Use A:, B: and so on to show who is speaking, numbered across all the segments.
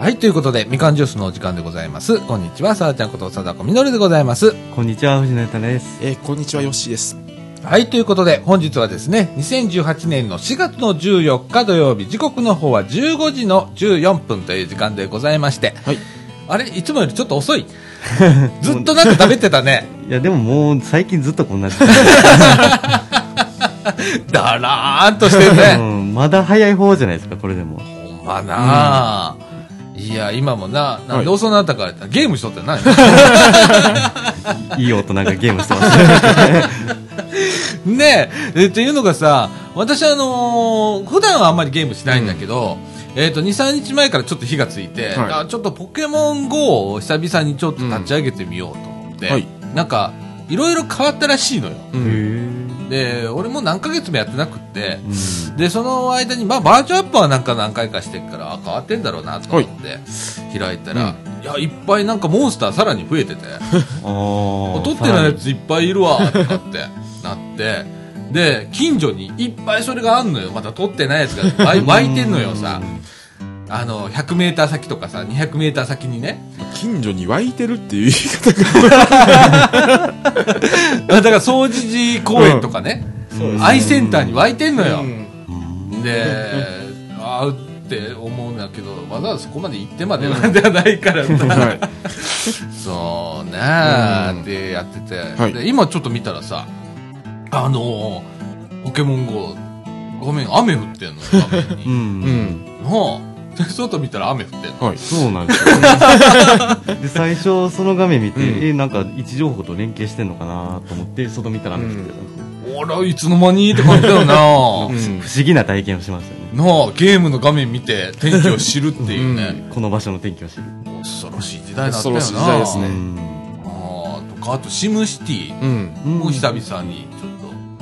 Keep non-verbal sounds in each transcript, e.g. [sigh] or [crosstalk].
A: はい、ということで、みかんジュースのお時間でございます。こんにちは、さあちゃんこと、さだこみのるでございます。
B: こんにちは、藤野太です。
C: えーこんにちは、ヨッシーです。
A: はい、ということで、本日はですね、2018年の4月の14日土曜日、時刻の方は15時の14分という時間でございまして、
C: はい。
A: あれ、いつもよりちょっと遅い。ずっとなんか食べてたね。
B: いや、でももう最近ずっとこんな時
A: だらーんとしてる [laughs] ね。
B: 間、うん、まだ早い方じゃないですか、これでも。
A: ほんまなあ、いや、今もな、なんで遅なったからって、ゲームしとってない
B: いい大人がゲームし
A: [laughs]
B: てます。
A: ねえ、えっていうのがさ、私あのー普段はあんまりゲームしないんだけど、えっ、と、2、3日前からちょっと火がついて、
C: はい
A: あちょっとポケモン GO を久々にちょっと立ち上げてみようと思って、
C: うんはい
A: なんか、いろいろ変わったらしいのよ。
C: う
B: へ
C: ん。
B: ー
A: で、俺も何ヶ月もやってなくって、
B: うん
A: で、その間に、まあ、バーチャルアップはなんか何回かしてるから、あ変わってんだろうなと思って、開いたら、いや、いっぱいなんかモンスターさらに増えてて、
B: ああ。
A: 取ってないやついっぱいいるわとかって [laughs] なってで近所にいっぱいそれがあんのよまた取ってないやつが [laughs] 湧い湧いてんのよさあの 100m 先とかさ 200m 先にね
C: 近所に湧いてるっていう言い方が。
A: だから総除寺公園とかね、
C: そうですね
A: アイセンターに湧いてんのよ、
B: さらに。うん
A: でああって思うんだけどわざわざそこまで行ってまでなんじゃない [laughs] からさ
C: はい。
A: そうね
C: うん
A: でやってて、
C: はい
A: で今ちょっと見たらさあのーポケモン GO ごめん雨降ってんの
C: [laughs]
A: よ画面
B: う
A: に
B: ん。
C: [laughs] うん。
A: ほうで外見たら雨降ってんの
C: はい。
B: そうな
A: [laughs]
B: んですよ。で、最初、その画面見て、
C: うん
B: え、なんか位置情報と連携してんのかなと思って、外見たら雨降ってた、
A: あらいつの間にって感じだよな
C: うん
B: 不思議な体験をしましたね。
A: なあゲームの画面見て天気を知るっていうね、
B: この場所の天気を知る。
A: 恐ろしい時代になったよな
C: 恐ろしい時代です
B: う
C: ね
B: ん。
A: あーとかあとシムシティ
C: うん。
B: うん
A: もう久々にちょっと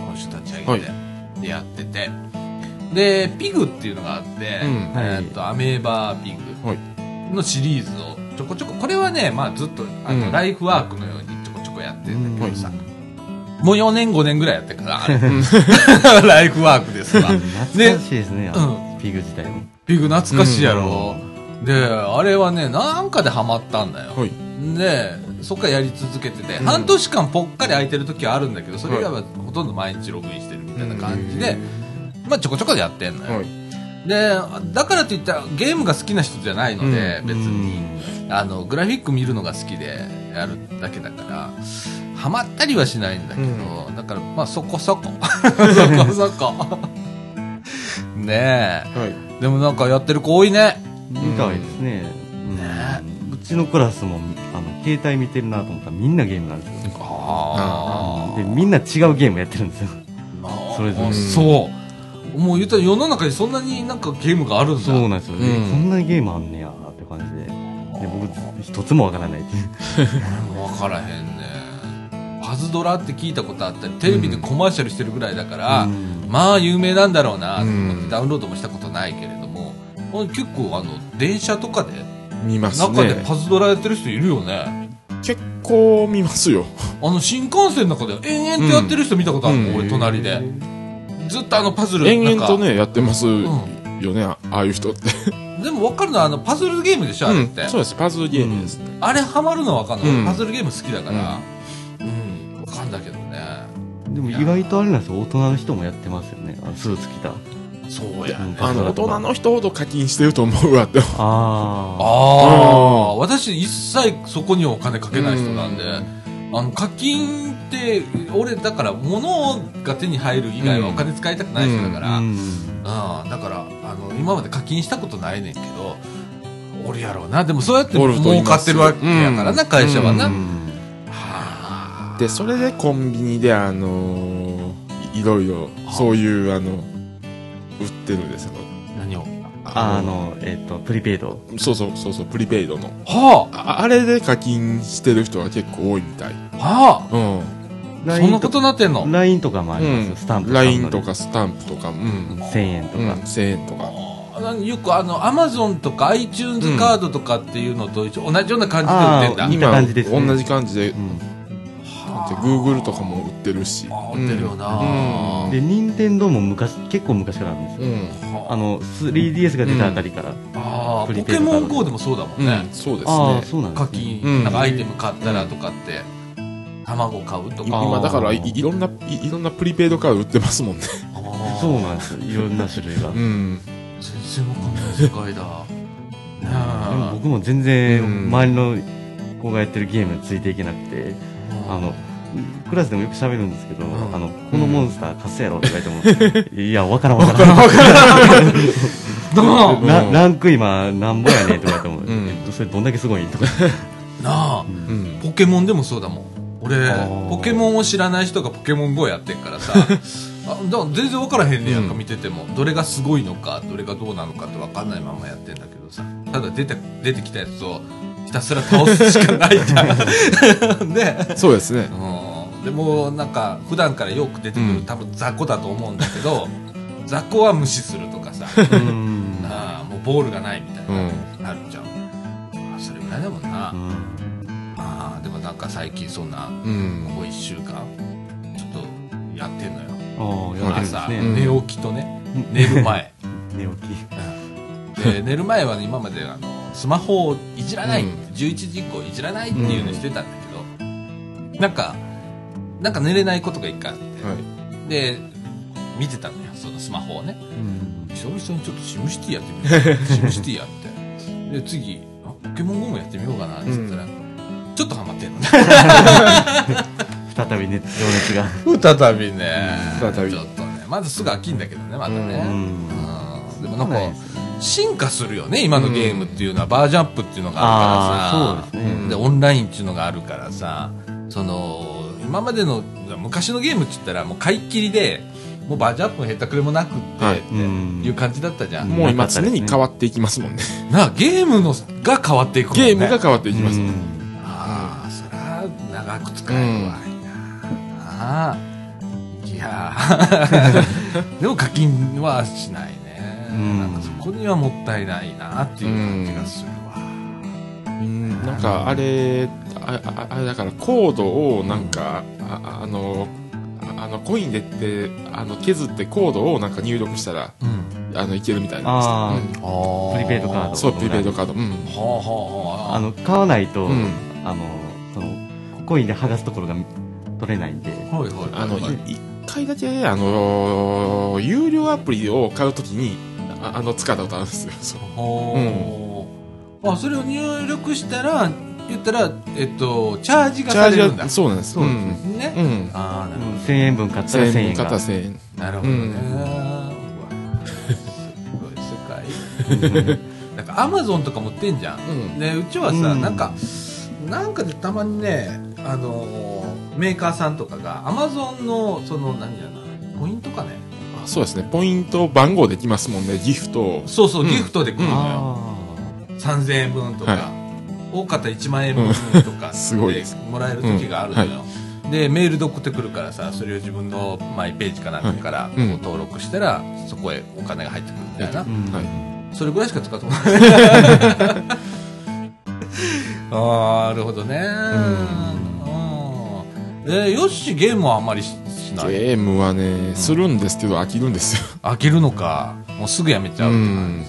A: 今週立ち上げて、
C: はい
A: でやっててでピグっていうのがあって、
C: うん
B: はい
A: えーっとアメーバーピグ
C: はい
A: のシリーズをちょこちょここれはね、まあ、ずっとあの、
C: うん
A: ライフワークのようにちょこちょこやってるんだけどさ、
B: うん
A: もう4年5年ぐらいやってるからあれ [laughs] ライフワークです
C: [laughs]
A: わ
B: 懐かしいですね、あのピグ自体も。
A: ピグ懐かしいやろ、であれはねなんかでハマったんだよ、
C: はい。
A: でそっからやり続けてて、
C: ん
A: 半年間ぽっかり空いてる時はあるんだけどそれ以外はほとんど毎日ログインしてるみたいな感じで、まあちょこちょこやってんのよ、
C: はい。
A: でだからといったらゲームが好きな人じゃないので、別にあのグラフィック見るのが好きでやるだけだからハマったりはしないんだけど、だからまあそこそこ [laughs] そこそこね
C: はい。
A: えでもなんかやってる子多いね
B: みたいですね。うん
A: ね
B: うちのクラスもあの携帯見てるなと思ったらみんなゲームなんですよ。
A: ああ
B: でみんな違うゲームやってるんですよ。
A: あ
B: それぞれ
A: あそうもう言ったら世の中にそんなになんかゲームがあるんだ
B: そうなんですよ。で
C: うん
B: こんなゲームあんねやーって感じで。で僕一つもわからないっていう。
A: もう分からへんねパズドラって聞いたことあったりテレビでコマーシャルしてるぐらいだから、
B: うん
A: まあ有名なんだろうなと思っ
C: う
A: て
C: ん
A: ダウンロードもしたことないけれども、あ結構あの電車とかで
C: 見ます
A: 中で
C: ね。
A: パズドラやってる人いるよね
C: 結構見ますよ。
A: あの新幹線の中で延々とやってる人見たことあるもん、
C: うん
A: 俺隣でずっとあのパズル
C: 延
A: な
C: 々
A: んか
C: とね、やってますよ
A: う
C: ね、あああいう人って。
A: ん、でも分かるのはあのパズルゲームでしょあれって、
C: そうです。パズル芸人です。
A: あれハマるのは分かんない、
C: うん
A: パズルゲーム好きだから、うん分かんだけどね
B: でも意外とあれなんですよ。大人の人もやってますよね。あのスーツ着た。
A: そうや
B: うん
C: あの、大
B: とか
C: 人の人ほど課金してると思うわって。
B: あ
A: ああ
C: う
A: 私一切そこにはお金かけない人なんで、あの課金って俺だから物が手に入る以外はお金使いたくない人だか
B: あ。
A: ら、
B: う
A: うん
B: ん。
A: だからあの今まで課金したことないねんけどおるやろうなでもそうやって
C: おると
A: 儲
C: 言い
A: か
C: ま
A: っ
C: す
A: てるわけやからな、
C: うん
A: 会社はな、
B: うん
A: はあ
C: で、それでコンビニで、あのー、いいろいろ、そういう、あの、売ってるんですよ。
A: 何を
B: あの、えっと、プリペイド。
C: そうそうそうそう、プリペイドの。
A: は
C: ああれで課金してる人は結構多いみたい。
A: あは
C: うん。
A: あそんなことなってんの
B: ?LINE とかもあります
C: う
B: よ。
C: ん
B: スタンプ。
C: LINE と。かスタンプとか、うん。
B: 1000円と
C: うん、
B: か。
C: 1000円とか。
A: あーよくあのアマゾンとか iTunes カードとかっていうのと一緒同じような感じで売ってんだ、
B: あー似た感じですね
C: 今、同じ感じで
B: うん。
A: は
C: で Google とかも売ってるし
A: あ売ってるよな、
C: うん
B: で任天堂も昔結構昔からあるんです
C: う
B: よ、
C: ん
B: あの 3DS が出たあたりから、
A: あー
B: プリ
A: ポ
B: ペイド
A: ケ
B: カード
A: モン GO でもそうだもん
C: う
A: ね
C: ん、そうです
B: ああ
C: ね
B: そうなんで
A: 課
B: すね
A: 金、
C: うん
A: なんかアイテム買ったらとかって、卵買うと
C: い
A: か
B: あ
C: 今だからいいろんないいろんなプリペイドカード売ってますもんね
B: そう
A: う
B: なんですよいろんな種類が、で
C: ん
A: 全然わかんない世
B: [laughs]
A: 界だね
B: も
A: え
B: 僕も全
C: うん
B: 然周りの子がやってるゲームについていけなくて、あのクラスでもよく喋るんですけど、
A: ん
B: あのこのモンスター貸すやろとか言っても、いやわからんわからん
A: なあ
C: ん
B: な [laughs] ランク今なんぼやねんとか言っても、
C: ん
B: えっとそれどんだけすごいんとか
A: なあ
C: うん
A: ポケモンでもそうだもん俺
B: あー
A: ポケモンを知らない人がポケモン GO やってっからさ
C: [laughs]
A: あだから全然分からへんねやんか
C: うん
A: 見てても、どれがすごいのかどれがどうなのかって分かんないままやってんだけどさただ出て出てきたやつをひたすら倒すしかないじゃんで
C: そうです [laughs] ね
A: うんでもなんか普段からよく出てく
C: う
A: る
C: ん
A: 多分雑魚だと思うんだけど雑魚は無視するとか
C: [laughs]
A: さ
B: うん
A: ああもうボールがないみたい
C: うん
A: なあるじゃんあそれぐらいだもんな、
B: う
A: あ
B: ん
A: あでもなんか最近そんな
C: うん
A: ここ1週間ちょっとやってんのよ
B: ああやってるんです
A: 朝、
B: ね、
C: うん
A: 寝起きとね寝る前
B: 寝起き
A: で寝る前は、ね、今まであのスマホをいじらない、
C: うん
A: 11時以降いじらないっていうのしてたんだけど、なんかなんか寝れないことが一回あって、
C: はい
A: で見てたのよそのスマホをね
B: うん
A: 久々にちょっとシムシティやってみようシムシティやってで次あポケモン GO もやってみようかなって言ったら、ちょっとハマってんのね
B: 再び熱情熱が
A: 再びね
C: うん再び
A: ちょっとねまずすぐ飽きんだけどねまたね、
B: う
A: うん
B: ん
A: でもなん
B: ない
A: か
B: ですよね
A: 進化するよね今のゲームっていうのは、バージョンアップっていうのがあるから
B: あ
A: さ
B: あそうですね
A: でオンラインっていうのがあるからさその今までの昔のゲームって言ったらもう買い切りでもうバージョンアップもへったくれもなくって、
C: はい
B: うん
A: いう感じだったじゃん、
C: もう今常に変わっていきますもんね
A: なあゲームのが変わっていくもんね
C: ゲームが変わっていきますもん
B: う
A: ああそりゃ長く使えるわいな、ああいやー [laughs] でも課金はしないね、
B: うん
A: なんかそこにはもったいないなっていう感じがするわ、
C: うんなんかあれあああれだからコードをなんか、ああのああのコインでってあの削ってコードをなんか入力したら
A: うん
C: あのいけるみたいな
B: あ
C: うん
A: あ
B: プリペイドカード
C: そうプリペイドカードうん
A: はあはあは
B: あ
A: あ
B: あの買わないと、
C: うん
B: あのそのコインで剥がすところが取れないんで
A: はいはい
C: あのい
A: はいはい
C: 一回だけあの有料アプリを買うときにああの使ったことあるんですよそう
A: ほうあそれを入力したら言ったらえっとチャージが
C: チャ
A: さ
C: ー
A: れ
C: ジ
A: るんだ
C: はそうなんです
B: そう
C: う
B: で
C: ん
A: ね、
C: うん
A: ああなるほど
B: 1000円分買ったら1000
C: 1000円
B: 円
C: 片
B: が
C: 1000円
A: なるほどね。うわすごい世界。なんかアマゾンとかも売ってんじゃん。
C: うん
A: でうちはさ、
B: うん
A: なんかなんかでたまにねあのーメーカーさんとかがアマゾンのその何やなポイントかね。
C: あそうですねポイント番号できますもんねギフト
A: そうそう、
C: うん
A: ギフトで来るのよ。
B: あ
A: 三千円分とか、
C: は
A: 多かったら一万円分とか
C: すごいです
A: もらえる時があるのよ。でメールで送ってくるからさそれを自分のマイページかなんかから
C: いうん
A: こう登録したら、そこへお金が入ってくるみたいな
B: ー、うん
C: はい
A: それぐらいしか使っても
C: [laughs]
A: らえない。ああ、なるほどね。うん。えー、よっし、ゲームはあんまりししない。
C: ゲームはね、するんですけど飽きるんですよ。
A: 飽きるのか、もうすぐやめちゃうって感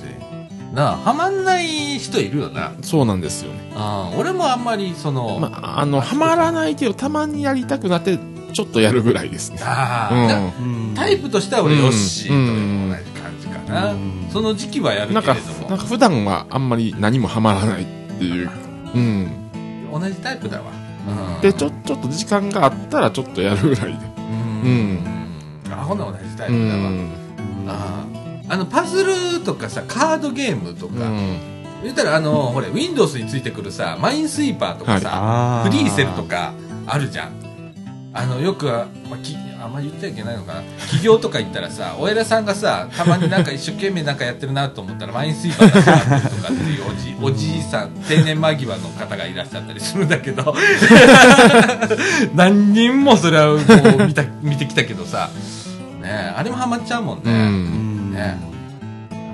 A: じ。なあ、はまんない人いるよな。
C: そうなんですよね。
A: うん。俺もあんまり、その、
C: まあ、あの、はまらないけど、たまにやりたくなって、ちょっとやるぐらいですね。
A: ああ、な
C: う
B: うん
A: タイプとしては俺、
C: うん
A: よっしーと
C: うん
A: 同じ感じかな、
B: うん
A: その時期はやる
C: ん。なん
A: け
C: か、
A: れ
C: なん
A: ど
C: か普段はあんまり何もはまらないっていう。うん。
A: も、同じタイプだわ。うん
C: で、ちょ、ちょっと時間があったら、ちょっとやるぐらいで。
A: うん。あ、ほんなら同じタイ
C: う
A: プだわ。
C: ん。
A: あーあのパズルとかさカードゲームと
C: う
A: か、
C: ん。
A: 言ったらあのほれ Windows についてくるさマインスイーパーとかさ、
B: あー
A: フリーセルとかあるじゃんあのよくは、まあ、きあんまり言っちゃいけないのかな企業とか行ったらさ [laughs] お偉いさんがさたまになんか一生懸命なんかやってるなと思ったらマインスイーパーがさとかっていうおじおじいさん定年間際の方がいらっしゃったりするんだけど [laughs] 何人もそれはこう見た見てきたけどさねえあれもハマっちゃうもんね、
C: う。
B: うんん
A: ね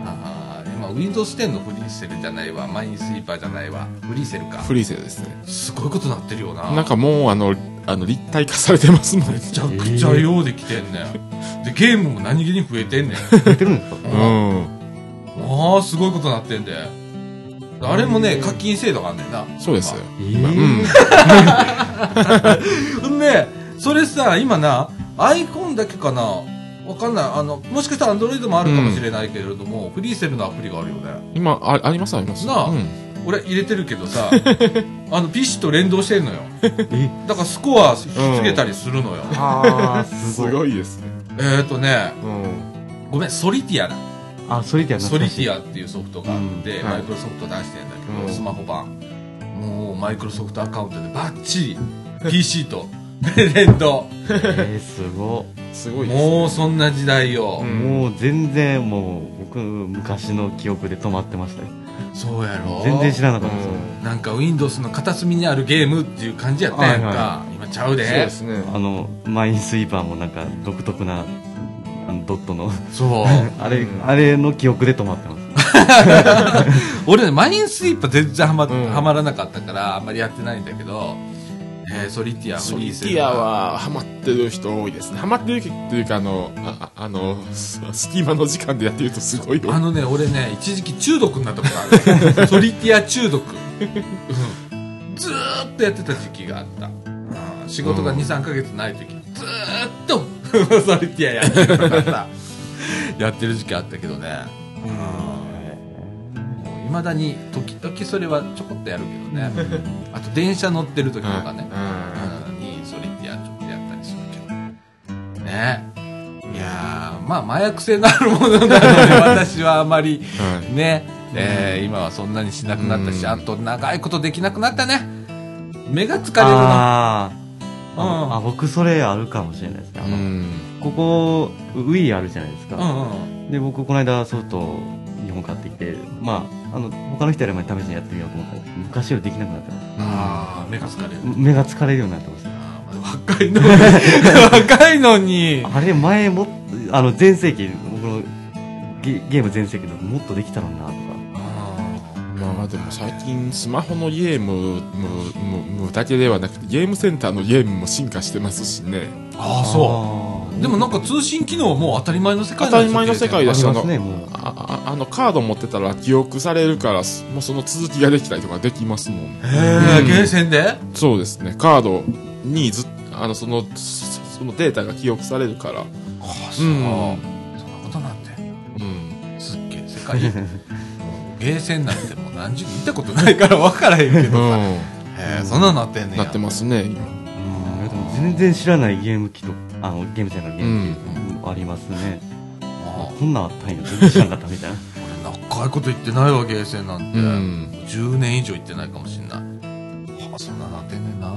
A: ああ今 Windows 10のフリーセルじゃないわマインスイーパーじゃないわフリーセルか
C: フリーセルですね。
A: すごいことなってるよな
C: なんかもう、あの、あの立体化されてます [laughs] もんね
A: めちゃくちゃようできてんねん。で、ゲームも何気に増えてん
C: [laughs]
A: ねん。
B: やってるんですか
C: う
A: ああ、すごいことなってんで。あれもね、課金制度があんねんな。
C: んそうですよ
B: え
C: う
B: ー
C: ん
A: んで、それさ、今な、iPhone だけかな、わかんない。あの、もしかしたら Android もあるかもしれないけれども、フリーセルのアプリがあるよね。
C: 今あありますあります
A: なあ
C: うん
A: 俺入れてるけど
C: [laughs]
A: さ、あの、PC と連動してんのよ。
B: え
A: だからスコア引きつけたりするのよ。
B: あーす
C: す
B: ごい
C: ごいですね
A: えーとね、
C: うん
A: ごめん、ソリティアだ。
B: あソリティア
A: ソリティ
B: ア
A: アっていうソフトがあって、
C: うんは
A: マ
C: い
A: イクロソフト出してんだけど、
C: うん
A: スマホ版もうマイクロソフトアカウントでバッチリ PC と連動
B: えー、すご
C: すごいですね
A: もうそんな時代よ
B: い、
C: うん
B: もう全然もう僕昔の記憶で止まってましたよ
A: そうやろ
B: 全然知らなかったです、
A: なんか Windows の片隅にあるゲームっていう感じやったやんか、
B: はい
A: 今ちゃう
C: うん
A: で
C: そうですね
B: あのマインスイーパーもなんか独特なあのドットの
A: そう
B: あれ、
C: うん
B: あれの記憶で止まってます
A: 俺ねマインスイーパー全然はま,、
C: うん
A: はまらなかったからあんまりやってないんだけど、えーソリティア
C: ソ
A: フ
C: リ
A: リ
C: テ
A: ーセ
C: ィアはハマってる人多いですねハマってるっていうかあのあああのす隙間の時間でやってるとすごいよ
A: あのね、俺ね、一時期中毒になったことあ [laughs] る。ソリティア中毒。うんずーっとやってた時期があった。うん仕事が2、3ヶ月ない時、ずーっと [laughs] ソリティアやってるからさ、 [laughs] やってる時期あったけどね。いまだに時々それはちょこっとやるけどね。あと電車乗ってる時とかね、うんにソリティアちょっとやったりするけど。ね。いやー、まあ麻薬性のあるものなので、私はあまり、
C: はい
A: ね、えー今はそんなにしなくなったし、
C: うん
A: あと長いことできなくなったね。目が疲れるな。
B: あーあ
A: うん
B: のあ僕それあるかもしれないですねあ
C: う
B: の、
C: ん
B: ここ Wii あるじゃないです
A: うん
B: か、
A: うん。
B: で僕この間ソフトを日本買ってきてまああの他の人よりも試しにやってみようと思ったら昔よりできなくなってます
A: ああ、目が疲れる。
B: 目が疲れるようになってます
A: あーまだ若いのに。若いのに。
B: あれ前もっとあの前世紀僕のゲゲーム全盛期だともっとできたのになとか
C: まあでも最近スマホのゲームもももだけではなくてゲームセンターのゲームも進化してますしね
A: ああ、そ。
B: そう
A: でもなんか通信機能はもう当たり前の世界
C: 当たり前の世界だし
B: あ
C: あ
B: ります
C: の
B: ねもう
C: あああのカード持ってたら記憶されるからすもうその続きができたりとかできますもんね
A: へえ、
C: うん
A: ゲーセンで
C: そうですねカードにずっあのそのそそのデータが記憶されるから
A: ああ、そう。そ
C: うんん
A: なことなんて。
C: うん
A: すっげえ、世界。もうゲーセンなんてもう何十年見たことないから分からへんけどさ。へ
C: う
A: え、そんなのなってんね
C: ん、
A: や
C: なってますね。
B: うんでも全然知らないゲーム機とあのゲームじゃないゲーム機ありますね、
A: あー
B: こんなんあったんや全然知らなかったみたいな
A: 俺長いこと言ってないわゲーセンなんて、
C: うん。
A: 10年以上行ってないかもしんないはあそんななってんねんな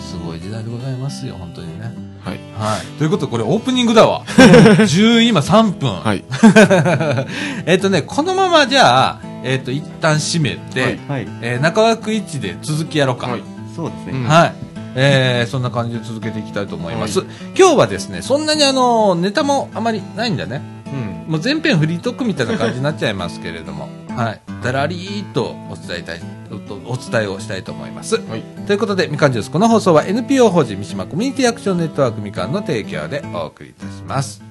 A: すごい時代でございますよ本当にね
C: はい。
A: はいということでこれオープニングだ
C: [laughs]
A: わ10今3分、
C: はい。
A: [laughs] えっとねこのままじゃあえっ、と一旦締めて、
C: はい
B: はい
A: えー中枠一で続きやろうか
C: はい
B: そうですね、
C: うん
A: はい。えーそんな感じで続けていきたいと思います。今日はですね、そんなにあの、ネタもあまりないんだね。もう全編フリートークみたいな感じになっちゃいますけれども、はい。だらりーっとお伝えたい、おお伝えをしたいと思います。
C: はい。
A: ということで、みかんジュース、この放送は NPO 法人三島コミュニティアクションネットワークみかんの提供でお送りいたします。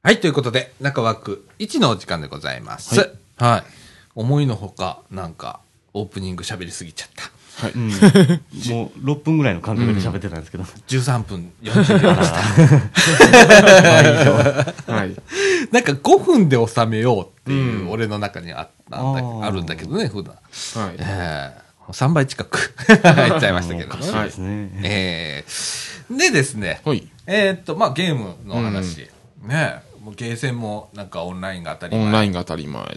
A: はい、ということで、中枠1のお時間でございます。はい。思いのほか、なんか、オープニング喋りすぎちゃった。
B: うん [laughs] もう6分ぐらいの感覚で喋ってたんですけど、
A: 13分40秒でした。
C: はい。
A: なんか5分で収めようっていうう、
C: ん
A: 俺の中にああんだ
B: あー
A: あるんだけどね、普段。えー、
C: はい。
A: 3倍近く入っちゃいましたけど
B: おかしい
A: ね。
B: ですね、
A: えー、でですね、
C: はい。
A: えーっと、まあゲームの話。ねもうゲーセンもなんかオンラインが当たり
C: オ
A: 前
C: ンラインが当たり前で。
A: ね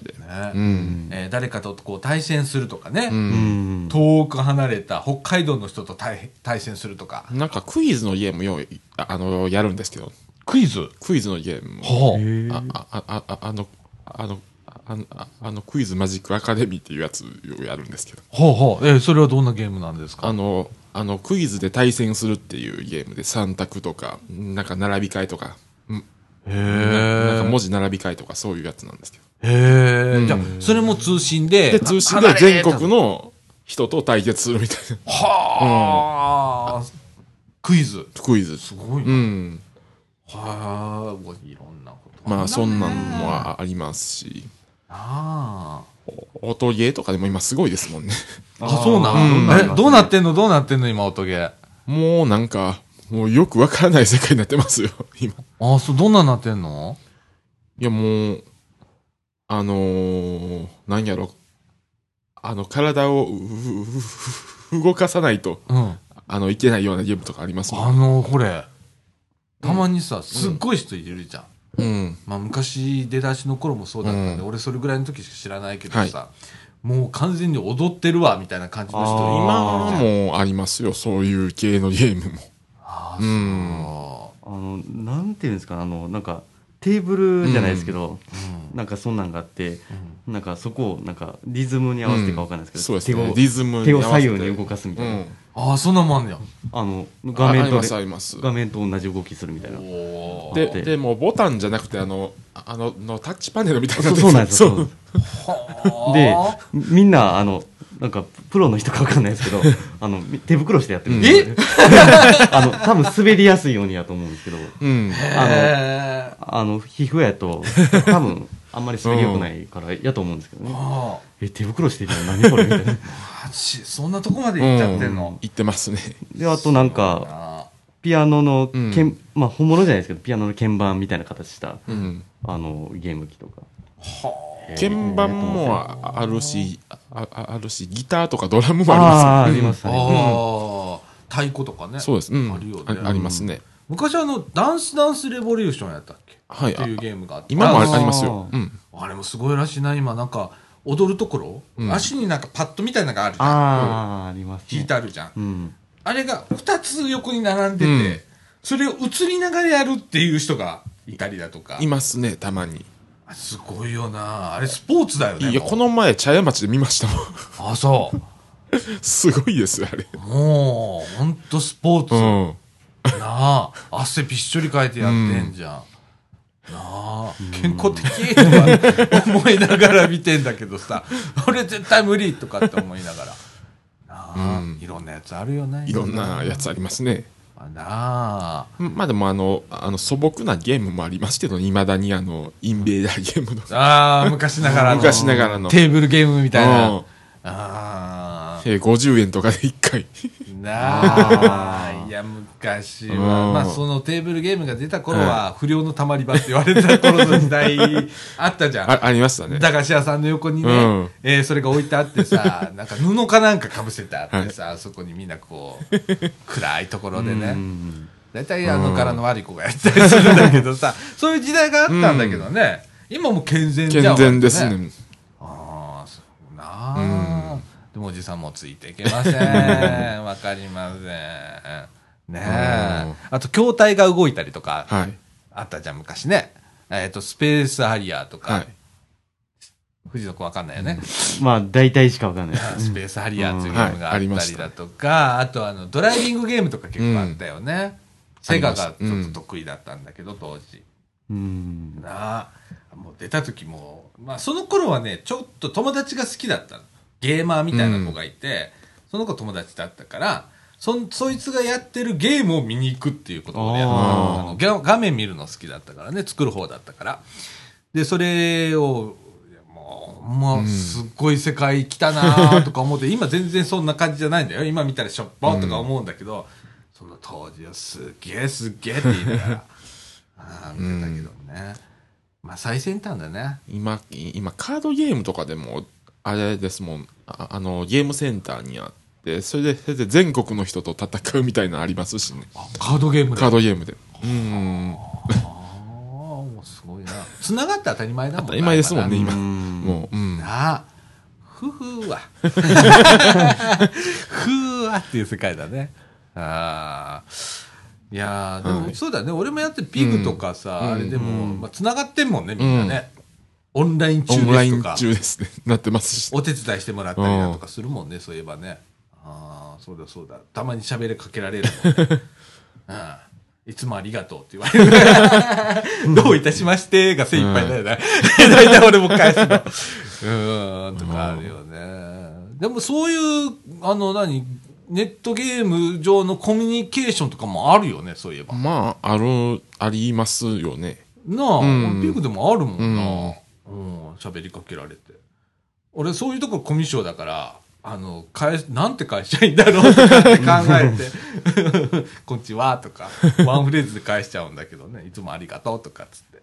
C: うん。
A: えー誰かとこう対戦するとかね、
C: うん。
A: 遠く離れた北海道の人と対対戦するとか
C: なんかクイズのゲームよう、ああの、やるんですけど、
A: クイズ
C: クイズのゲーム。
A: ほう
C: あ、あ、あ、ああの、あの、あの、ああの、クイズマジックアカデミーっていうやつをやるんですけど、
A: ほうほう、えーそれはどんなゲームなんですか
C: あの、あの、クイズで対戦するっていうゲームで、3択とか、なんか並び替えとか、うん
A: へ
C: なん
A: え
C: か文字並び替えとかそういうやつなんですけど。
A: へ
C: う
A: え
C: ん
A: じゃあそれも通信で
C: で、通信
A: あ
C: で
A: 離れ
C: 全
A: た
C: 国の人と対決するみたい
A: はあ、クイズ
C: なクイズ。
A: すごいな、
C: うん。
A: はあもういろんなこと
C: まあ、そんなん
A: な
C: もあありますし、
A: あ
C: 音ゲーとかでも今すごいですもんね。
A: ああそうな
C: うん
A: ん、
B: な
A: え
B: んだ
A: どうなってんのどうなってんの今音ゲー
C: もうなんか、もうよくわからない世界になってますよ、今。
A: ああそうどんなんなってんの
C: いや、もう、あのー、なんやろ、あの、体をうううう動かさないと、
A: うん
C: あの、いけないようなゲームとかありますもん。
A: あのこれたまにさすっごい人いるじゃん、
C: うん。
A: まあ、昔出だしの頃もそうだったんで、
C: う
A: 俺それぐらいの時しか知らないけどさ、もう完全に踊ってるわみたいな感じの人
B: あー
A: 今
C: 今もありますよ、そういう系のゲームも。
A: あ
C: う
B: あのなんていうんですかあのなんかテーブルじゃないですけど、なんかそんなんがあって、なんかそこをなんかリズムに合わせてかわかんないですけ
C: そ
B: ど、
C: うですね。
B: 手
C: リ
B: を
C: ズム
B: 手
C: に合
B: を
C: わせて
B: 左右に動かすみたいな、
C: うん。
A: ああそんなもんあんねや
B: あの画
C: 画面
B: 面
C: あり
B: と
C: ま、
B: です
C: あります。
B: 画面と同じ動きするみたいな
A: おー
C: で、
B: で
C: でもボタンじゃなくて、あの、ああの、のタッチパネルみたいにな
B: そう
C: って
B: そうなんですよ
C: [laughs] そう
A: は
B: で
A: あ
B: みんなあのなんかプロの人かわかんないですけどあの手袋してやってるんですよね [laughs] あの多分滑りやすいようにやと思うんですけど
C: うん。
A: へー
B: あの皮膚やと多分あんまり滑り良くないからやと思うんですけどね、
A: あ
B: え手袋してるの何これみたいな
A: あマジそんなとこまで行っちゃってんの、
C: 言ってますね。
B: であとなんか
A: あ
B: ピアノのけん、
C: うん
B: まあ本物じゃないですけどピアノの鍵盤みたいな形した
C: うん。
B: あのゲーム機とかへー
C: 鍵盤もああるし、あああるし、ギターとかドラムも
B: あー
C: あ
B: あ
C: り
B: りま
C: ます
B: す
A: あ
B: ね
A: ー太鼓とかね
C: ね。そうです。うん。
A: あるよね
C: あありますね。
A: 昔あのダンスダンスレボリューションやったっけ
C: はい。
A: っていう
C: あ
A: ゲームがあって
C: 今も
B: あー
C: あありますよ。うん。
A: あれもすごいらしいな今なんか踊るところ、
C: うん
A: 足になんかパッドみたいなのがあるじゃん
B: あああります、ね、
A: 引いてあるじゃん、
B: うん
A: あれが2つ横に並んでて、
C: うん
A: それを映りながらやるっていう人がいたりだとか
C: いますね、たまに。
A: あすごいよなあれスポーツだよね
C: いや、
A: もう
C: この前、茶屋町で見ましたもん。
A: あそう
C: すごいですよ、あれ。
A: もうほんとスポーツ、
C: う
A: な
C: ん。
A: あ汗びっしょりかいてやってんじゃん、なあ健康的とか思いながら見てんだけどさ俺絶対無理とかって思いながらなあ、
C: うん
A: いろんなやつあるよね
C: いろんなやつありますね。
A: あなあ
C: まあでも、あの、あの素朴なゲームもありますけど、いまだに、あの、インベーダーゲームの。
A: ああ昔ながらの
C: 昔ながらの。
A: テーブルゲームみたいな、
C: うん
A: ああ
C: えー50円とかで1回。
A: なあいや昔は、
C: うん
A: まあそのテーブルゲームが出た頃は不良のたまり場って言われた頃の時
C: [laughs]
A: 代あったじゃん
C: あありましたね。
A: 駄菓子屋さんの横にね、
C: うん
A: えーそれが置いてあって
C: [laughs]
A: さ、なんか布かなんかかぶせてあってさ、そこにみんなこう、 [laughs] 暗いところで
B: う
A: ね、
B: ん
A: 大体あの柄の悪い子がやったりするんだけどさ、そういう時代があったんだけどね、今もう健全じゃ
C: 健
A: ん。
C: 全です
A: 割と
C: ね。
A: ああ、そうなあ、でもおじさんもついていけませ
C: [laughs]
A: ん。わかりません。ね
C: うん
A: え。あと、筐体が動いたりとか、
C: はい。
A: あったじゃん、昔ね。えっ、と、スペースハリアーとか、
C: はい。
A: 藤野くんわかんないよね。
B: まあ大体しかわかんないです
A: [laughs] スペースハリアーっていうゲームがあ
C: うんはいあり
A: っ
C: ま
A: た
C: し
A: り
C: た
A: だとか、あとあのドライビングゲームとか結構あったよね。セガがちょっと得意だったんだけど、当時。
B: うん
A: なあ、もう出た時も、まあその頃はね、ちょっと友達が好きだったの。ゲーマーみたいな子がいて、その子友達だったから、そんそいつがやってるゲームを見に行くっていうことをやってた
B: あ
A: のあの画画面見るの好きだったからね作る方だったからでそれをいやもうもうすっごい世界来たなとか思って、今全然そんな感じじゃないんだよ今見たらしょっぱとか思うんだけど、その当時はすげえすげえって言いなが
C: [laughs]
A: らあー見てたけどね、まあ最先端だね
C: 今、今、カードゲームとかでも、あれですもん、ああの、ゲームセンターにあって、それで、それで全国の人と戦うみたいなのありますしね。
A: カードゲームだ
C: カードゲームで。うん。
A: ああもうすごい繋がって当たり前だもん
C: 当たり前ですもんね、
A: 今
C: 今。
B: うん
C: もう、うん。
A: なあ。ふふ
C: [laughs]
A: わ。ふわっていう世界だね。ああ。いやーでも、
C: はい
A: そうだね。俺もやってピグとかさ、
C: うん
A: あれでも、
B: うん
A: まあ、繋がってんもんね、みんなね。オンライン中
C: オンラ
A: で
C: イ
A: すと
C: ン
A: か。
C: 中ですね。 [laughs] なってますし。
A: お手伝いしてもらったりだとかするもんね、そういえばね。ああ、そうだそうだ。たまに喋りかけられるもん [laughs] ね、うん。いつもありがとうって言われ [laughs] る。どういたしましてが精一杯だよな。 [laughs] 大体俺も返すの。うーん、とかあるよね。でもそういう、あの、何、ネットゲーム上のコミュニケーションとかもあるよね、そういえば。
C: まあ、ある、ありますよね。
A: なあ、
C: うん
A: ピークでもあるもんな。うん、喋りかけられて。俺、そういうとこコミュ障だから、あの、返す、なんて返しちゃいいんだろうとかって考え
C: [laughs]
A: て、こんにちはとか、ワンフレーズで返しちゃうんだけどね、いつもありがとうとかっつって。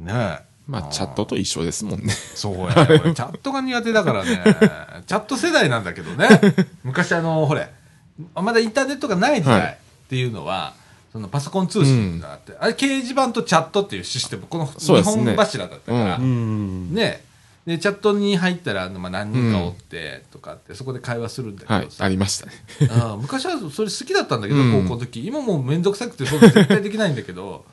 A: ねえ。
C: まあ、チャットと一緒ですもんね。
A: そうや、ね、俺
C: [laughs]
A: チャットが苦手だからね。チャット世代なんだけどね。昔あの、ほれ、まだインターネットがない時
C: は
A: 代
C: い
A: っていうのは、そのパソコン通信があって、あれ掲示板とチャットっていうシステム、この
C: そう
A: 日
C: ですね
A: 本柱だったから、
C: う
B: うん
A: ね。で、チャットに入ったら、あのまあ、何人かおって、とかって、そこで会話するんだ
C: は
A: け
C: い
A: ど。さ、
C: ありましたね。
A: ああ昔はそれ好きだったんだけど、
C: うん
A: 高校の時。今もうめんどくさくて、そういうの絶対できないんだけ
C: [laughs]
A: ど、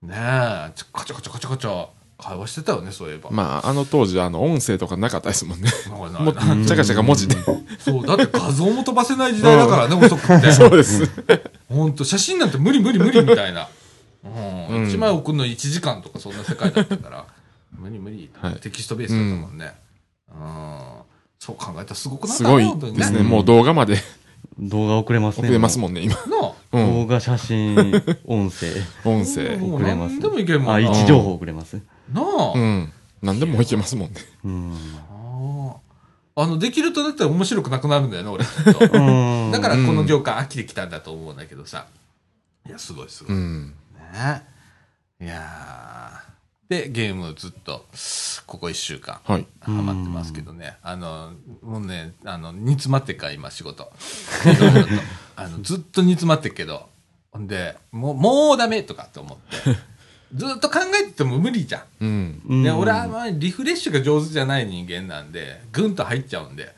A: ねえ、ちょこちょこちょこちょこちょ、会話してたよね、そういえば。
C: まあ、あの当時、あの、音声とかなかったですもんね。
A: なんか
C: もう、チャカチャカ文字で。
A: そう、だって画像も飛ばせない時代だからね、遅くて。
C: [laughs] そうです。
A: ほんと、写真なんて無理無理無理みたいな。うん。
C: うん
A: 1枚送るの1時間とかそんな世界だったから、 [laughs] 無理無理、
C: はい
A: テキストベースだったもんね。うん。そう考えたらすごくなった
C: す
A: ね
C: ごい
A: 本当に
C: ですね。
B: うん
C: もう動画まで
B: 動画遅れます
C: 送
B: ね
C: れますもんね、今。
A: なあ
C: う。
B: もうん動画写真音声
C: 音声。
A: もう
B: 遅れます
A: 何でもいけるも
B: あ
A: ん
B: 位
A: な。
B: 置情報遅れます
A: な
C: う
A: あ
C: ん。何でもいけますもんね。
A: [laughs]
B: うん
A: ああ。あの、できるとなったら面白くなくなるんだよね、俺きっ
C: [laughs]
A: と。
B: うん
A: だからこの業界飽きてきたんだと思うんだけどさ。いや、すごいすごい。
C: うん。
A: ねいやーでゲームをずっとここ1週間
C: はい。
A: ハマってますけどねあのもうねあの煮詰まってっから今仕事いろいろとあのずっと煮詰まってっけどほんでもうもうダメとかと思ってずっと考えてても無理じゃん
C: うん。
B: うん
A: で俺はあんまりリフレッシュが上手じゃない人間なんでぐんと入っちゃうんで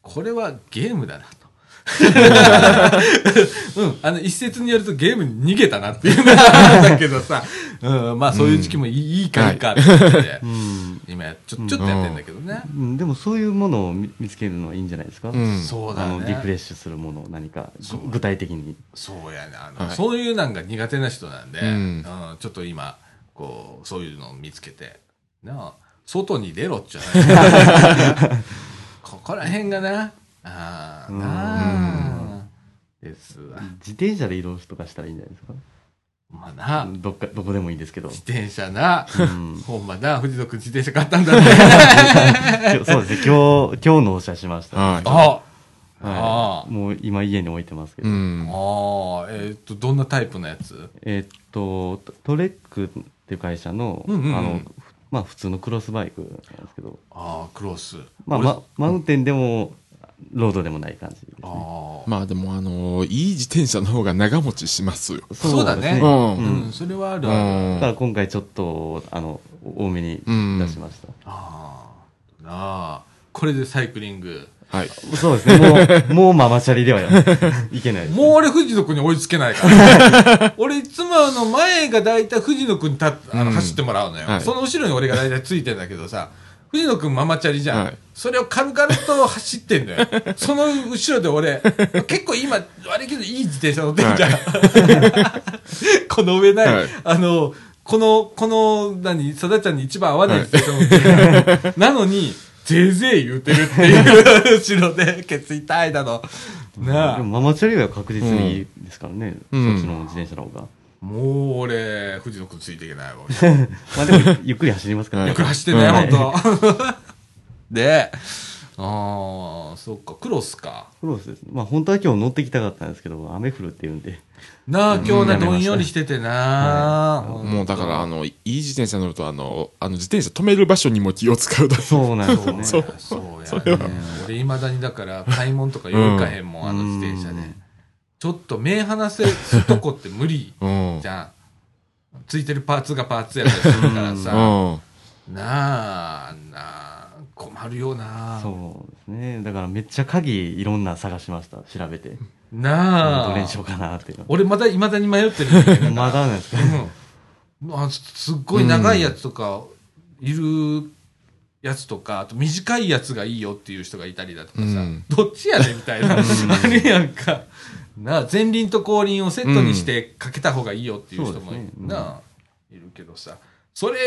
A: これはゲームだなと。 [laughs] うん、あの一説によるとゲームに逃げたなっていうのがあるんだけどさ、うん、まあそういう時期もいい,、いいかいいかって言って、
B: うん
A: 今やちょちょっとやってんだけどね、
B: うんでもそういうものを見見つけるのはいいんじゃないですか
C: うん。
A: そうだ
B: あのリフ
A: ね
B: レッシュするもの何か
A: そう
B: 具体的に
A: そうやねあの、
C: はい
A: そういうなんか苦手な人なんで、う
C: うんん
A: ちょっと今こうそういうのを見つけてなあ外に出ろっちゃないここら辺がなああ
B: うん
A: なあですわ
B: 自転車で移動とかしたらいいんじゃないですか
A: まあな
B: どっかどこでもいいですけど
A: 自転車な
B: うん
A: ほんまな藤野君自転車買ったんだね
B: 今日そうですね今日今日納車しました
C: はい。
A: ああ
B: はいもう今家に置いてますけ
C: う
B: ど
A: あ
C: ん。
A: あえっとどんなタイプのやつ
B: えっとトトレックっていう会社の,、
A: うんうんうん
B: あのふまあ普通のクロスバイクなんですけど、
A: ああクロス
B: まあ
A: 俺
B: ま、マウンテンでもロードでもない感じです、ね、
A: ああ
C: まあでも、あのー、いい自転車の方が長持ちしますよ。
A: そうだね
B: です
C: うん
A: うん、それはあ
C: う
A: るある、
B: だか
C: ん。
B: ら今回ちょっとあの多めに
C: うん
B: 出しました、
A: ああ、なあ、これでサイクリング。
C: はい。
B: そうですねもうもうママチャリではい
A: [laughs]
B: けないです
A: もう俺、藤野君に追いつけない
C: [laughs]
A: から。俺、いつもあの、前が大体藤野君に立っあの
C: うん
A: 走ってもらうのよ、
C: はい
A: その後ろに俺が大体ついてんだけどさ、藤野君ママチャリじゃん。
C: はい
A: それを軽々と走って
C: [laughs]
A: んのよ。その後ろで俺、結構今、悪いけどいい自転車乗ってんじゃん。 [laughs] この上ない、
C: はい
A: あの、この、この、何、さだちゃんに一番合わない自転車乗ってる、
C: [laughs]
A: なのに、ぜいぜい言うてるっていう後ろで、ケツ痛いだの。なあ
B: でもママチャリは確実にいいですからね、
C: うん
B: そっちの自転車の方が
A: もう俺、藤野くんついていけないわ。 [laughs]
B: まあでもゆっくり走りますから
C: は
A: よ
C: い
A: く走ってね、
C: はい
A: ほんと。 [laughs] で、ああ、そっか、クロスか。
B: クロスですねまあ本当は今日乗ってきたかったんですけど雨降るっていうんで
A: なあ、今日な、
B: うん
A: どんよりしててな。
C: もうだから、あの、いい自転車乗ると、あの、あの自転車止める場所にも気を使うだ
B: [laughs]
C: う。
B: そうなんですよね
A: そうや、そうやね。俺、いまだにだから、買い物とかよ行かへんもん、あの自転車
B: う
A: で
B: ん。
A: ちょっと目離せすとこって無理
C: うん。
A: じゃん。ついてるパーツがパーツやったりするから
C: う
A: さ、
C: ん。
A: なあ、なあ、困るよなあ。
B: そうですねだからめっちゃ鍵いろんな探しました調べて
A: なあ。
B: どれにしようかなっていうの
A: 俺まだ未だに迷ってるんだけどな
B: まだなんですか
A: うんあすすっごい長いやつとか、いるやつとか、あと短いやつがいいよっていう人がいたりだとかさ、
C: うん
A: どっちやねんみたいな。あれやんか。なあ、前輪と後輪をセットにしてかけた方がいいよっていう人
B: そ
A: も
B: うですねうん
A: なあ、いるけどさ。それ、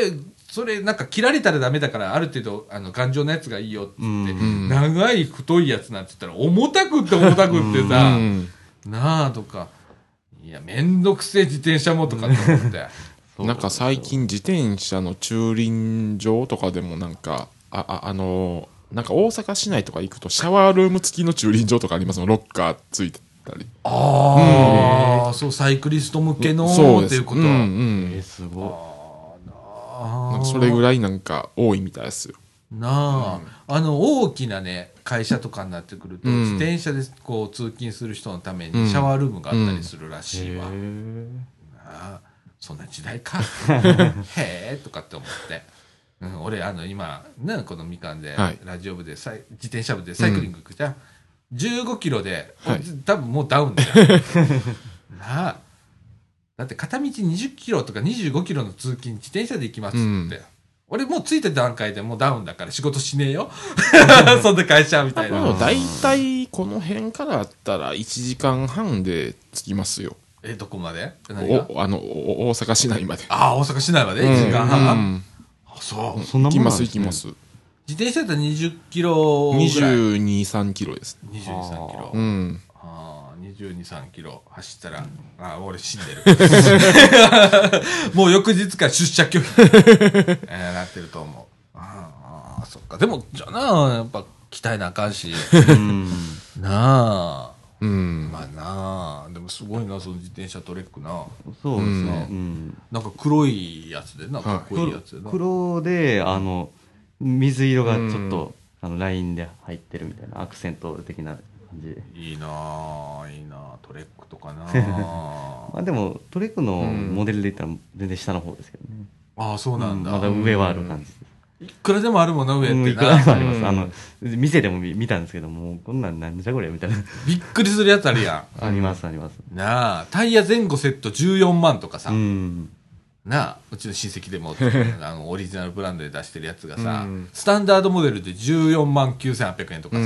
A: それなんか切られたらダメだから、ある程度、あの、頑丈なやつがいいよって言って、
C: うん
A: 長い太いやつなんて言ったら、重たくって重たくってさ、
C: うん
A: なあとか、いや、めんどくせえ自転車もとかって思
C: [laughs]
A: って。
B: そう
C: なんか最近自転車の駐輪場とかでもなんか、あ、あ、あのーなんか大阪市内とか行くとシャワールーム付きの駐輪場とかありますもんロッカーついてたり。
A: ああ、そう、サイクリスト向けの、
C: そうで
A: って
C: す。
A: いうこと。
C: んう
B: え
C: ん。
B: すご
A: あー
C: なんかそれぐらいなんか多いみたいですよ。
A: なあ、あの、大きなね、会社とかになってくると、
C: うん
A: 自転車でこう通勤する人のため
C: う
A: に
C: ん
A: シャワールームがあったりするら
B: い
A: しいわ。
B: へー
A: ああそんな時代
C: [laughs]
A: か。へえ、とかって思って。うん、俺、あの、今、ね、このみかんで、
C: はい
A: ラジオ部でサイ、自転車部でサイクリング行くじゃん。15キロで、
C: はい
A: 多分もうダウンだ
C: [laughs]
A: よ。なあ。だって片道20キロとか25キロの通勤、自転車で行きますって。
C: うん
A: 俺もう着いた段階でもうダウンだから仕事しねえよ。そんな会社みたい
C: まあ、
A: な。
C: だいたいこの辺からあったら1時間半で着きますよ。
A: え、どこまで何が
C: お、あの、お大阪市内まで。
A: ああ、大阪市内まで ?1 時間半、
C: うん
A: あそう。
B: そんなも
C: 行き
B: んな
C: ま
B: ん
C: す
B: で
C: 行
B: す
C: き
B: ね
C: ます。
A: 自転車だったら20キロぐらい。
C: 22、3キロです。
A: 22、3キロ。
C: う
A: あ
C: ん。
A: あー、22、3キロ走ったら、ああ、俺死んでる。もう翌日から出社拒否、えーなってると思う。あーあー、そっか。でも、じゃあなあ、やっぱ、鍛えなあかんし。
B: うん
A: なあ、
C: うん。
A: まあなあ、でもすごいな、その自転車トレックな。
B: そうですね、うん
A: なんか黒いやつでな、かっこいいやつでな。
B: 黒であの水色がちょっと、あのラインで入ってるみたいなアクセント的な感じで
A: いいなあ、いいなあ、トレックとかな
B: [laughs] まあでもトレックのモデルで言ったら全然下の方ですけどね、
A: ああ、そうなんだ。
B: まだ上はある感じです
A: いくらでもあるもんな、上って
B: うん
A: な。
B: いくらでもあります、
C: うん
B: あの店でも見見たんですけどもうこんなんなんじゃこれみたいな
A: びっくりするやつあるや
B: ありますあります
A: ん。なあ、タイヤ前後セット14万とかさ、
B: うん
A: なあ、うちの親戚でも、
C: [laughs]
A: あの、オリジナルブランドで出してるやつがさ、
C: うん
A: スタンダードモデルで14万9800円とかさ、
C: う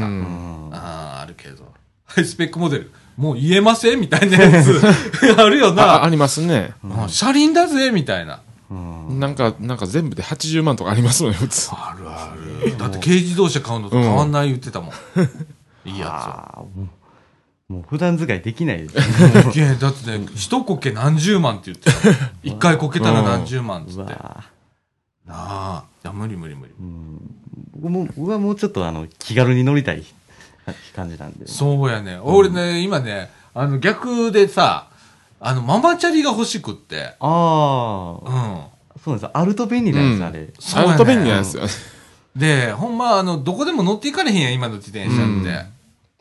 B: うん
C: ん
A: ああ、あるけど、ハイスペックモデル、もう言えませんみたいなや
C: [laughs]
A: つ、あるよ
C: あ、あ
A: な。
C: りますね。
A: あ車輪だぜみたいな。
B: うん
C: なんか、なんか全部で80万とかありますよね、普通。
A: あるある。だって軽自動車買うのと変わんない言って
C: [laughs]
A: たもん。いいや
B: ああもうもう普段使いできないです
A: つよ。いやだってね、一こけ何十万って言ってたもん。
B: [laughs]
A: 一回こけたら何十万っつ
B: う
A: って。
B: わ
A: な
B: ー
A: あ。いや、無理無理無理。
B: 僕も僕はもうちょっとあの気軽に乗りたい感じなんで
A: そうやね。俺ね、今ね、あの、逆でさ、あの、ママチャリが欲しくって。
B: あ
A: う
B: あ、
A: ん。
B: そうなんです。あると便利なんです、
C: うん
B: あれ。
A: そうやね
C: アウト便利なんですよね。 [laughs]
A: で、ほんま、あの、どこでも乗っていかれへんやん、今の自転車って。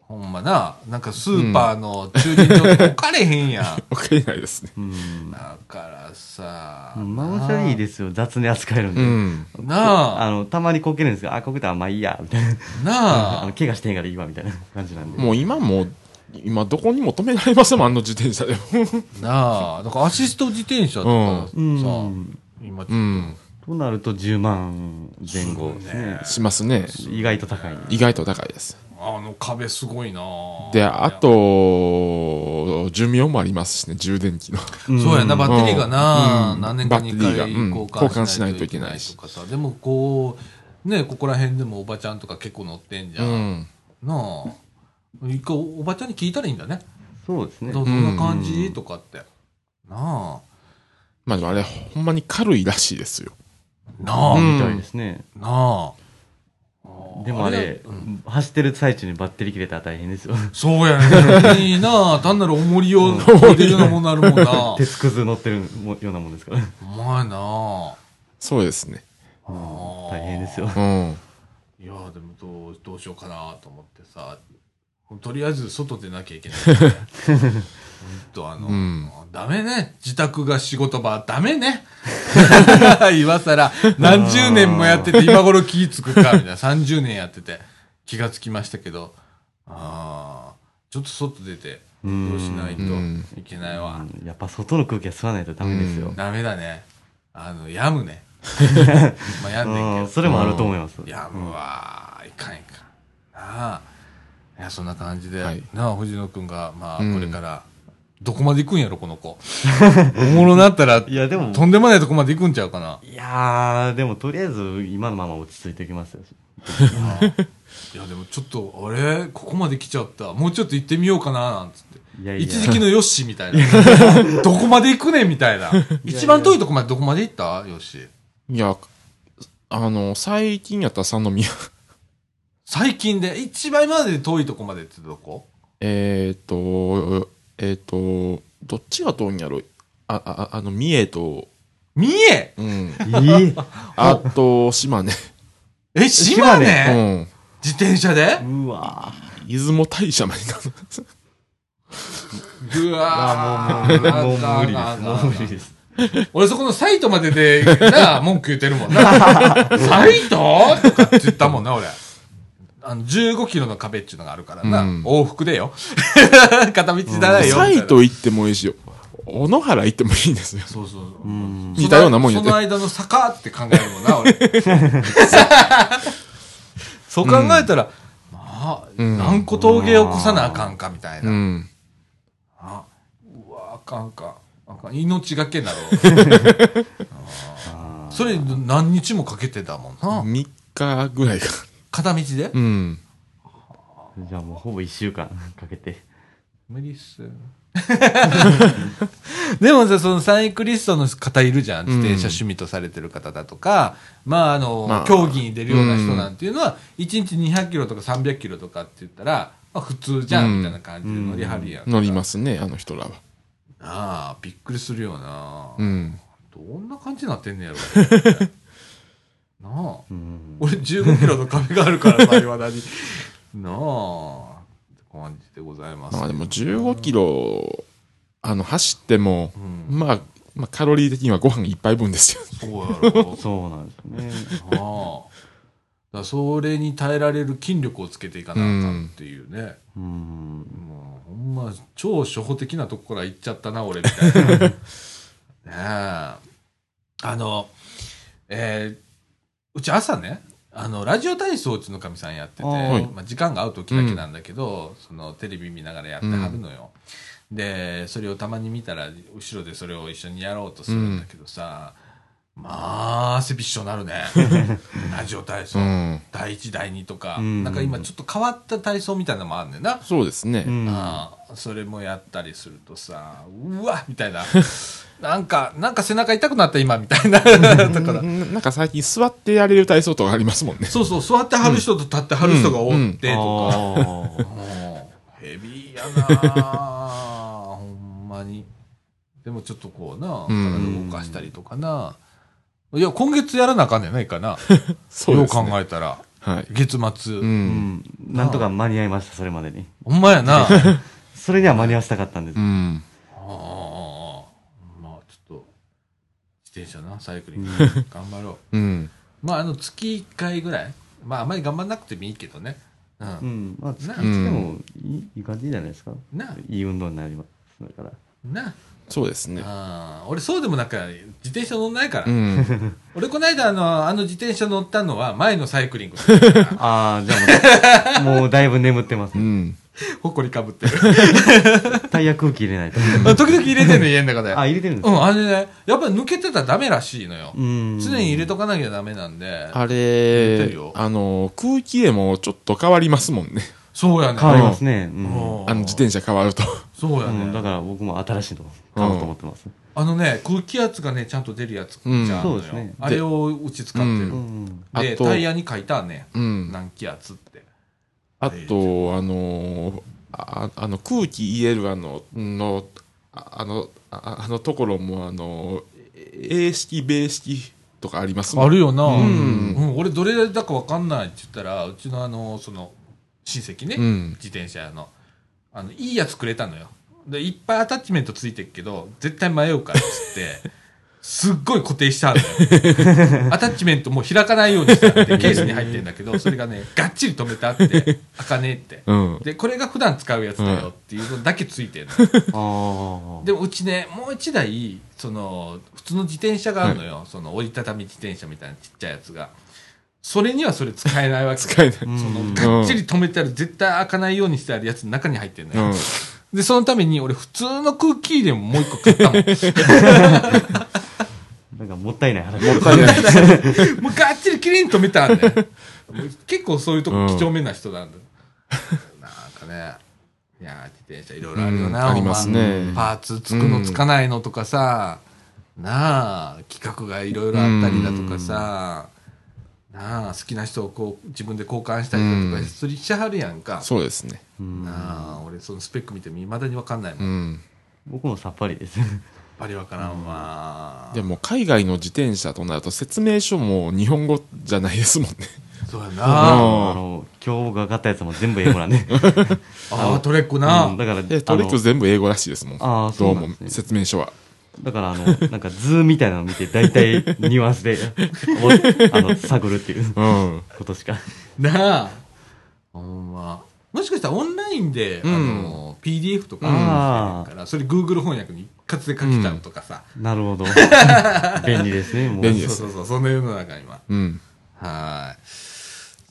A: ほんまな、なんかスーパーの駐輪場とか置かれへんやん。
C: わかりないですね。
B: うん。
A: だからさ。
B: マウシャリーですよ、雑に扱えるん
C: う
B: で。
C: ん。
A: なあ
B: あの、たまにこけるんですけど、あ、こけたらまあいいや、みたいな。
A: な
B: あ
A: あ
B: の、。怪我してへんからいいわ、みたいな感じなんで。
C: もう今も、今どこにも止められませんもん、あの自転車でも。
A: なあ。だからアシスト自転車とかさ、
B: うん
A: 今ち
C: う
A: ょっ
C: ん。
B: となると10万前後ですね。
C: しますね。
B: 意外と高い。
C: 意外と高いです。
A: と、あの壁すごいなあ
C: で、あと、寿命もありますしね、充電器の。
A: そうやな、バッテリーがな、
C: うん
A: 何年かに1回
C: バッテリーがうん
A: 交換しないといけない
C: 交
A: とかさ、でもこう、ね、ここら辺でもおばちゃんとか結構乗ってんじゃ。
C: うんん。
A: なあ。一回おばちゃんに聞いたらいいんだね。
B: そうですね。
A: どどんな感じ、とかって。なあ。
C: まあでもあれ、ほんまに軽いらしいですよ。
A: なあ。
C: うん
B: みたいですね。
A: なあ。
B: でもあれ、走ってる最中にバッテリー切れたら大変ですよ。
A: そうやね。いいなあ。単なる重りを入れるようなもんなるもんな。
B: 鉄くず乗ってるもようなもんですから。
A: お前なあ。
C: そうですね。
A: 大
B: 大変ですよ。
C: うん。
A: いやーでもどうどうしようかなと思ってさとりあえず外出なきゃいけない。ほんとあの、
C: うん
A: ダメね。自宅が仕事場、ダメね。 [laughs] 今更、何十年もやってて、今頃気ぃつくか、みたいな。30年やってて、気がつきましたけど、ああ、ちょっと外出て、
B: う
A: ど
B: ん
A: うしないと
C: うん
A: いけないわ。
B: うんやっぱ外の空気は吸わないとダメですよ。
A: ダメだね。あの、病む
C: [laughs]
A: ね。まあ、病んねん
B: う
A: け
B: ん
A: ど。
B: それもあると思います。
A: いや、もうわー、いかんいかん。なあ。いや、そんな感じで、
C: はい
A: なあ、藤野くんが、まあ、
C: うん
A: これから、どこまで行くんやろ、この子。 [laughs] おもろなったら、
B: いやでも
A: とんでもないとこまで行くんちゃうかな。
B: いやーでもとりあえず今のまま落ち着いておきますよ。
A: いや、でもちょっと、あれここまで来ちゃった。もうちょっと行ってみようかな、なんつって。
B: いやいや
A: 一時期のヨッシーみたいな。どこまで行くねんみたいな。一番遠いとこまでどこまで行ったヨッシー。
C: いや、あの、最近やったら三宮。 [laughs]
A: 最近で、一番今まで遠いとこまでってどこ
C: えっ、と、えっ、と、どっちが遠いんやろあ、あ、ああの、三重と、
A: 三重
C: うん。
B: いい
C: あと、島根。
A: え、島根
C: うん。
A: 自転車で
B: うわ
C: 出雲大社まで行かな
A: うわ
B: ー
A: ー
B: もうもうもう無理です。もう無理
A: す。
B: です。
A: 俺そこのサイトまでで、なあ、文句言ってるもん [laughs] な。サイトとかって言ったもんな、俺。あの、15キロの壁っていうのがあるからな。
C: うん
A: 往復でよ。 [laughs] 片道だらよ。
C: サイ
A: みたいな
C: ト行ってもいいし、小野原行ってもいいんですよ。
A: そうそうそう。
B: うん
C: 似たようなもんや
A: そ
C: っ
A: の
C: て
A: その間の坂って考えるもんな、
C: [laughs]
A: 俺。そう考えたら、まあ、
C: うん
A: 何個峠を越さなあかんか、みたいな。
C: うん。
A: あうわあかんあかんあかん命がけなろ [laughs] あーそれ何日もかけてたもんな
C: 3日ぐらいか。
A: 片道で
C: うん。
B: じゃあもうほぼ一週間かけて。
A: 無理っ [laughs] すでもさそのサイクリストの方いるじゃん自転車趣味とされてる方だとか、まああの、
C: まあ
A: 競技に出るような人なんていうのは、1日200キロとか300キロとかって言ったら、まあ、普通じゃんみたいな感じで乗り張りやん、
C: 乗りますね、あの人らは。
A: ああびっくりするよな、
C: うん。
A: どんな感じになってん [laughs] ねやろなあ
B: うん
A: 俺15キロの壁があるからさ、いまだに。なあ、って感じでございます。
C: まあでも15キロ、あの、走っても
A: う、ん、
C: まあ、まあカロリー的にはご飯一杯分ですよ。
A: そうやろ。
B: そうなんですね。 [laughs]
A: なあ。だからそれに耐えられる筋力をつけていかなあかんっていうね。
B: うん。
A: もうほんま、超初歩的なとこから行っちゃったな、俺、みたいな。 [laughs] ねえ。あの、えーうち朝ね、あの、ラジオ体操うちのかみさんやってて、
B: あー
A: まあ、時間が合う時だけなんだけど、そのテレビ見ながらやってはるのよ。で、それをたまに見たら、後ろでそれを一緒にやろうとするんだけどさ、まあ、汗びっしょになるね。
C: [laughs]
A: ラジオ体操。
C: うん。
A: 第1、第2とか、
B: うん
A: なんか今ちょっと変わった体操みたいなのもあんねんな。
C: そうですね。
B: うん
A: ああそれもやったりするとさうわみたいな [laughs] なんかなんか背中痛くなった今みたいなとかだ
C: うんなんか最近座ってやれる体操とかありますも
A: [laughs]
C: んね。
A: そうそう座ってはる人と立ってはる人がおってとか、
B: あー
A: うんヘビーやなあほんまにでもちょっとこうな
C: うん
A: 体動かしたりとかな、いや今月やらなあかんねんないかな
C: そう
A: よ
C: で
A: う
C: すね。
A: 考えたら
C: はい。
A: 月末、
C: う。
B: うんん。なんとか間に合いました、それまでに。
A: ほんまやなあ
B: それには間に合わせたかったんです
C: う。ん。
A: あまあちょっと自転車なサイクリング頑張ろう
C: うん。
A: まあ、あの月1回ぐらい、まあ、あまり頑張んなくてもいいけどね、うん
B: うん。まあ、つ
A: な
B: でもいいいい感じじゃないですか。
A: ない
B: い運動になります。だから。
A: な
C: そうですね。
A: あー俺、そうでもなく自転車乗んないから、
C: うん。
A: 俺、この間あの、あの自転車乗ったのは、前のサイクリングだったから
B: ああ、じゃ [laughs] あもう、もうだいぶ眠ってます
C: う。ん。
A: ほこりかぶってる、
B: タイヤ空気入れないと。
A: [laughs] 時々入れてんの、家の中で、
B: [laughs] あ、入れてるんです
A: う
B: か
A: ん、あれね、やっぱり抜けてたらダメらしいのよ、
B: うん。
A: 常に入れとかなきゃダメなんで、て
C: あれ
A: るよ、
C: あの、空気絵もちょっと変わりますもんね。
A: そうやね、
B: 変わりますね。う。
A: うんん
C: あの、自転車変わると。
A: そうや
B: う
A: ね、
B: ん、だから僕も新しいの買おうと思ってます。
A: あのね、空気圧がね、ちゃんと出るやつじゃ
C: うん
A: あんの
B: そう
A: よ、
B: ですね
A: あれをうち使ってる
C: う
B: う。
C: ん
B: ん。
C: あ
A: で、
C: と
A: タイヤに書いたね、
C: うん。
A: 何気圧って。
C: あと、あのーあ、あの、空気入れるあの、の、ああの、ああのところも、あの、え英式、米式とかありますもん
A: あるよな、うん
C: ん
A: 俺どれだかわかんないって言ったらうちのあのその親戚ね、
C: うん。
A: 自転車のあのいいやつくれたのよでいっぱいアタッチメントついてるけど絶対迷うからっつって [laughs] すっごい固定してあるの
C: [laughs]
A: よアタッチメントもう開かないようにしてあってケースに入ってるんだけどそれがねがっちり止めてあって開かねえって
C: うん。
A: でこれが普段使うやつだよっていうのだけついてるの、
B: ああ。
A: でもうちねもう一台その普通の自転車があるのよ、その折りたたみ自転車みたいなちっちゃいやつがそれにはそれ使えないわけ
C: 使えない。
B: うん
A: その
B: うん
A: がっちり止めてある絶対開かないようにしてあるやつの中に入ってるの
C: う
A: よ、
C: ん。
A: でそのために俺普通の空気入れももう一個買ったもん
B: なんかもったいない話。
A: [laughs] もうがっちりきれいに止めてあるんだよもう結構そういうとこ
C: うん
A: 几帳面な人なんだよ、なんかねいやー自転車いろいろあるよな、ほ
C: うん
A: ん
C: ありますね
A: パーツつくのつかないのとかさ、なあ企画がいろいろあったりだとかさ、なあ好きな人をこう自分で交換したりだと
C: う
A: か
C: ん
A: それしはるやんか、
C: そうですね。
B: うん
A: なあ俺そのスペック見てもいまだに分かんないもん
C: うん。
B: 僕もさっぱりです。
A: バリわからんわ。
C: でも、海外の自転車となると、説明書も日本語じゃないですもんね。
A: そうや
B: あ
A: な。
C: ー
B: の、今日僕が買ったやつも全部英語なんで。
A: ああ、トレックな。
B: うんだから、
C: で、トリック
B: あの
C: 全部英語らしいですもん。
B: あー
C: どう
B: そうなん
C: も
B: です、ね
C: 説明書は。
B: だからあ
C: [laughs]
B: の、なんか図みたいなの見て、大体ニュアンスで、おあの、探るっていう
C: うん。
B: ことしか。
A: なあ。ほんま。もしかしたらオンラインで、
C: うん
A: あの、PDF とか
C: うん
A: あるから、それ Google 翻訳に一括で書きちゃうとかさ。
B: なるほ
C: [laughs]
B: ど。便利ですね、もう。
C: 便利です
A: そうそうそう、そんな世の中今。
C: うん。
A: はーい。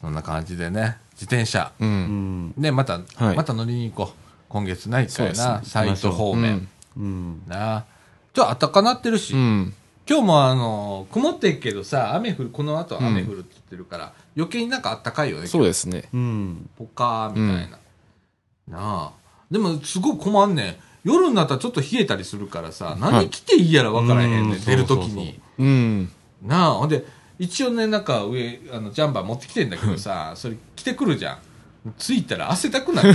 A: そんな感じでね、自転車。
C: う。
B: うんん。
A: ね、また、
C: はい
A: また乗りに行こう。今月ないか
C: そうで
A: ら
C: すね
A: な、サイト方面。
B: うん。
A: なあ。ちょっと暖かなってるし
C: う、ん。
A: 今日もあの曇ってるけどさ雨降るこの後は雨降るって言ってるから、余計になんかあったかいよね
C: そうですね。
B: うん。
A: ポカーみたいな、なあでもすごい困んねん夜になったらちょっと冷えたりするからさ何着ていいやら分からへんねん、
B: うん
A: 出る時
B: そうそう
A: に
C: うん。
A: なあほんで一応ねなんか上あのジャンバー持ってきてんだけどさそれ着てくるじゃん着いたら汗だくなる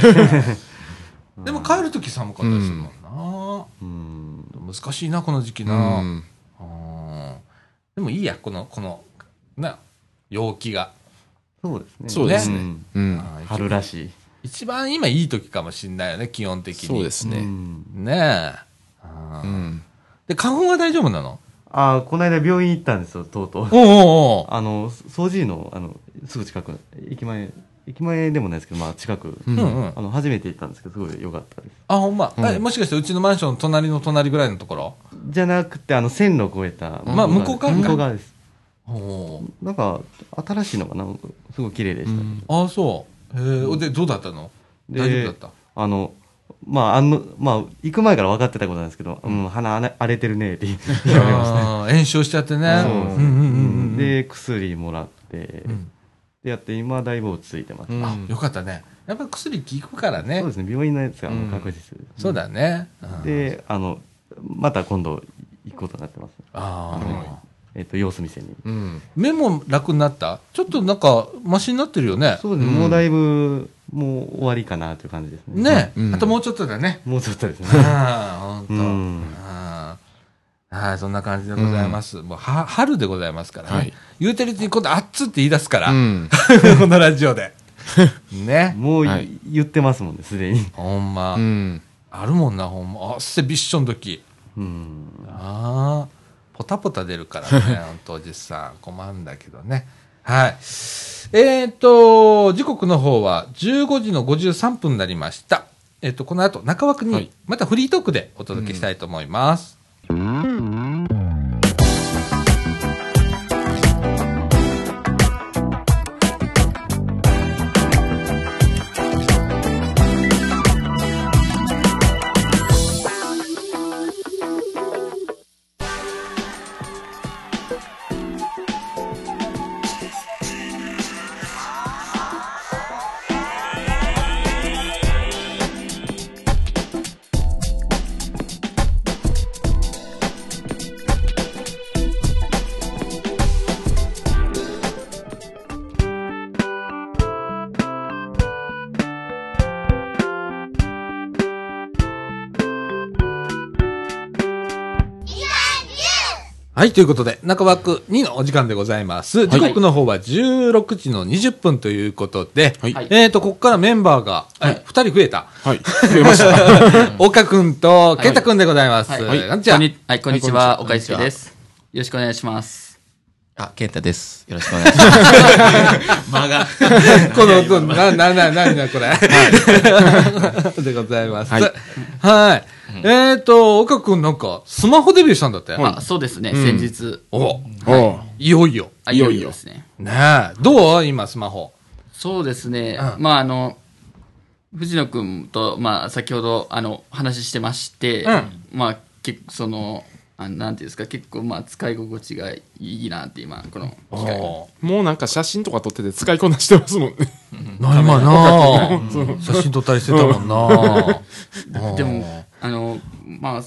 A: でも帰る時寒かったりするもん
B: うん。
A: な、難しいなこの時期
C: う
A: な、
C: ん。
A: うんでもいいや、この、この、な、陽気が。
B: そうですね。
C: そうですね
B: ん
C: うん。
A: うん
B: 春らしい。
A: 一番今いい時かもしんないよね、基本的に。
C: そうです
B: う
C: ね。
B: ん
A: ねえ。う
C: う
A: ん
C: ん。
A: で、花粉は大丈夫なの
B: ああ、この間病院行ったんですよ、とうと
A: おう
B: う。
A: おう
B: あの、掃除の、あの、すぐ近く、駅前、駅前でもないですけど、まあ近
A: お
B: く、
A: う。
C: う
A: うんんうん
B: あ。の、初めて行ったんですけど、すごい良かったです。
A: あ、ほんま。
C: うん
A: えもしかしてうちのマンションの隣の隣ぐらいのところ
B: じゃなくて、あの、線路を越えた、
A: まあ向こう側か
B: 向こう側です。
A: おう
B: なんか、新しいのかなすごい綺麗でした。
A: おうあ、そう。へえ。で、どうだったの
B: で
A: 大丈夫だった
B: あの、まあ、あの、まあ、行く前から分かってたことなんですけど、うん、鼻荒れ荒れてるね、って言われました。
A: あー炎症しちゃってね。
B: そううん
A: うんうんうん。
B: [laughs] で、薬もらって、
A: うん、
B: でやって、今、だいぶ落ち着いてます。
C: うん
A: あ、よかったね。やっぱり薬効くからね
B: そう。ですね、病院のやつがもう確実、
A: そうだね。うん
B: で、あの、また今度行くことになってます。
A: ああ。
B: えっと、様子見せに。
C: うん。
A: 目も楽になったちょっとなんかマシになってるよね
B: そうですね、もうだいぶ、もう終わりかなという感じですね。
A: ね、
C: うん
A: あともうちょっとだね
B: もうちょっとですね。
A: [laughs] ああほんと、
B: うん
A: ああはいそんな感じでございます、もうは春でございますからね、
C: はい
A: 言うてるうちに今度あっつって言い出すから、
C: うん。
A: このラジ
C: [laughs]
A: オでね
B: もうい、
C: はい
B: 言ってますもんね、すでに。
A: ほんま、
C: うん。
A: あるもんなほんまあっせびっしょん時
B: うん。
A: ああポタポタ出るから
C: [laughs]
A: ね本当おじさん困るんだけどねはいえっ、と時刻の方は15時の53分になりましたえっ、とこの後中枠
C: は
A: に
C: い
A: またフリートークでお届けしたいと思います、はい、ということで、中枠2のお時間でございます。時刻の方は16時の20分ということで、
C: はい
D: はい
A: えっ、と、ここからメンバーが、え2人増えた。
C: はい。増えました。
A: 岡くんと健太くんでございます。
D: はい
A: なんちゃ
D: こん
A: ん
D: にはい、こんにちは。岡井祐介です。よろしくお願いします。あ、健太です。よろしくお願いします。間が。
A: この音、な、な、な、な、な、これ。でございます。は
C: はいい。
A: えっ、と、岡くんなんか、スマホデビューしたんだって。
D: あ、そうですね。先日。
A: お
C: おう
A: いよいよ。
D: あ
C: いよいよ
D: ですね。
A: ねえ。どう今、スマホ。
D: そうですね。
A: うん
D: まあ、あの、藤野くんと、まあ、先ほど、あの、話してまして、
A: うん
D: まあ、結構、その、あなんていうんですか、結構、まあ、使い心地がいいなって、今、この機械
A: お
C: もうなんか写真とか撮ってて使いこなしてますもんね。
A: な今な写真撮ったりしてたもんな
D: でも、あの、まあ、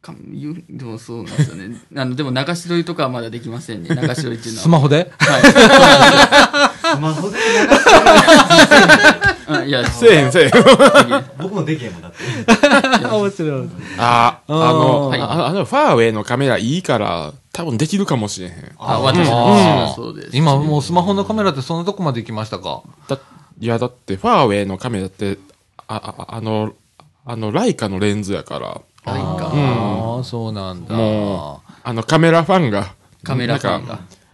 D: か言うでもそうなんですよね。 [laughs] あの、でも、流し撮りとかはまだできませんね。流し撮りっていうのは。
A: スマホで
B: スマホで
D: うんいや、
C: せえへんせえへん。
B: 僕もできへんもんだって。
A: 面白い。
C: ああ、あの、
D: はい
C: ああの、ファーウェイのカメラいいから、多分できるかもしれへん。
D: あ、私の
A: あー
D: そうです。
A: 今もうスマホのカメラってそんなとこまで行きましたか
C: だいや、だって、ファーウェイのカメラって、あ、ああの、あの、ライカのレンズやから、
D: ライカ
A: ああ、そうなんだ。
C: もう、あの、カメラファンが、
D: カメラファン
C: なん
D: が
C: か。あ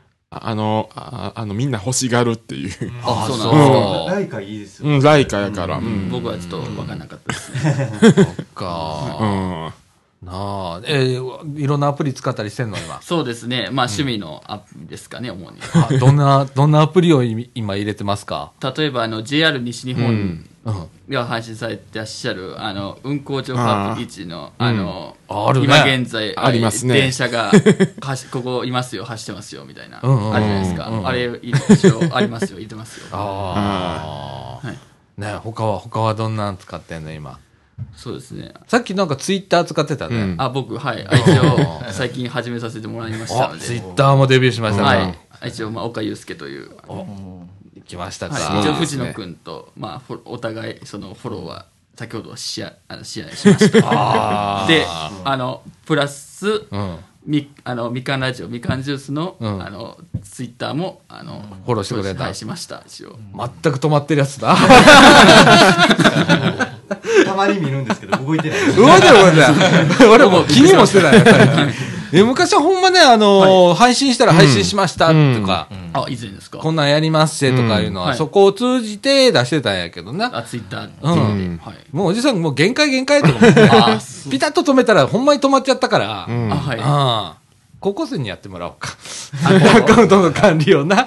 C: あの、ああの、みんな欲しがるっていう。
A: あ
D: そうなんです
A: そ
B: ライカいいですよ。
C: うん、ライカやから。うん。
D: 僕はちょっと分かんなかったですね。
A: うか。
C: うん。
A: なあ、えーいろんなアプリ使ったりしてんの今。
D: そうですね。まあ、趣味のアップですかね、主に。
A: あどんな、 [laughs] どんなアプリをい今入れてますか
D: 例えば、あの、JR 西日本
A: うん。
D: が配信されてらっしゃる、あの、運行情報アプリ1の、あの、
A: うんあるね
D: 今現在、
C: ありますね
D: 電車が、は
A: [laughs]
D: しここいますよ、走ってますよ、みたいな。
A: うんうんうん
D: あるじゃないですか。あれ、一応、あ
A: [laughs]
D: りますよ、入れてますよ。
A: ああ。
D: はい
A: ね他は、他はどんなん使ってんの今。
D: そうですね。
A: さっきなんかツイッター使ってたね。
D: あ、僕、はい。一応、最近始めさせてもらいました
A: あ
D: の、で。
A: ツイッターもデビューしました
D: は
A: ね。
D: い。一応、まあ、岡祐介という、
A: 来ましたか。
D: はい、一応藤野
A: ん。
D: 君と、まあ、フォローお互いそのフォローは先ほど試合あの試合しました
A: ああ。
D: であのプラス、
A: うん。
D: みあのみかんラジオみかんジュースの,、
A: うん
D: あのツイッターもあの
A: フォローしてくれた
D: はいしました一応
A: 全く止まってるやつだ。
B: たまに見るんですけど、動いてない。
A: うわだよ、俺だ。俺もう気にもしてないよ最近。 [laughs] え昔はほんまね、あのー、配信したら配信しましたとか、
D: あ以前ですか
A: こんなんやりますせとかいうの
D: うん
A: は、
D: はい
A: そこを通じて出してたんやけどな。
D: あツイッター
A: うん
D: ではい
A: もうおじさん、もう限界限界とかもね
D: あそ
A: ピタッと止めたら、ほんまに止まっちゃったから、うん
D: あはい
A: 高校生にやってもらおうか。アカウントの管理をな。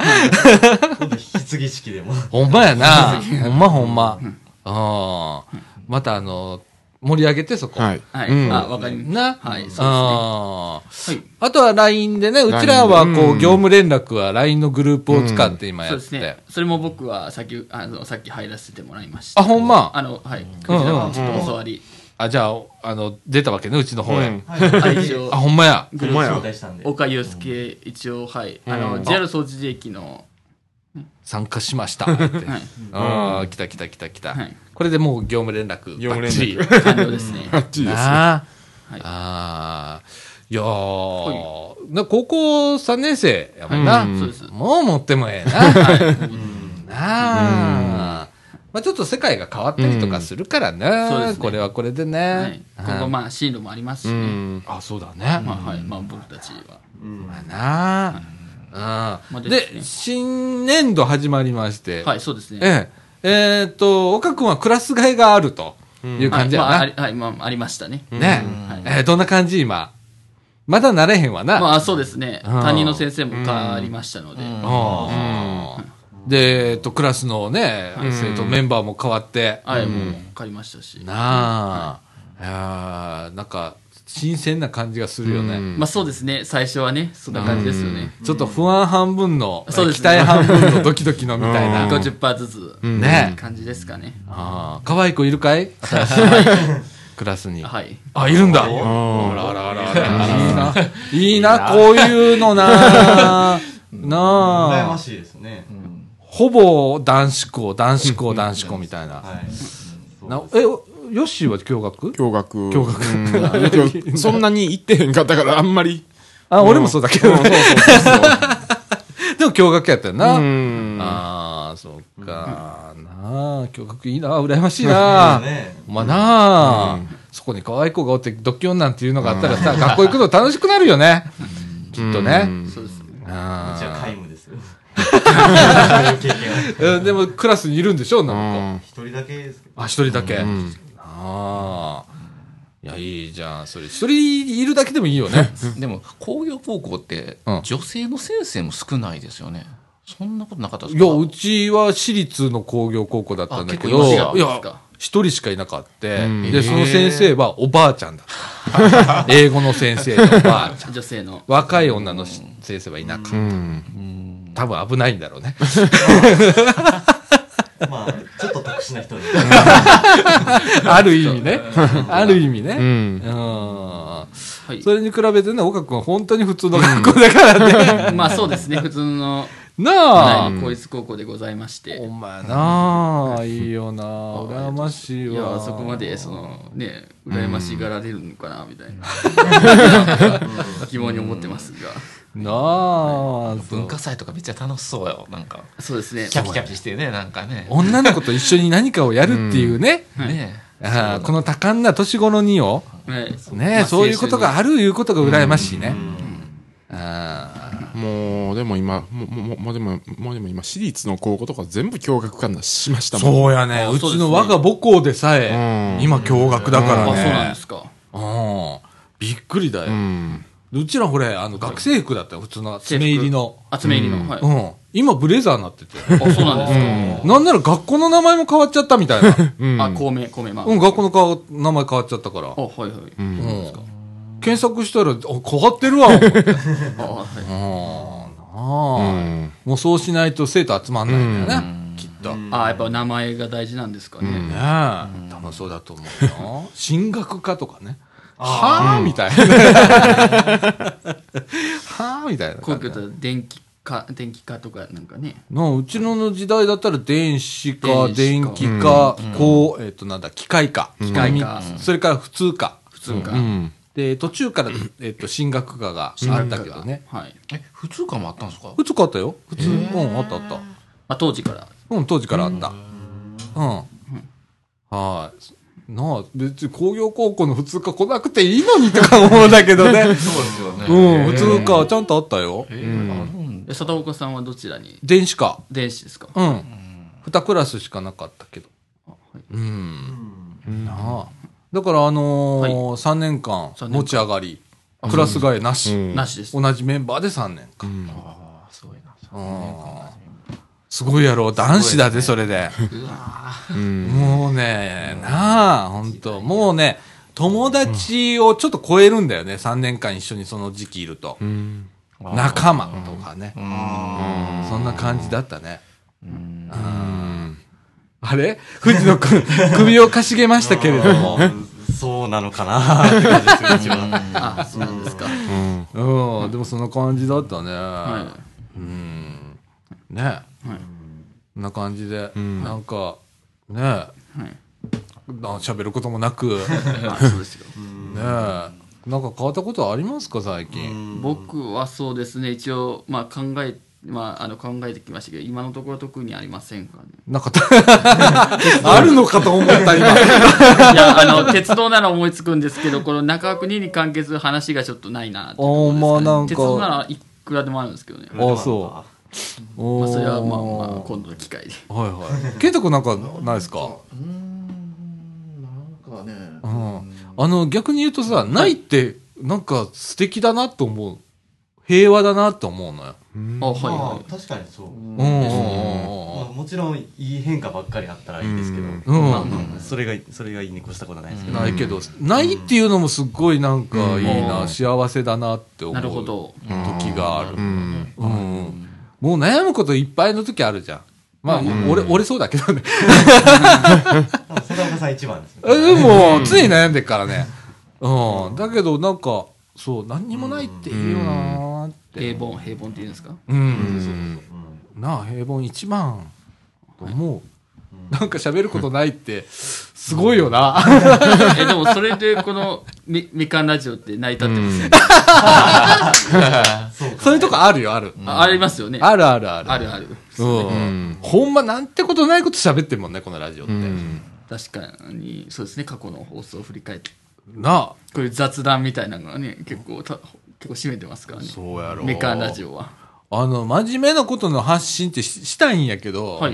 B: 今度引き継ぎ式でも。
A: ほんまやな。ほんまほんま。ああまた、あの、盛り上げて、そこ。
C: はい。
D: はい、
C: うん
D: あわかりま
A: な。
D: はいそうですね
A: ああ
D: したはい
A: あとは LINE でね、うちらは
C: LINE
A: こ
C: う
A: う、
C: ん
A: 業務連絡は LINE のグループを使って今
D: そ
A: や
D: う
A: っ
D: です
A: て。
D: ねそれも僕は先あのさっき入らせてもらいました
A: あ、ほんま。
D: あのはい藤野君ちょっと教わり、
A: あ、じゃあ、あの、出たわけね、うちの方
C: う
A: へ
C: ん。
D: あ一応
A: [laughs] あ、ほんまや。
D: グ
B: グ
D: ル
B: ル
D: ー
B: ー
D: プ
B: プ
D: 紹
B: 招
D: 介
B: 待したんで。
D: 岡祐介、一応、はい。あの、JR 総除寺駅の、
A: 参加しました。って
D: はい。
A: ああ、来た来た来た来た
D: はい。
A: これでもう業務連絡。
C: 業務連絡
A: バッチリ
D: 完了です
A: [laughs]
D: ね。
C: あっちです。
A: なあ。
D: はい
A: ああ。いやーな高校3年生やもんな。
C: うん
D: そうです
A: もう持ってもええな。なあ。まあちょっと世界が変わったりとかするから
D: そうで
A: ね
D: す。ね
A: これはこれで
D: は
A: ね
D: い。。今後、まあ、進路もありますし
C: う
D: ね。
C: ん。
A: あ、そうだね。
D: まあ、はい。まあ、僕たちは。
A: まあなあ。う
D: まあ
A: ん
D: で
A: で、新年度始まりまして。
D: はい、そうですね。
A: ええ。えーっと、岡君はクラス替えがあるという
D: はい
A: 感じや
D: まああ
A: な
D: り。はい、まあ、ありましたね。
A: ね
D: はい。
A: えーどんな感じ今。まだ慣れへんわな。
D: まあ、そうですね。
A: ん
D: 担任の先生も変わりましたので。
A: あーで、えっと、クラスのね、生徒メンバーも変わって、
D: はい、もう、変わりましたし。
A: なあ、あーなんか、新鮮な感じがするよね。
D: まあ、そうですね。最初はね、そんな感じですよね。
A: ちょっと不安半分の、
D: そうです
A: 期待半分のドキドキのみたいな。
D: 50%ずつ。
A: ね
D: 感じですかね。
A: あー可愛い子いるかい新しいクラスに。
D: はい。
A: あ、いるんだ。あらあらあらあ [laughs] ら。いいな、いいな、こういうのな。
B: 羨
A: な
B: ま
A: あ、
B: しいですね。
A: ほぼ男子校、男子校、男子校みたいな。
B: はい。
A: なえ、ヨッシーは驚愕
C: 驚愕。
A: 驚愕
C: [laughs] 愕。そんなに行ってへんかったから、あんまり。
A: あ、俺もそうだけど、
C: うんそうそうそうそう
A: [laughs] でも驚愕やったよな。
C: うん
A: ああ、そっか。なあ、驚愕いいな、羨ましいな。
B: ね
A: お前なあ、そこに可愛い子がおって、独居女なんていうのがあったらさ、学校行くの楽しくなるよね。きっと
C: う
A: ね。
C: ん
D: そうですね。
A: あ
B: じゃあ
A: あ
B: 皆無ですよそういう経験は
A: うんでも、クラスにいるんでしょ、なんか。
B: 一人だけですけど
A: あ、一人だけ。
C: うん
A: ああ。いや、いいじゃん。それ、一人いるだけでもいいよね。
E: でも工業高校って
A: うん
E: 女性の先生も少ないですよね。そんなことなかったです
A: い
E: か
A: や、うちは私立の工業高校だったんだけど、い
E: あ結
A: や
E: 構いました、
A: 一人しかいなかって、
C: ん
A: で、その先生はおばあちゃんだった。英語の先生のおばあちゃん。
D: 女性の。
A: 若い女の先生はいなかっ
C: うん
A: た。多分危ないんだろうね。
B: まあちょっと特殊な人です
A: ある意味ね。ある意味ね。
C: ん
A: うん。
D: はい。
A: それに比べてね、岡君は本当に普通の学校だからね。
D: まあそうですね。普通の、
A: なあ、
D: はい公立高校でございまして。
A: お前なあ、いいよなあ、羨ましい
D: い
A: わ。
D: やそこまでそのね羨ましがられるのかなみた
A: [laughs]
D: いな疑問に思ってますが
A: なあ、
E: 文化祭とかめっちゃ楽しそうよ。なんか
D: そうですね
E: キャピキャピしてねなんかね。
A: 女の子と一緒に何かをやるっていうね、
E: ね
A: ああこの多感な年頃にを、
D: はい
A: ね
D: まあ
A: そういうことが
D: 青春
A: あるいうことが羨ましいね。ああ
C: もうでも今ももももうでももうでも今私立の高校とか全部驚愕感しましたもん
A: そうやね、
D: あ
A: う
D: そう
A: ち
D: で
A: の
D: すね
A: 我が母校でさえ、
C: うん
A: 今、驚愕だから
D: あそうなん
A: ね
D: で。すか
A: うんびっくりだよ。
C: うん
A: うちらほれ、あの学生服だったよ、普通の爪入りの。
D: 集め入りのはいあ
A: うん、今、ブレザーになってて。
D: そうなんです
A: なんなら学校の名前も変わっちゃったみたいな。
D: かあ公明公明ま
A: [laughs]
D: あ
A: うん、学校の顔名前変わっちゃったから
D: あ。はいはい
A: うん検索したら、あ、変わってるわ、思って。うん、な
D: あはい
A: あ、もうそうしないと生徒集まんないんだよね、きっと。ね
D: あやっぱ名前が大事なんですかね
A: え、楽しそうだと思う [laughs] よ。進学科とかね。はあ、みたい [laughs] な。はあ、みたいな
D: こう
A: 感じ
D: いうことは電気化電気化とかなんかね
A: なあうちの時代だったら電子か、電
D: 電
A: 気
D: 子
A: か、こう、えっと、なんだ、機械か。機
D: 械科
A: それから普通か。
D: 普通か
C: うん
A: で、途中から、えっと、進学科があったけどね。
D: はい
E: え普通科もあったんですか
A: 普通買ったよ普通うんあったあった
D: まあ当時から
A: うん当時からあったうんはいなあ別に工業高校の普通科来なくていいのにとか思うんだけどねうん普通科はちゃんとあったよ
E: えーあるんだ
D: え佐田岡さんはどちらに
A: 電子科
D: 電子ですか
A: うん2クラスしかなかったけどうんなあだからあの
D: はい
A: ー3年間
D: 三年間
A: 持ち上がりクラス替えなし
C: うん
D: なしです
A: 同じメンバーで3年間
E: あーすごいな。
A: すごいやろ男子だぜそれで
C: うん
A: もうね、なあ、本当もうね、友達をちょっと超えるんだよね、3年間一緒にその時期いると。
C: うん
A: 仲間とかね、
E: うん
A: そんな感じだったね。うんあれ藤野くん、首をかしげましたけれども。
B: そうなのかなって感じですようちは
D: あそうなんですか
A: うん、でもそんな感じだったね。
D: は
A: うん。ね
D: いはい
A: こんな感じで、なんか、ねな
D: はい
A: 喋ることもなく、 [laughs]
D: あそうですよ
A: ねなんか変わったことありますか、最近。
D: 僕はそうですね一応、まあ、考え、まあ、あの考えてきましたけど今のところ特にありませ
A: [laughs]
D: んかね
A: な
D: [laughs]
A: かった。あるのかと思った、今。
D: いやあの鉄道なら思いつくんですけどこの中国に関係する話がちょっとないなってところです
A: あーまあなんか
D: 鉄道ならいくらでもあるんですけどね、
A: あそ
D: ま
A: お
D: あ、
A: ー
D: それはまあまあ今度の機会で
A: はいはい。ケイト君なんかないですか
E: なんかね
A: う。ん。あの、逆に言うとさ、ないって、なんか素敵だなと思う。平和だなと思うのよ。
D: あはいは
B: ま
D: い
B: あ確かにそう
A: うんうんう
B: まあ
A: ん
B: もちろんいい変化ばっかりあったらいいですけど
A: うん。うん。
B: うんそれがそれがいいに越したことはないですけど
A: ないけど、ないっていうのもすっごいなんかいいな、
D: うん
A: 幸せだなって思う。
D: なるほど
A: 時がある。
C: うん
A: うんもう悩むこといっぱいの時あるじゃん。まあ、俺、俺そうだけ [laughs] どね。
B: 多分佐田岡さん一番です
A: え [laughs]
B: ね
A: でも、常に悩んでっからね。うん。だけど、なんか、そう、何にもないっていいよなーって。
D: 平凡平凡っていうんですか
A: うん。
B: うん
A: なあ、平凡一番と思う。なんか喋ることないって、すごいよな。
D: [laughs] え、でもそれでこのみ、みかんラジオって成り立ってますよね。
A: [laughs] そういうとこあるよ、ある。
D: あありますよね。
A: あるあるある。
D: あるある。
A: うん。ほんまなんてことないこと喋ってんもんね、このラジオって。
D: 確かに、そうですね、過去の放送を振り返って。
A: なあ。
D: こういう雑談みたいなのがね、結構た、結構占めてますからね。
A: そうやろ。
D: みかんラジオは。
A: あの、真面目なことの発信ってししたいんやけど、
D: はい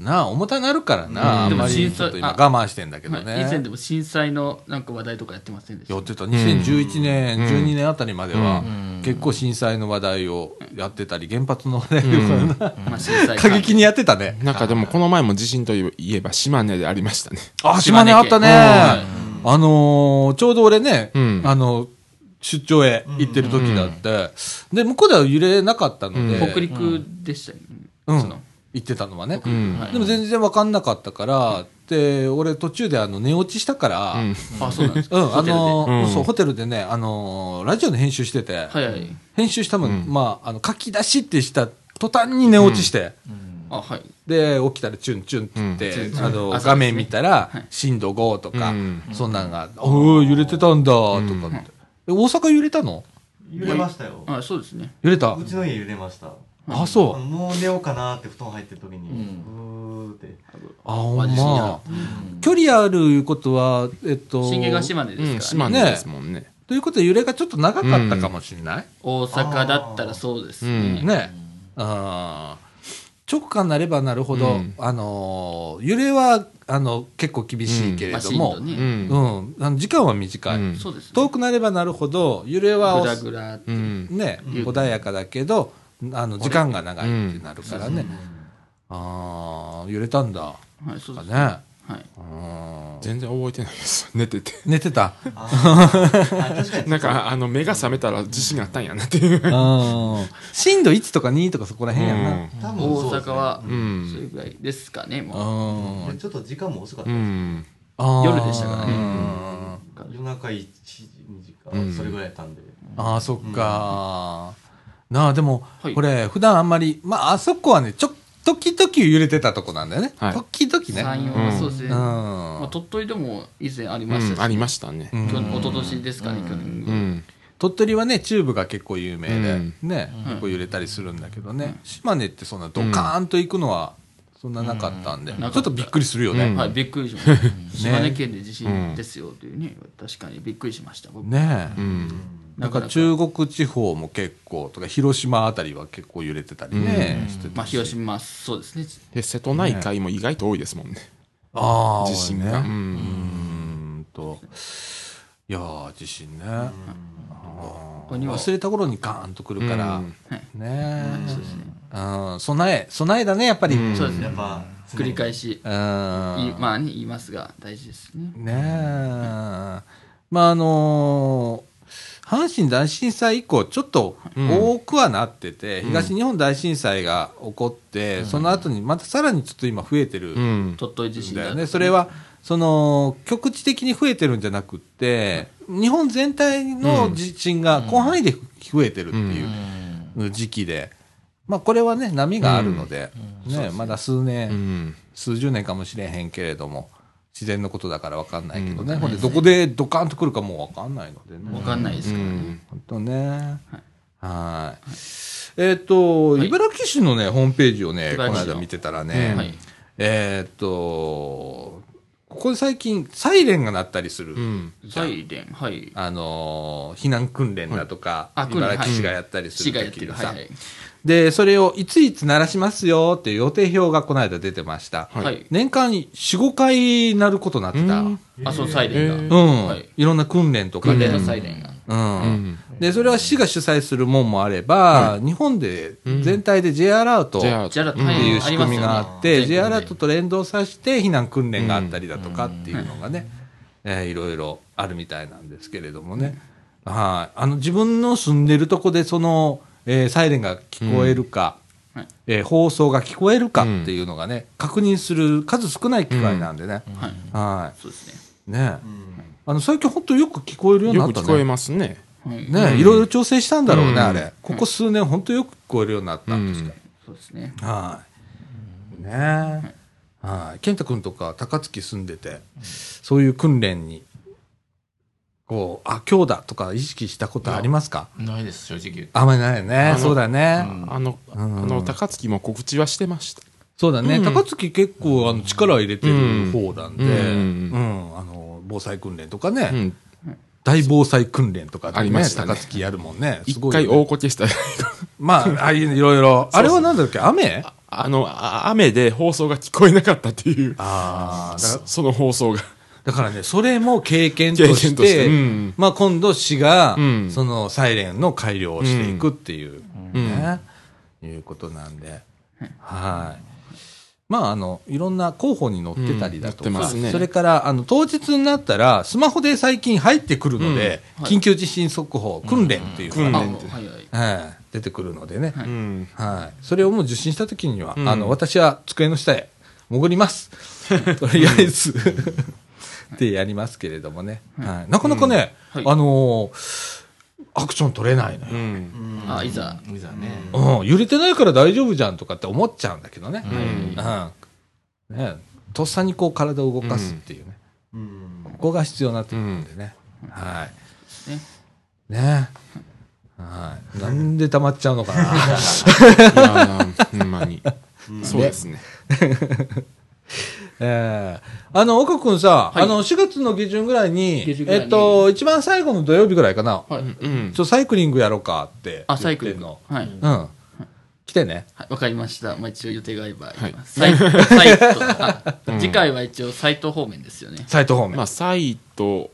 A: なあ、重たなるからな、
D: うん
A: あんま
D: でも
A: り
D: 実
A: ちょ
D: 際
A: っと今我慢してんだけど
D: はい
A: ね。
D: 以前でも震災のなんか話題とかやってませんでした
A: やってた2011年、12年あたりまでは、結構震災の話題をやってたり原発の話題を、
D: まあ、震災
A: 過激にやってたね
C: なんかでもこの前も地震といえば島根でありましたね。
A: あ島
D: 島
A: 根
D: 根
A: あ
D: 県
A: ったね、あのーちょうど俺ね、
C: うん
A: あの出張へ行ってる時だって、で向こうでは揺れなかったので、
D: 北陸でしたよね。
A: うん
D: その
A: 行ってたのはね、
C: うん。
D: はい
A: でも全然分かんなかったから、で俺途中であの寝落ちしたから、
C: う
A: うんん
D: あ、そうなんですか。
A: あのー
C: うん
A: そうホテルでね、あのーラジオの編集してて、
D: ホテルではいはい。
A: 編集したもん、まあ、あの書き出しってした途端に寝落ちして、
D: あ、はい。
A: で起きたらチュンチュンって言って、
D: うん
A: あの
D: 朝ですね
A: 画面見たら
D: はい
A: 震度5とか、
C: うん
A: そんなんが「おお揺れてたんだ」とかって、え大阪揺れたの
B: 揺れましたよ
D: あ、そうですね。
A: 揺れた
B: うちの家揺れました
A: あ
B: あの
A: そう
B: もう寝ようかなって布団入ってる時にうーって
A: あほん
D: 地震じゃなか
A: ま距離あるいうことはえっと
D: 震源が島根ですから、
C: う
D: ね
C: ん、島根ですもんね。
A: ということで揺れがちょっと長かったかもしれない、
D: 大阪だったらそうですね。
A: ねあー直下になればなるほど、
C: うん
A: あのー揺れはあの結構厳しいけれ
D: まあ
A: ど
D: 震
A: も、
D: 度
A: う
D: ね、
C: うんん。
A: あの時間は短い、
C: うん
D: そうですね。
A: 遠くなればなるほど揺れは
D: ぐらぐらって
C: う
D: いう、
C: ん。
A: ね、
B: うん
A: 穏やかだけどあの時間が長いってなるからね、ああ揺れたんだ
D: はい、そう
A: か
D: です。
A: ね
D: はい。
A: うん
C: 全然覚えてないです。寝てて。 [laughs]
A: 寝てたうん
B: あ確かに
C: なんか、あの、目が覚めたら地震あったんやなっていう。
A: 震度1とか2とかそこら辺やな
B: 多分
D: 大
B: そうですね
D: 阪は、
C: う
D: それ
C: ん。
D: ぐらいですかね、
A: う
D: も
A: ん
B: でちょっと時間も遅かった
C: う
B: です
C: ん。
A: あー
D: 夜でしたからね
A: うん
B: 夜中1時2時か、
C: うん
B: それぐらいやったんで
A: ああそっか、なあでも、
D: はい
A: これ普段あんまりまああそこはねちょ時々揺れてたとこなんだよね、
C: はい
A: 時々
D: う。
A: ね
D: 山陽
C: う
D: は
C: ん
D: そうですね。
A: うん
D: まあ、鳥取でも以前ありまし
C: うん。あ
D: たし、
C: りましたね。
A: うん
D: 去年一昨年ですかね、去年ぐ
C: う
D: らい。
C: ん。
A: 鳥取はね中部が結構有名で、
C: うん
A: ね結構揺れたりするんだけどね、島根ってそんなドカーンと行くのはそんななかったんで、
D: ん
A: ちょっとびっくりするよ
C: う
A: ね、
C: ん
D: はい、びっくりしました。島根県で地震ですよというね、確かにびっくりしました。僕
A: ねえ、
C: うん。
A: なんか中国地方も結構とか広島あたりは結構揺れてたりね、して
D: ま
A: た
D: あ、
A: し
D: 広島、そうですね。
C: で、瀬戸内海も意外と多いですもんね。
A: ああ
C: 地震が。う
A: ね
C: ん。
A: うんといやー地震ね、あー
D: ここには
A: 忘れた頃にガーンとくるから、
C: うん
A: ねえ、
D: そうですね。
A: うん、備え備えだねやっぱり、うん
D: そうですね
B: やっ。ぱ
D: 繰り返し、いまあね、言いますが、大事ですね。
A: ねえ、まああのー阪神大震災以降ちょっと多くはなってて、東日本大震災が起こって、その後にまたさらにちょっと今増えてる
C: うんん。
D: 鳥取地震
A: だ
D: だ
A: よ
D: と
A: ね、それはその局地的に増えてるんじゃなくって日本全体の地震が広範囲で増えてるっていう時期で、まあ、これはね波があるので、ねまだ数年、
C: うん。
A: 数十年かもしれへんけれども自然のことだから分かんないけどね、ほんでどこでドカンとくるかもう分かんないのでね
D: わかんないですからね。
A: 本当ねはいえっ、と、
D: はい
A: 茨城市のねホームページをねこ
D: 茨
A: の
D: 城市の
A: 間見てたらね、
D: はい
A: えっ、とここで最近サイレンが鳴ったりする、
C: うん。
D: サイレン、はい。
A: あのー避難訓練だとか、
D: はいあ訓練
A: 茨城市がやったりする
D: 市がやって
A: 時
D: る。
A: に
D: はい
A: さ、
D: はい。
A: でそれをいついつ鳴らしますよっていう予定表がこの間出てました、
D: はいはい
A: 年間45回鳴ることになってた、うん
D: あ、そう、サイレンが。はい
A: い、ろんな訓練とか
D: 訓
A: で,、
D: 練
A: う
D: の
A: ん
D: サイレンが。
A: でそれは市が主催するもんもあれば、日本で全体で J アラート、
C: じゃあ、
D: じゃあ、
A: って
D: はいいうあ
A: 仕
D: りま
A: 組
D: す
A: み
D: よ
A: があ
D: ね
A: って、
D: 全国で
A: J アラートと連動させて避難訓練があったりだとかっていうのがね、えーいろいろあるみたいなんですけれどもね、はいあの自分の住んでるとこでその、えーサイレンが聞こえるか、
D: うんはい
A: えー放送が聞こえるかっていうのがね、確認する数少ない機会なんでね、
D: はい。
A: は
D: そうです
A: いねあの最近本当よく聞こえるようにな
C: よ
A: っ
C: く
A: た
C: 聞こえ
A: ね。
C: ますね。
D: ね。はい。
A: ね、いろいろ調整したんだろうね、
C: うん
A: あれ。ここ数年、本当よく聞こえるようになった
C: うん
A: です
C: ん。
D: そうですね。
A: はい。ねえ。はい。健太君とか高槻住んでて、そういう訓練に、こう、あ、今日だとか意識したことありますか
E: ないです、正直言って。
A: あんまりないよね。
C: の
A: そうだね。
E: うん
C: あの、あ
A: うん
C: の、高槻も告知はしてました。
A: そうだね。
C: うん
A: 高槻結構あの力を入れてる方なんで、う
C: うんん、
A: あの、防災訓練とかね、
C: うん。
A: 大防災訓練とかってね
C: ありましたね
A: 高槻やるもんね。す
C: 一
A: ごいよね
C: 回大こけした。 [laughs]
A: まあ、ああいういろいろ。あれはなんだっけ雨
C: あの、あ雨で放送が聞こえなかったっていう、
A: ああ、だか
C: そその放送が。
A: だからね、それも経験と
C: 経
A: して、
C: 験としてうん
A: まあ今度市が、
C: うん
A: そのサイレンの改良をしていくっていう、
C: うん
A: ね、いうことなんで、はい。まあ、あの、いろんな広報に載ってたりだとか、
C: うん載ってますね
A: それから、あの、当日になったら、スマホで最近入ってくるので、
D: うんはい
A: 緊急地震速報、訓練っていうのが
C: うん
D: あ
A: ね、
D: はいはい
A: はい出てくるのでね、
D: はい
C: うん。
A: はい。それをもう受信したときには、
C: うん
A: あの、私は机の下へ潜り [laughs] ます。とりあえず、ってやりますけれどもね。はい。なかなかね、
D: うんはい
A: あのーアクション取れないのよ
C: う。ん。
D: あいざ
E: いざね。
A: うん、揺れてないから大丈夫じゃんとかって思っちゃうんだけどね。うん。ねとっさにこう体を動かすっていうね。ここが必要になってくるんでね。はい。ねはい。なんで溜まっちゃうのかな。 [laughs]
C: いやーほんまに。そうですね。
A: ええあの、岡君さ、あの、4月の下旬ぐらいに、
D: 下旬ぐら
A: え
D: いに
A: っと、一番最後の土曜日ぐらいかな、
D: はい
C: うん
A: ち。ょ、サイクリングやろうかって。
D: あサイクル
A: の
D: の。はい
A: うん。来てね。
D: はいわかりました。まあ一応予定が合えば
C: はい
D: サイト、サイトあ次回は一応サイト方面ですよね。
A: サイト方面。
C: まあ、サイと、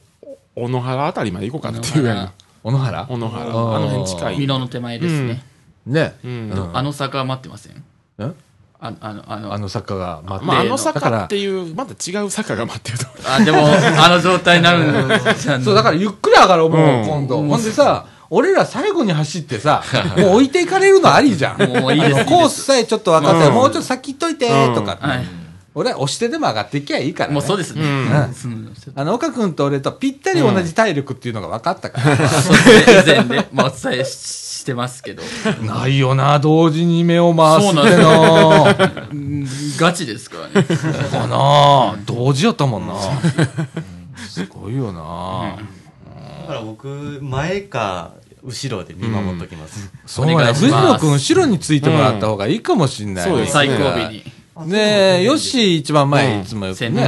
C: 小野原あたりまで行こうかなっていうぐらいの。
A: 小野原
C: 小野原。あ
A: あー
C: の辺近
D: 美
C: い。
D: 濃の手前ですね。
A: ね。
C: う
A: うん
C: ん。
D: あの坂は待ってません。
A: うん
D: ああの、あの、
A: あの作家が待って
C: まあ、あの
A: だか
C: 坂
A: ら
C: っていう、また違う坂が待ってると。
D: あ、でも、あの状態になるのじゃあ
A: そう、だからゆっくり上がろう、もう、
C: うん
A: 今度。ほんでさ、俺ら最後に走って
D: [laughs]
A: さ、もう置いていかれるのありじゃん。
D: もういいです
A: あのコースさえちょっと分かって、
C: うん
A: もうちょっと先行っといて、とか、
D: はい。
A: 俺は押してでも上がっていきゃいいから、ね。
D: もうそうですね。
C: うん
D: うんそう
A: あの、岡君と俺とぴったり同じ体力っていうのが分かったから。
D: ですね以前で、まあ、お伝えししてますけど、
A: [laughs] ないよな、同時に目を回すっての。
D: そう
A: か
D: うんガチですからね。
A: [laughs] な同時やったもんな。すごいよな。
B: だから僕前か後ろで見守っときます、
A: そう
D: お
A: や
D: 願いし
A: 藤
D: ます
A: 野君、後ろについてもらった方がいいかもしんない。
C: うんそうです
D: 最後尾に。
A: ねえ、よし、一番前、いつもよく
D: 先
A: ね、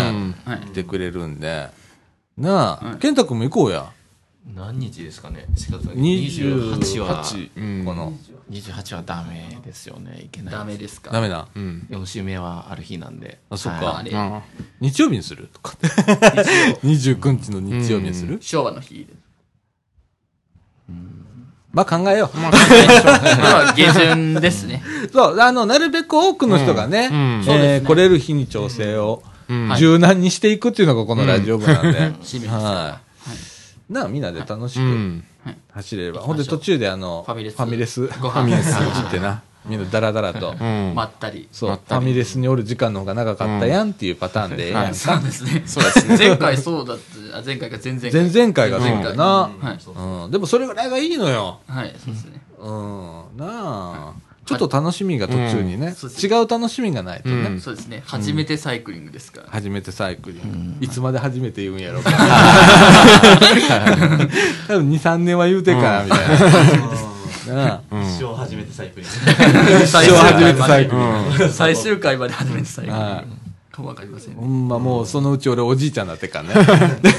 D: 端。はい。
A: 来てくれるんで。なあ、健太君も行こうや。
E: 何日ですかね。
A: 28
E: 28は、
C: うん。
A: この、
E: 28はダメですよね。いけない。
D: ダメですか。
A: ダメな。
C: うん。
E: 4週目はある日なんで。
A: あそっか
E: は
D: あ
E: い
D: れ、
C: あ
A: 日曜日にすると [laughs] か。29日の日曜日にする
D: 昭和の日。
A: まあ考えよう。
D: まあ、下旬ですね。
A: そう、あの、なるべく多くの人がね、
C: うんうん
A: えー
D: そうですね
A: 来れる日に調整を
C: うん
A: 柔軟にしていくっていうのがこのラジオ部なんで、
D: 清水さん
A: はい。なあ、みんなで楽しく
C: うん。
A: 走れれば。
D: 行き
A: ほん
D: ましょう
A: で途中であの、
D: ファミレス
A: ファミレス。
D: ご飯
A: 走ってな。みんなダラダラと。
C: うん。
D: まったり。
A: そう、
C: まっ
A: フ
C: た
A: ァ
C: り
A: ミレスにおる時間の方が長かったやんっていうパターンでええやん
C: はい
D: そうですね。
C: そうですね。
D: 前回そうだった。あ、前回か前々回。
A: 前々回がそうだな。
D: はい。
A: うん。でもそれぐらいがいいのよ。
D: はい、そうですね。
A: うん。なあ。ちょっと楽しみが途中にね
D: そう、です
A: 違う楽しみがないとね。
C: うん
D: そうですね。初めてサイクリングですから。
A: 初めてサイクリング。いつまで初めて言うんやろうか。多分2、3年は言うてっから、みたいな。なあ
B: 一生初めてサイクリング
D: 最
A: 一
D: 終
A: 応初
D: 回
A: めてサイクリン
D: まで。最終回まで初めてサイクリング
A: は
D: かわかりません
A: い。
D: ね。
A: ほんまもうそのうち俺おじいちゃんになってっからね。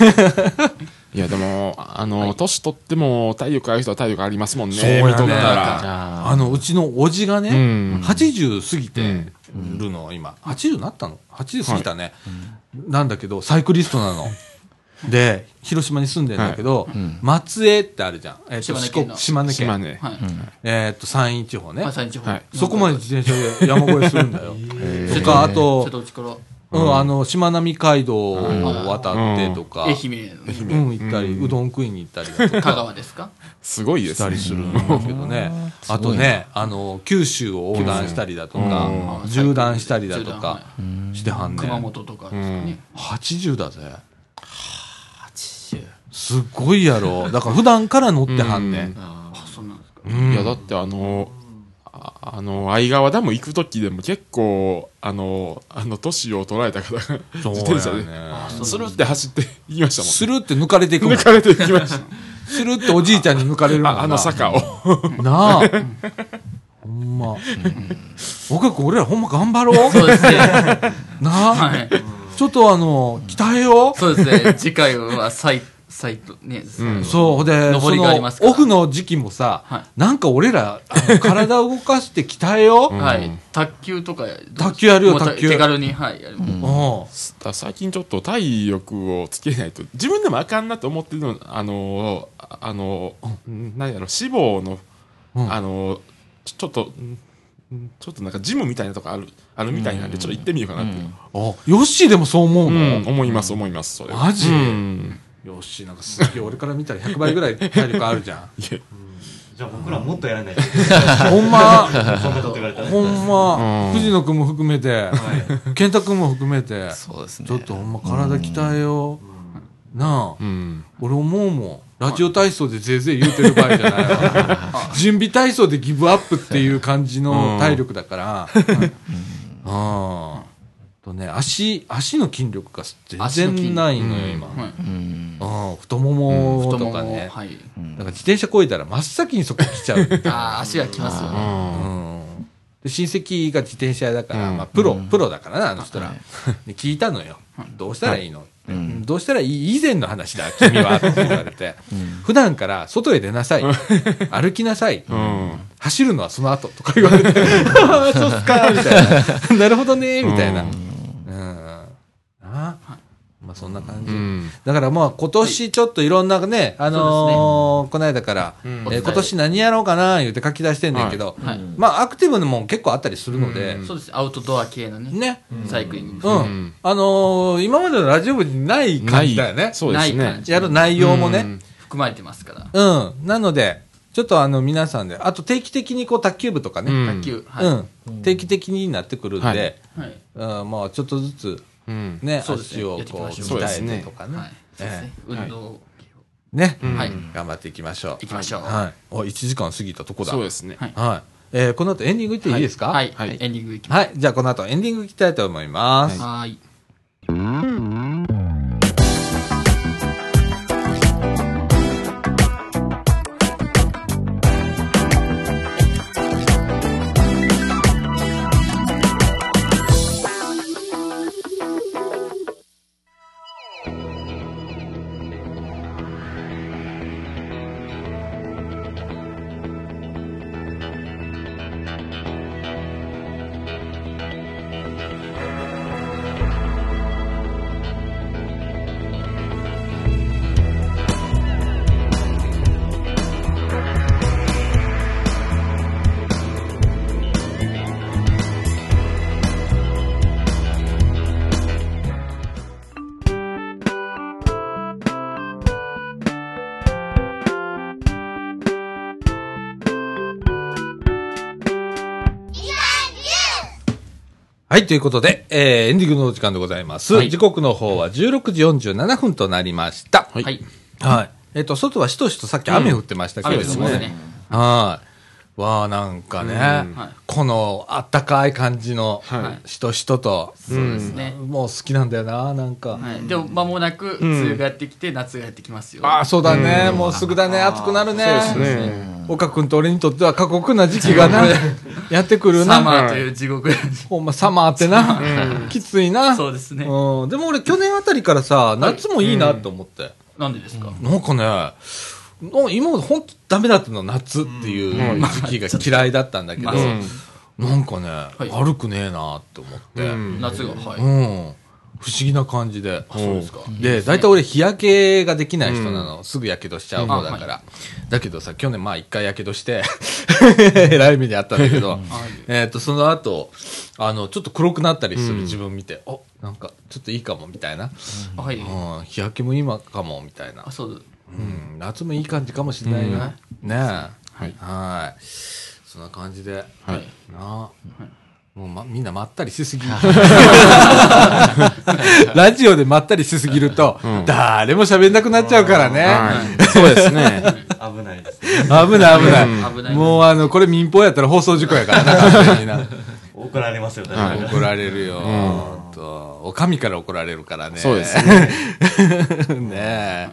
C: いや、でも、あの、年取っても、体力ある人は体力ありますもんね。
A: そうやね
C: 見とった
E: じ
C: ら。
E: ゃあ、
A: あの、うちのおじがね、
C: うん
A: 80過ぎてるの、今。80なったの ?80 過ぎたね。なんだけど、サイクリストなの。で、広島に住んでんだけど、松江ってあるじゃん。えっと、
D: 島根
A: 四
D: 県
A: 国、
D: の
A: 島根
C: 島
A: 県。
C: 根。
D: はい。
A: えっと、山陰地方ね
D: まあ、。山地方
C: はい。
A: そこまで自転車で山越えするんだよ。とか、あ
D: ちょっ
A: と、
D: とうちから、
A: うん、あの、しまなみ海道を渡ってとか、
D: 愛媛の
A: う
D: ね
A: ん、行ったり、うどん食いに行ったりだと
D: 香
A: か、
D: 川ですか
C: すごいで
A: し
C: す
A: た
C: ね
A: り。するんだけどね。あとね、あの、九州を横断したりだとか、
D: うん
A: 縦断したりだと
D: 縦断は
A: か、してはんね
D: 熊
A: ん。
D: 本とかですかね。
A: 80だぜ。すっごいやろ。だから普段から乗ってはんねん。
D: あ、そうなんですか。
C: いや、だってあの、ああの、相川ダム行く時でも結構、あの、あの、都市を捉えた方が、自転車で、スルって走って行きましたもん。
A: スルって抜かれてい
D: [laughs]
A: くもん
C: 抜かれていきました。
A: スルっておじいちゃんに抜かれるもんな
C: ああの坂を。
D: [laughs]
A: なあほんま岡君俺らほんま頑張ろ
D: そう
A: う
D: ですね。
A: なあ
D: はい。
A: ちょっとあの鍛えよう
D: そうですね。次回はサイ、サイト、ね。
C: ん
A: そうほんで
D: 登
A: そ
D: りがありま
A: の
D: すから
A: オフの時期も
D: はい
A: さなんか俺らあの体を動かして鍛え
D: [laughs]
A: よう
D: は
C: う
D: い
C: ん。
D: 卓球とか、
A: 卓球やるよ
D: もうた
A: 卓球
D: 手軽に、はい、やります。
A: うん
C: ただ最近ちょっと体力をつけないと自分でもあかんなと思ってるのあのああのうん何やろ脂肪の、
A: うん
C: あのちょちょっとうんちょっとなんかジムみたいなとこあるあるみたいなんでちょっと行ってみようかなっていう、
A: あヨッシーでもそう思う
C: うん
A: の
C: 思います思いますそれ
A: マジ
C: うん
A: ヨッシーなんかすげえ俺から見たら100倍ぐらい体力あるじゃん
D: [laughs]
C: いえ
B: じゃあ僕らもっとやらないと
A: ほんま
B: [laughs] そんなこと言われたら
A: ほんま
C: うん
A: 藤野君も含めて健太君も含めて
E: そうですね
A: ちょっとほんま体鍛えようなあ
C: うん
A: 俺思うもんラジオ体操でぜいぜい言うてる場合じゃないわ準備体操でギブアップっていう感じの体力だからうんとね足足の筋力が
D: 足の
A: 全
D: 筋
A: 然ないのよ今
D: はい。
E: うん
A: うん太もも
D: 太
A: と
D: も
A: か
D: も、
A: ね
D: はい。
A: だから自転車こいだら真っ先にそこ来ちゃうみたいな
D: ああ、足がきますよ
C: う
D: ね。
C: ん
A: うんで親戚が自転車屋だから、
C: うん
A: まあ、プロ、
E: うん
A: プロだからなあの人ら、
E: はい
A: [laughs] で聞いたのよどうしたらいいの、
E: うん
A: どうしたらいい以前の話だ君はって言われて、普段から外へ出なさい [laughs] 歩きなさい、
C: うん
A: 走るのはその後とか言われてああそうっすかみたいななるほどねみたいな、う
C: うんん
A: なあまあ、そんな感じ、
C: うん
A: だからまあ今年ちょっといろんなね、あのーこの間から、
C: うん
A: えー今年何やろうかな言って書き出してんねんけど、
D: はい。
A: まあアクティブなもん結構あったりするので、
D: そうです。アウトドア系のね。
A: ね、
D: サイクリング。
A: うん、
C: うん
A: あのー今までのラジオ部にない感じだよ
C: な
A: ね
C: い。そうです
D: ない
C: ね
D: 感じ
A: やる内容も
C: う
A: ね
C: ん。
D: 含まれてますから。
A: うん、なので、ちょっとあの皆さんで、あと定期的にこう卓球部とかね、うん、
D: 卓球。はい。は
A: 定期的になってくるんで、
C: はい
D: い。
A: うん、まあちょっとずつ
C: うん
A: ね、
D: そうですね
A: 足を
D: やっていき
A: こう
D: ましょ
C: うそうです
A: 鍛え
C: ね
A: てとかね。
D: はい。そうですね。運動。
A: ね、
D: はい。
A: 頑張っていきましょう。
D: いきましょう
A: はい。お、1時間過ぎたとこだ。
C: そうですね
D: はい
A: はい。えーこの後エンディングいっていいですか
D: はい。は
C: はい
D: いエンディングいきま
A: はい。じゃあこの後エンディングいきたいと思います
D: す。。はい。
A: はい、ということで、えーエンディングのお時間でございます。
D: はい
A: 時刻の方は16時47分となりました。はい。
D: はい。
A: えっ、と、外はしとしとさっき雨降ってましたけ
D: 雨
A: れ
D: で
A: ど
D: す
A: もね。
D: ね。
A: はい。わあ、なんかね、
D: はい
A: このあったかい感じの、
C: は
A: しとしとと、
D: そうですね。
A: もう好きなんだよな、なんか。
D: はい。でも、間もなく、梅雨がやってきて、夏がやってきますよ。
A: ああ、そうだね、もうすぐだね、暑くなるね。
C: そうですね
A: 岡君と俺にとっては過酷な時期がな、 [laughs] やってくる
D: サ
A: な。
D: マーという地獄。 [laughs]
A: ほんま、サマーってな、きついな。
D: そうですね。
A: うん、でも俺去年あたりからさ、夏もいいなと思って。
D: なんでですか
A: なんかね、なんか今まで本当ダメだったの、夏っていう時期が嫌いだったんだけど、なんかね、
D: い
A: 悪くねえなって思って、うん、
D: 夏が。はい。
A: 不思議な感じで。
D: そうですか。
A: で、大体俺日焼けができない人なの、すぐやけどしちゃう方だから。だけどさ、去年まあ一回やけどして、 [laughs] えらい目にあったんだけど、えっと、その後、あの、ちょっと黒くなったりする自分見て、あ、なんかちょっといいかもみたいな。
D: はい。
A: うん、日焼けも今かもみたいな
D: あ、、そう。
A: うん、夏もいい感じかもしれないよ、
D: うん
A: ねえはい
C: い
A: はいそんな感じで、
C: はい
A: なあ、もう、ま、みんなまったりし
C: [laughs]
A: すぎラジオでまったりしすぎると、誰も喋んなくなっちゃうからね、
C: はいそうですね
B: 危ないですね
A: 危ない危ない。
D: 危ない。
A: もうあの、これ民放やったら放送事故やから
C: [laughs]
A: な、完全にな
B: 怒られますよね。
C: はい
A: 怒られるよ。ほんとお上から怒られるからね。
C: そうです
A: ね。 [laughs] ねえ。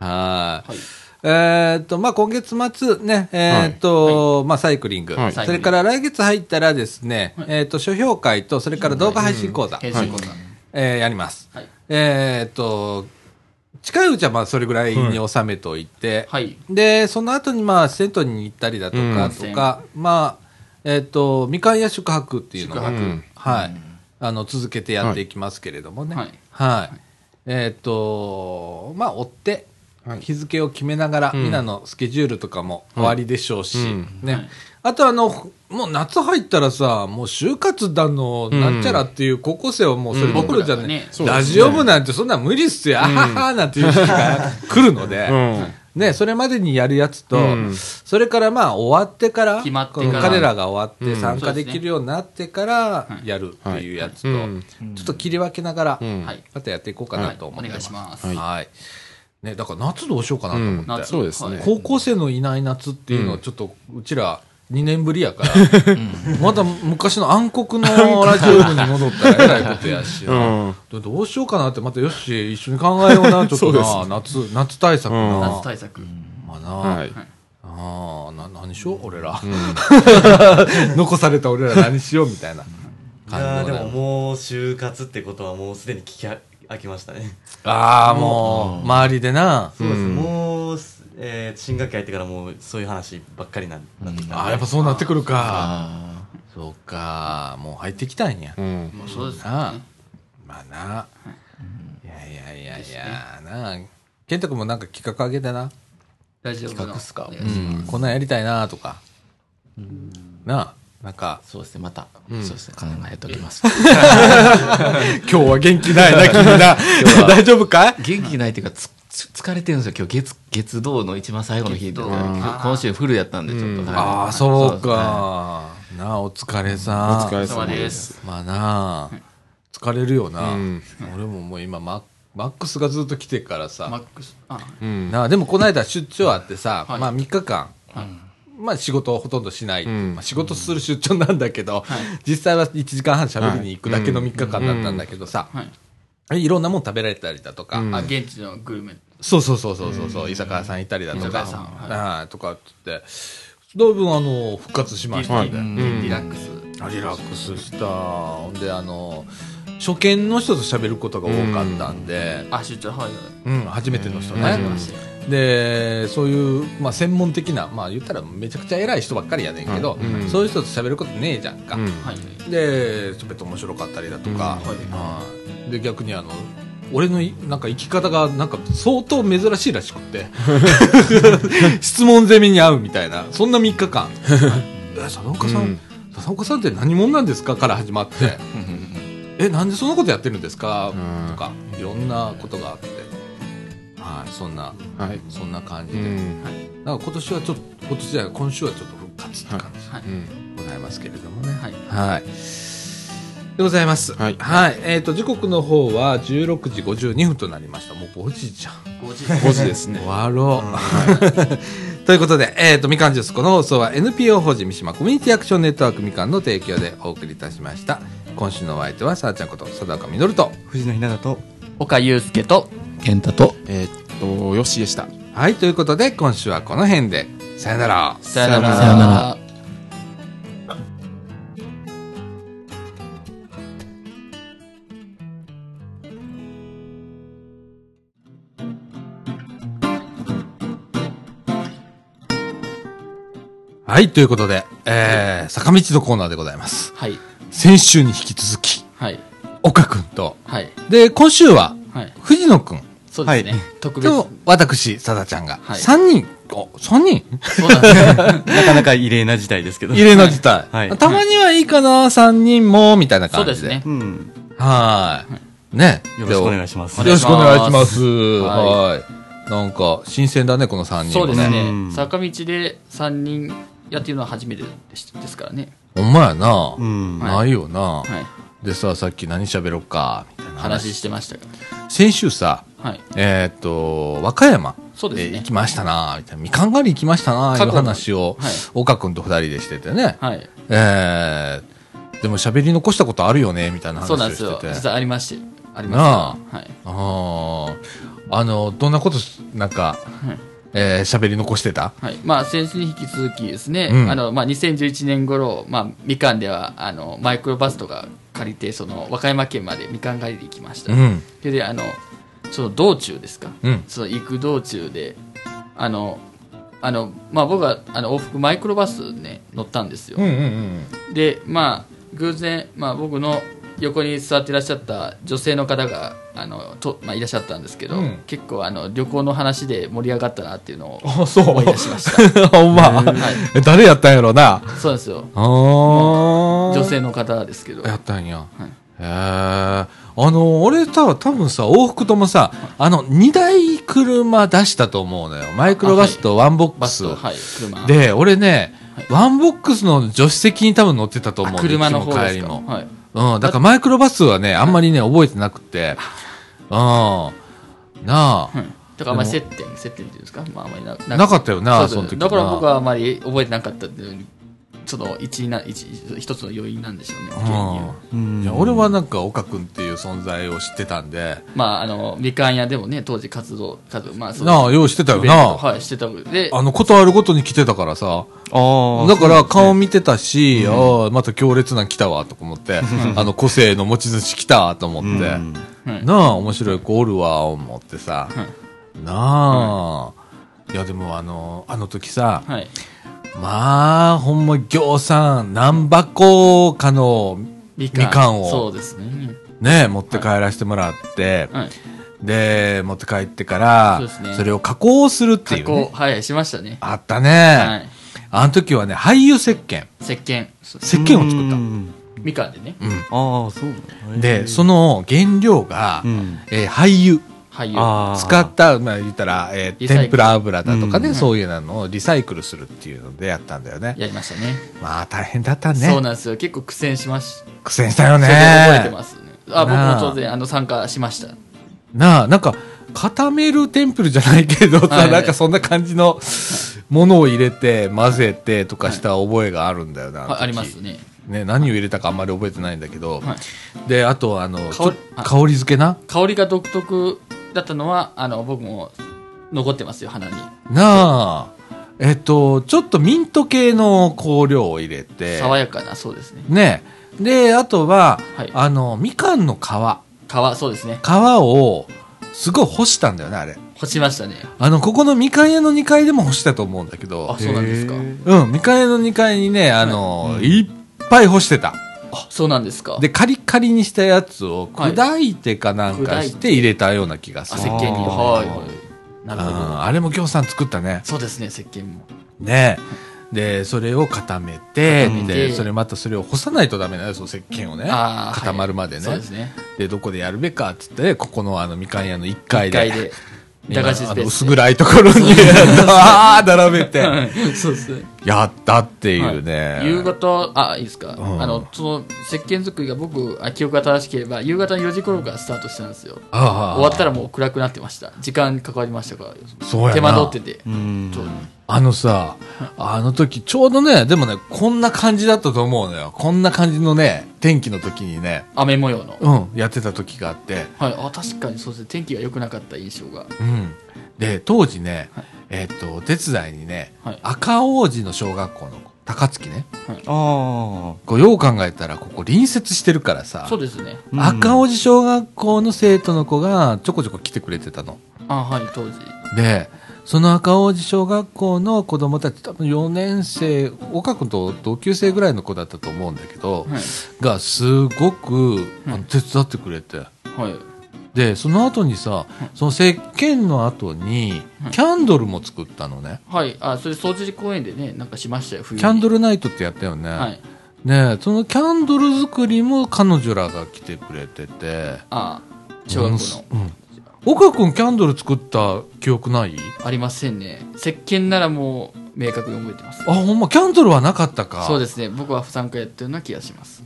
A: はい。えーっと、まあ、今月末ね、えーっと、まあ、サイクリング、
C: はい
A: それから来月入ったらですね、えーっと、書評会と、それから動画配信講座、
E: 平成講座
A: えーやります。
D: はい
A: えーっと、近いうちはまあそれぐらいに収めといて、
D: はい。
A: で、その後にまあ銭湯に行ったりだとか、
C: うん
A: とか、まあ、えっ、と、みかんや宿泊っていうのが、
D: 宿
C: 泊
A: はい、あの、続けてやっていきますけれどもね。は
D: はいい。
A: えっ、と、まあ、追って
C: はい、
A: 日付を決めながら、
C: ん
A: みんなのスケジュールとかも終わりでしょうし、
C: うん
A: ね。
D: はい
A: あとあの、もう夏入ったらさ、もう就活だの、
C: ん
A: なんちゃらっていう高校生はもうそれどころじゃない。
D: うん僕らがね
C: そうですね
A: ラジオ部なんてそんなん無理っすよ、あははなんていう人が来るので、
C: [laughs] うん
A: ね、それまでにやるやつと、
C: うん
A: それからまあ終わってから、
D: 決まってから
A: この彼らが終わっ
C: う
A: て
C: ん
A: 参加できるようになってから
D: うん
A: やるっていうやつと、
C: はいうん
A: ちょっと切り分けながら、
C: うん
D: はい。
A: またやっていこうかなと思ってます。
D: はいお願いします
A: はい。ね、だから夏どうしようかなと思って。
D: 夏
C: そうですね
D: はい
A: 高校生のいない夏っていうのはちょっと、うちら、2年ぶりやから、まだ昔の暗黒のラジオ部に戻ったらえらいことやしな、
C: うん
A: どどうしようかなって、またよし、一緒に考えような、ちょっと
C: そ
A: な、夏、夏対策
C: うん
A: な
D: 夏。対策。
A: まあな、
C: はい
A: ああ、な、何しよう俺ら。 [laughs] 残された俺ら何しようみたいな感
B: い
A: じ
B: や
A: の
B: ーで
A: ね。
B: ももう就活ってことはもうすでに聞きあ飽きましたね。
A: ああ、もう、周りでな。
B: そうです、もう、えー新学期入ってからもうそういう話ばっかりなんなってきたんで、
A: ああ、やっぱそうなってくるか。
E: あー
A: そうか、もう入ってきたんや。
C: うん
D: もうそうですね。
A: なあ、まあな。いやいやいやいや、なあ。健太君もなんか企画あげてな。
D: ラジオ部の。
E: 企画っすか
D: お願
A: う
D: いしま
A: ん、こんなんやりたいなとか。なあ、なんか、
E: そうですねまた、そうですね考えておきます
A: 今日は元気ない [laughs] な、君な。大丈夫かい
E: 元気ないっていうかつつ疲れてるんですよ今日月月道の一番最後の日で
D: 月
E: 今
D: 堂
E: 日今週フルやったんでちょっと、はい
A: ああ、そう
E: ですは
A: か。なあ、お疲れ
C: お
A: さん。
C: 疲れ
D: すお疲
C: 様
D: れ様
C: で
D: ですす。
A: まあなあ、疲れるよな。
C: うん
A: 俺ももう今マ、マックスがずっと来てからさ。
D: マックス。あ、
C: うん
A: なあ、でもこの間出張あってさ、
D: はい
A: まあ3日間。まあ仕事をほとんどしない、
C: うん
A: まあ仕事する出張なんだけど、実際は1時間半しゃべりに行くだけの3日間だったんだけどさ、
D: はい。
A: いろんなもん食べられたりだとか、
D: あ、現地のグルメ。
A: そうそうそうそうそうそう、居酒屋さん行ったりだと
D: 居酒
A: か、
D: 屋さんはい
A: ああとかっつって、だいぶあの復活しました
C: はい
A: ね。
C: うん
D: リラックス。
A: リラックスした。ほんで、あの、初見の人と喋ることが多かったんで、
D: あ、出張、はい。
A: うん、初めての人ね。
D: 初めまして。
A: で、そういう、まあ、専門的な、まあ、言ったらめちゃくちゃ偉い人ばっかりやねんけど、
C: うん
A: そういう人と喋ることねえじゃんか。
C: うん
D: はい。
A: で、ちょっと面白かったりだとか、
D: うんはい
A: はいで、逆にあの、俺のいなんか生き方がなんか相当珍しいらしく
C: [laughs]
A: って、質問攻めに合うみたいな、そんな3日
C: [laughs]
A: 間。え佐々岡さん、
C: うん
A: 佐々岡さんって何者なんですかから始まって、え、なんでそんなことやってるんですか
C: うん
A: とか、いろんなことがあって、はい、そんな、
C: はい
A: そんな感じ
C: [laughs] う
A: で、
C: ん
A: なんか今年はちょっと、今年じゃない、今週はちょっと復活って感じ。
D: はい。
C: うん
A: ございますけれどもね。
D: はい
A: はい。でございます。
C: はい
A: えっ、と、時刻の方は16時52分となりました。もう5時じゃん。
D: 5時。
C: 5時ですね
A: 終わろう。 [laughs] ということで、えっ、と、みかんジュース、この放送は NPO 法人三島コミュニティアクションネットワークみかんの提供でお送りいたしました。今週のお相手は、さあちゃんこと、佐岡みのると。
B: 藤野ひなだと
D: 岡祐介と、
E: 健太と
C: えーっとよしでした
A: はい、ということで、今週はこの辺で、さよなら。
D: さよなら。
E: さよなら。
A: はい、ということで、えー、坂道のコーナーでございます。
D: はい。
A: 先週に引き続き、
D: はい。
A: 岡くんと、
D: はい。
A: で、今週は、
D: はい。
A: 藤野くん
D: そうですね。特別。
A: と私、さだちゃんが、
D: はい
A: 三人、お、三人
D: そうなんですね。
B: なかなか異例な事態ですけど
A: 異例の事態、
B: はい
A: たまにはいいかな、三人も、みたいな感
D: そう
A: じで。
D: で
B: [laughs]
D: すね。
B: うん
A: はーい。ね。
B: よろしくお願
A: いし
B: いします
A: よろしくお願いします。は
D: は
A: ーいなんか、新鮮だね、この三人
D: そ
A: も
D: う
A: ね。
D: ですね
B: うん。
D: 坂道で3人やっていうのは初めてでしですからね。
A: ほんまやな。
B: うん
D: は
A: ないよな、
D: はい。
A: でさ、さっき何喋ろうか、みたいな話。
D: 話してましたか
A: 先週さ、
D: ら。はい。
A: えーっと、和歌山
D: そうですね
A: 行きましたなーみたいな、みかん狩り行きましたなーいう話を
D: はい、
A: 岡君と二人でしててね。
D: はい。
A: えー、でも喋り残したことあるよねみたいな話
D: そ
A: を
D: うなんです
A: し
D: よ
A: て。て。
D: 実はありまして。あり
A: な
D: ました。はい。
A: あーあの、どんなことし、なんか、
D: はい
A: えー喋り残してた
D: はい。まあ、先週に引き続きですね、
A: うん
D: あの、まあ、2011年頃、まあ、みかんでは、あの、マイクロバスとか借りて、その、和歌山県までみかん狩りで行きました。
A: うん。
D: それで、あの、その道中ですか。
A: うん。
D: その行く道中で、あの、あの、まあ、僕は、あの、往復マイクロバスね、乗ったんですよ。
A: うんうんうん。
D: でまあ偶然、まあ、僕の横に座っていらっしゃった女性の方があのと、まあ、いらっしゃったんですけど、
A: うん
D: 結構あの旅行の話で盛り上がったなっていうのを
A: あ、そう。
D: 思い出し
A: [laughs]
D: ました、
A: ほんま。
D: はい、
A: え誰やったんやろな。
D: そうなんですよ
A: あー
D: 女性の方ですけど
A: やったんや。
D: はい
A: へえ。あの、俺さ、多分さ、往復ともさ、あの、2台車出したと思うのよ。マイクロバスとワンボッ
D: バ
A: ク
D: ス
A: ス。
D: と、はい、車
A: で、俺ね、ワンボックスの助手席に多分乗ってたと思う
D: あ
A: の
D: 車の
A: いつ
D: 方
A: も
D: で
A: 帰
D: す
A: り
D: か、
A: の。
D: はい、
A: うん、だからマイクロバスはね、あんまりね、覚えてなくて。うん。なあ。
D: うんだからあんまり接点接点っていうんですか、まあ、あんまりなな
A: なかったよな、
D: そ
A: そうの
D: そ
A: 時
D: うだから僕
A: は。
D: はあまり覚えてなかったっていうその一な一一つの要因なんでしょうね原因は
A: う
B: うん
A: ん。いや俺はなんか、岡君っていう存在を知ってたんで、
D: まあ、あの、みかん屋でもね、当時活動、活動、まあ、そう
A: なあ、ようしてたよ
D: イベント
A: な。
D: はい、してたので、
A: あの、ことあるごとに来てたからさ。
B: ああ
A: だから顔見てたし、ああ、また強烈なん来たわ、とか思
B: [laughs]
A: って、あの、個性の持ち主来た、と思って、
D: は
A: [laughs]
D: い
A: なあ、面白い子おるわ、思ってさ、なあ、いや、でもあの、あの時さ、
D: はい。
A: まあ、ほんま、行さん、何箱かの、
D: みかん。
A: みかんを
D: そうですね。
A: ね、持って帰らせてもらって、
D: はい。
A: で、持って帰ってか
D: そう
A: ら
D: ですね、
A: それを加工するってい
D: 加
A: うね、
D: 工、はい、しましたね。
A: あったね。
D: はい。
A: あの時はね、俳優石鹸。
D: 石鹸。そう
A: 石鹸を作った。
D: みかんでね。
B: ああそうなんだへ
A: で、
B: ー
A: その原料が、
B: うん
A: えー廃油。
D: 俳優。
B: あー
A: 使った、まあ言ったら、えー
D: リサ
A: 天
D: イクル
A: ぷら油だとかね、
B: うん
A: そういうのをリサイクルするっていうのでやったんだよね。
D: やりましたね
A: まあ大変だった
D: そう
A: ね。
D: なんですよ。結構苦戦しまし
A: 苦戦したよ
D: た。
A: ね。
D: 覚えてますね。あ、僕
A: なあ
D: も当然、あの、参加しました。
A: なあ、なんか、固めるテンプルじゃないけどさ、
D: はい
A: なんかそんな感じのものを入れて、混ぜてとかした覚えがあるんだよな。
D: はい
A: の
D: あり
A: 時
D: ます。ね。
A: ね、何を入れたかあんまり覚えてないんだけど、
D: はい。
A: で、あと、あの、
D: 香り
A: ちょ
D: はい
A: 香り付けな。
D: 香りが独特だったのは、あの、僕も残ってますよ、鼻に。
A: なあ、えっと、ちょっとミント系の香料を入れて、
D: 爽やかな、そうですね。
A: ね。で、あとは、
D: はい
A: あの、みかんの皮。
D: 皮、そうですね。
A: 皮を、すごい干したんだよね、あれ。
D: 干しましたね。
A: あの、ここのみかん屋の2階でも干したと思うんだけど
D: あ、、そうなんですか。
A: うん、みかん屋の2階にね、あの、いっぱい干してた。
D: そうなんですか。
A: で、カリカリにしたやつを砕いてかなんかして入れたような気がす
D: あ、
A: る。
D: 石鹸に。
B: あー
D: はいはい。なるほ
A: うん
D: ど。
A: あれも京さん作ったね。
D: そうですね、石鹸も。
A: ねで、それを固めて、
D: めて
A: で、それまたそれを干さないとダメなのよ、その石鹸をね。
D: あー
A: 固まるまでね。
D: はいそうですね。
A: でどこでやるべかっつってここのあのみかん屋の1階
D: 一
A: で
D: 階で。
A: 今
D: 駄菓子ス
A: あ
D: ペ
A: の
D: ース
A: 薄
D: で。
A: 暗いところに [laughs] あー並べて
D: はいそうですね。
A: やったっていうね、
D: はい夕方、あ、いいですか。
A: ん
D: あの、その、石鹸作りが僕、あ記憶が正しければ、夕方の4時頃からスタートしたんですよ。
A: ああ
D: 終わったらもう暗くなってました。時間かかりましたから。
A: そうやな
D: 手間取ってて。
B: うん
D: そう
A: あのさあの時ちょうどねでもねこんな感じだったと思うのよこんな感じのね天気の時にね
D: 雨模様の。
A: うんやってた時があって
D: はい。あ、確かにそうですね。天気が良くなかった印象が。
A: うんで当時ね、えっとお手伝いにね、
D: はい
A: 赤王子の小学校の高槻ね
B: あ
A: こうよう考えたらここ隣接してるからさ
D: そうですね。
B: あ
A: 赤王子小学校の生徒の子がちょこちょこ来てくれてたの。
D: あ、はい、当時。
A: で、その赤王子小学校の子供たち、多分4年生、岡君と同級生ぐらいの子だったと思うんだけど、
D: はい。
A: がすごくあの手伝ってくれて。
D: はい。
A: で、その後にさ、その石鹸の後に、キャンドルも作ったのね。
D: はい。あ、それ、掃除公園でね、なんかしましたよ、冬に
A: キャンドルナイトってやったよね。
D: はい。
A: ねそのキャンドル作りも彼女らが来てくれてて。
D: あ、小学校の。
A: うん。岡君キャンドル作った記憶ない
D: ありませんね。石鹸ならもう明確に覚えてます。
A: あ、ほんま、キャンドルはなかったか。
D: そうですね。僕は不参加やったような気がします。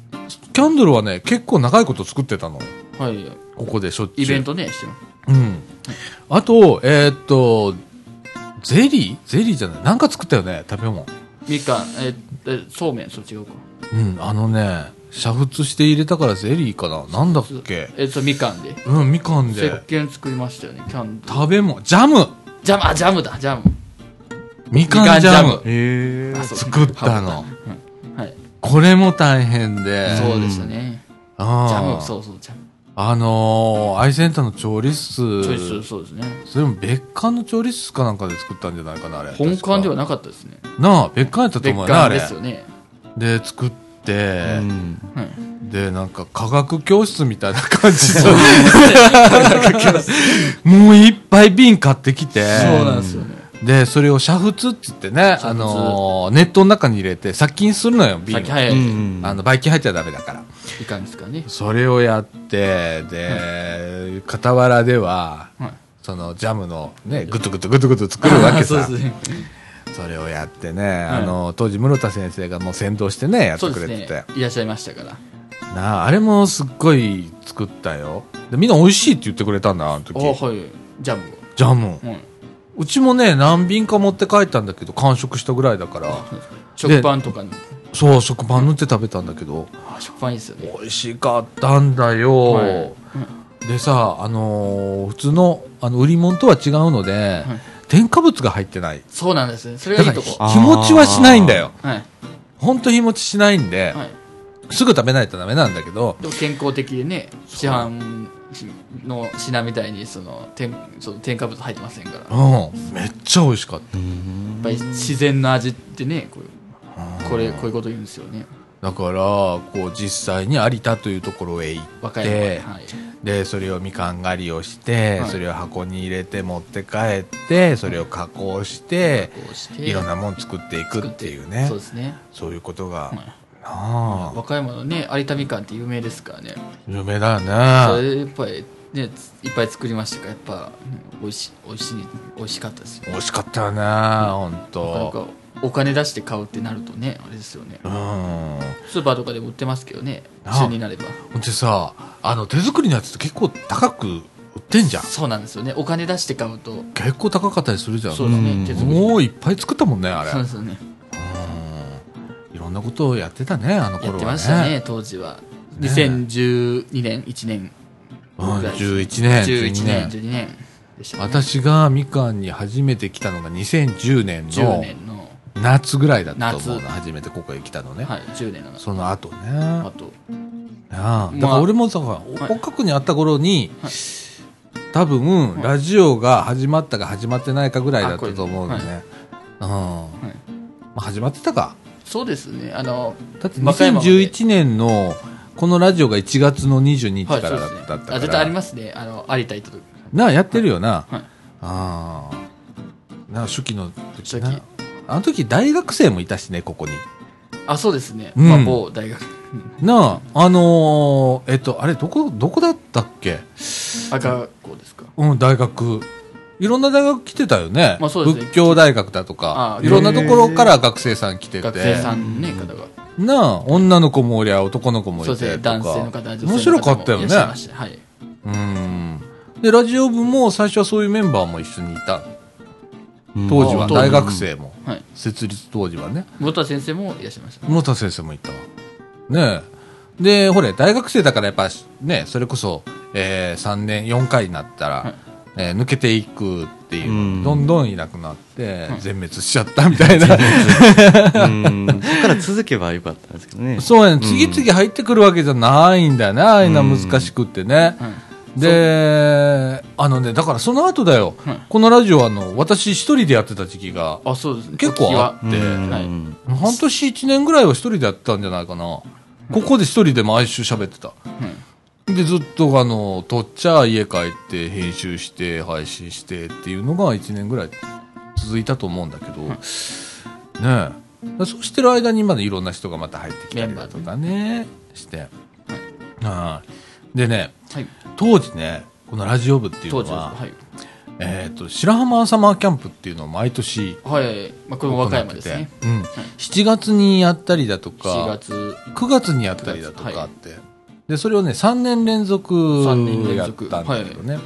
A: キャンドルはね、結構長いこと作ってたの。
D: はい。
A: ここでしょっちゅう。
D: イベントね、してます。
A: うん。あと、えーっと、ゼリーゼリーじゃないなんか作ったよね食べ物
D: みかんええそうめんそう違うか
A: うんあのね煮沸して入れたからゼリーかななんだっけ
D: えっとみかんで
A: うんみかん
D: 石
A: で
D: 鹸作りましたよねキャンドル
A: 食べ物ジャム
D: ジャムあジャムだジャム
A: みかんジャム
B: え
D: あそう
A: 作ったの
D: はい
A: これも大変で
D: そうでしたねジ
A: あ
D: ャ
A: ー
D: ムそうそうジャム
A: あのー、アイセンターの調理室
D: チョイスそうですね
A: それも別館の調理室かなんかで作ったんじゃないかなあれ
D: 本館では
A: な
D: なかったですね
A: なあ別館やったと
D: 別
A: 思うよなあ
D: 館で
A: れ
D: すよね
A: で作って、
B: うん
D: はい
A: でなんか科学教室みたいな感じ
D: [laughs]
A: でもういっぱい瓶買ってきて
D: そうなんですよね
A: でそれを煮沸っつってね、
D: 沸
A: あのー熱湯の中に入れて殺菌するのよ瓶
D: さ
A: を
D: っき早
B: う
D: い
B: ん
A: あのばい菌入っちゃダメだから
D: みかんですからね
A: それをやってで、傍らでは
D: はい
A: そのジャムのねグツグツグツグツ作るわけさ
D: あー [laughs] そうですね
A: それをやってね、あの当時室田先生がもう先導してねやって
D: そう
A: くれ
D: で
A: て
D: す
A: て、
D: ねいらっしゃいましたから
A: なああれもすっごい作ったよでみんな美味しいって言ってくれたんだあの時
D: おはいジャム
A: ジャム
D: をはい。
A: うちもね何瓶か持って帰ったんだけど完食したぐらいだから
D: 食パンとかに
A: そう食パン塗って食べたんだけど
D: あ食パンいいですよね
A: 美味しかったんだよ、
D: はい
A: でさあのー普通のあの売り物とは違うので、添加物が入ってない
D: そうなんですねそれが
A: だ
D: いい
A: から
D: と
A: 日
D: こ
B: あー
A: 持ちはしないんだよ
D: はい
A: 本当日持ちしないんで、
D: はい
A: すぐ食べないとダメなんだけど
D: でも健康的でね市販の品みたいにその添その添加物入ってませんからや
A: うん、めっちゃ美味しかった
D: っぱり自然の味ってねこうこれこういうこと言うんですよね
A: だからこう実際に有田というところへ行っ
D: 若い
A: て、
D: はい
A: でそれをみかん狩りをして、
D: はい
A: それを箱に入れて持って帰ってそれを加工して、
D: こうして
A: い、ろんなもん作っていくっていうね
D: そ
A: そうう
D: ですね
A: いうことが、
D: い
A: なあ
D: 和歌山のね有田みかんって有名ですからね
A: 有名だよ
D: それ
A: ね
D: でやっぱりねついっぱい作りましたからやっぱうん美味しい美味しい美味しかったですよ
A: 美味しかったよね、本
D: なん
A: 当
D: かお金出して買うってなるとねあれですよね
A: うん
D: スーパーとかでも売ってますけどね
A: あ
D: 旬になれば
A: ほんでさあの手作りのやつって結構高く売ってんじゃん
D: そうなんですよねお金出して買うと
A: 結構高かったりするじゃん
D: そうです
B: う
D: ね
B: ん
D: 手作り
A: もういっぱい作ったもんねあれ
D: そうですよね
A: うんいろんなことをやってたねあの
D: やっ
A: 頃
D: て
A: は
D: ま
A: ね
D: したね当時は
A: ね
D: 2012年1年
A: うん、
D: ぐらい
A: 11年
D: 11
A: 12
D: 年
A: 年
D: 12年でしたね
A: 私がみかんに初めて来たのが2010年
D: 10
A: の
D: 年の
A: 夏ぐらいだったと思うの
D: 夏
A: 初めてここへ来たのね、
D: はい10年の
A: その後ね
D: あと
A: なあ
D: まあ
A: だから俺もさ、お
D: い
A: おかくに会った頃に、
D: はい
A: 多分、
D: い
A: ラジオが始まったか始まってないかぐらいだったと思うのね、うん、
D: はい
A: まあ、始まってたか
D: そうですねあの
A: だって
D: 和歌山まで
A: 2011年のこのラジオが1月の22日
D: はい
A: か
D: そう
A: ら
D: で
A: だ
D: す
A: っ
D: ね
A: たから、
D: あ絶対ありますねあの有田行った時
A: なあやってるよな、
D: はい
A: ああなあ初期の時な
D: 初期
A: あの時大学生もいたしねここに
D: あそうですね
A: うん
D: まあ某大学
A: なああのーえっとあれどこどこだったっけ
D: 赤子ですか
A: うん大学いろんな大学来てたよね,、
D: まあそうですね
A: 仏教大学だとか
D: ああ
A: いろんなところから学生さん来てて
D: 学生さんのね方が
A: なあ女の子もおりゃ男の子もい
D: そう
A: て
D: ですね
A: とか
D: 男性の方女性の方
A: 面白かったよ
D: も
A: ね
D: いらっしゃいましたはい
A: うんでラジオ部も最初はそういうメンバーも一緒にいた当時は
D: あ
A: 大学生も
D: はい
A: 設立当時はね
D: 室田先生もいらっしゃいました
A: 室田先生もいたわねえでほれ大学生だからやっぱねそれこそ、え3年4回になったら、
D: はい
A: えー抜けていくっていう、
B: うん
A: どんどんいなくなって、全滅しちゃったみたいな
B: うんそっから続けばよかったんですけどね
A: そうやね次々入ってくるわけじゃないんだよねああいうのは難しくってね、
D: はい
A: であのねだからその後だよ、
D: はい
A: このラジオはあの私一人でやってた時期が
D: あそうですね
A: 結構あって
D: 時
B: う
D: は
B: ん
D: はい
A: 半年1年ぐらいは一人でやってたんじゃないかな、ここで一人で毎週喋ってた、でずっとあの撮っちゃ家帰って編集して配信してっていうのが1年ぐらい続いたと思うんだけど、ねえそうしてる間にまだいろんな人がまた入ってきたりだとかねして、はいでね
D: はい
A: 当時ねこのラジオ部っていうの
D: 当
A: は
D: 時ははい
A: えー、と白浜サマーキャンプっていうのを毎年
D: はいはいはいまあこれも和歌山ですね
A: 行ってて、うん、7月にやったりだと
D: 4
A: か
D: 月
A: 9月にやったりだとかあって、でそれをね3年連続
D: 三年連
A: やっ
D: 続
A: たんだけどね、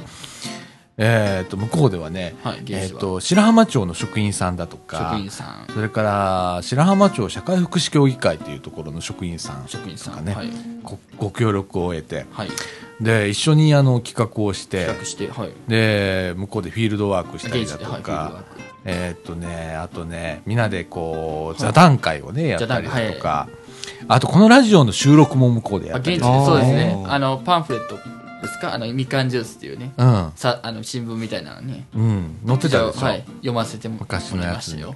A: えっと、向こうではね、
D: はい、ゲ
A: え
D: ー
A: っ
D: ムは
A: と、白浜町の職員さんだとか、
D: 職員さん、
A: それから白浜町社会福祉協議会というところの職員さん
D: 職員さ
A: とか
D: ん、
A: ね
D: はい、
A: ごご協力を得て
D: はい、
A: で一緒にあの企画をして
D: 企画して、はい、
A: で向こうでフィールドワークしたり
D: 現
A: だ
D: 地で、
A: と
D: はい、フィールド
A: か、
D: ワーク
A: えーっとねあとねみんなでこう座談会をねやったりだと
D: 座談
A: か、あとこのラジオの収録も向こうでやっ
D: あ現
A: たり
D: 地で、
A: とか
D: そうですね
B: あ。ー
D: あの、パンフレットですかあの、みかんジュースっていうね、
A: うん
D: さあの新聞みたいなのに、
A: うん載ってたでしょ、
D: はい、読ませてもら
A: 昔
D: い
A: のや
D: ま
A: つ
D: した
A: に
D: よ。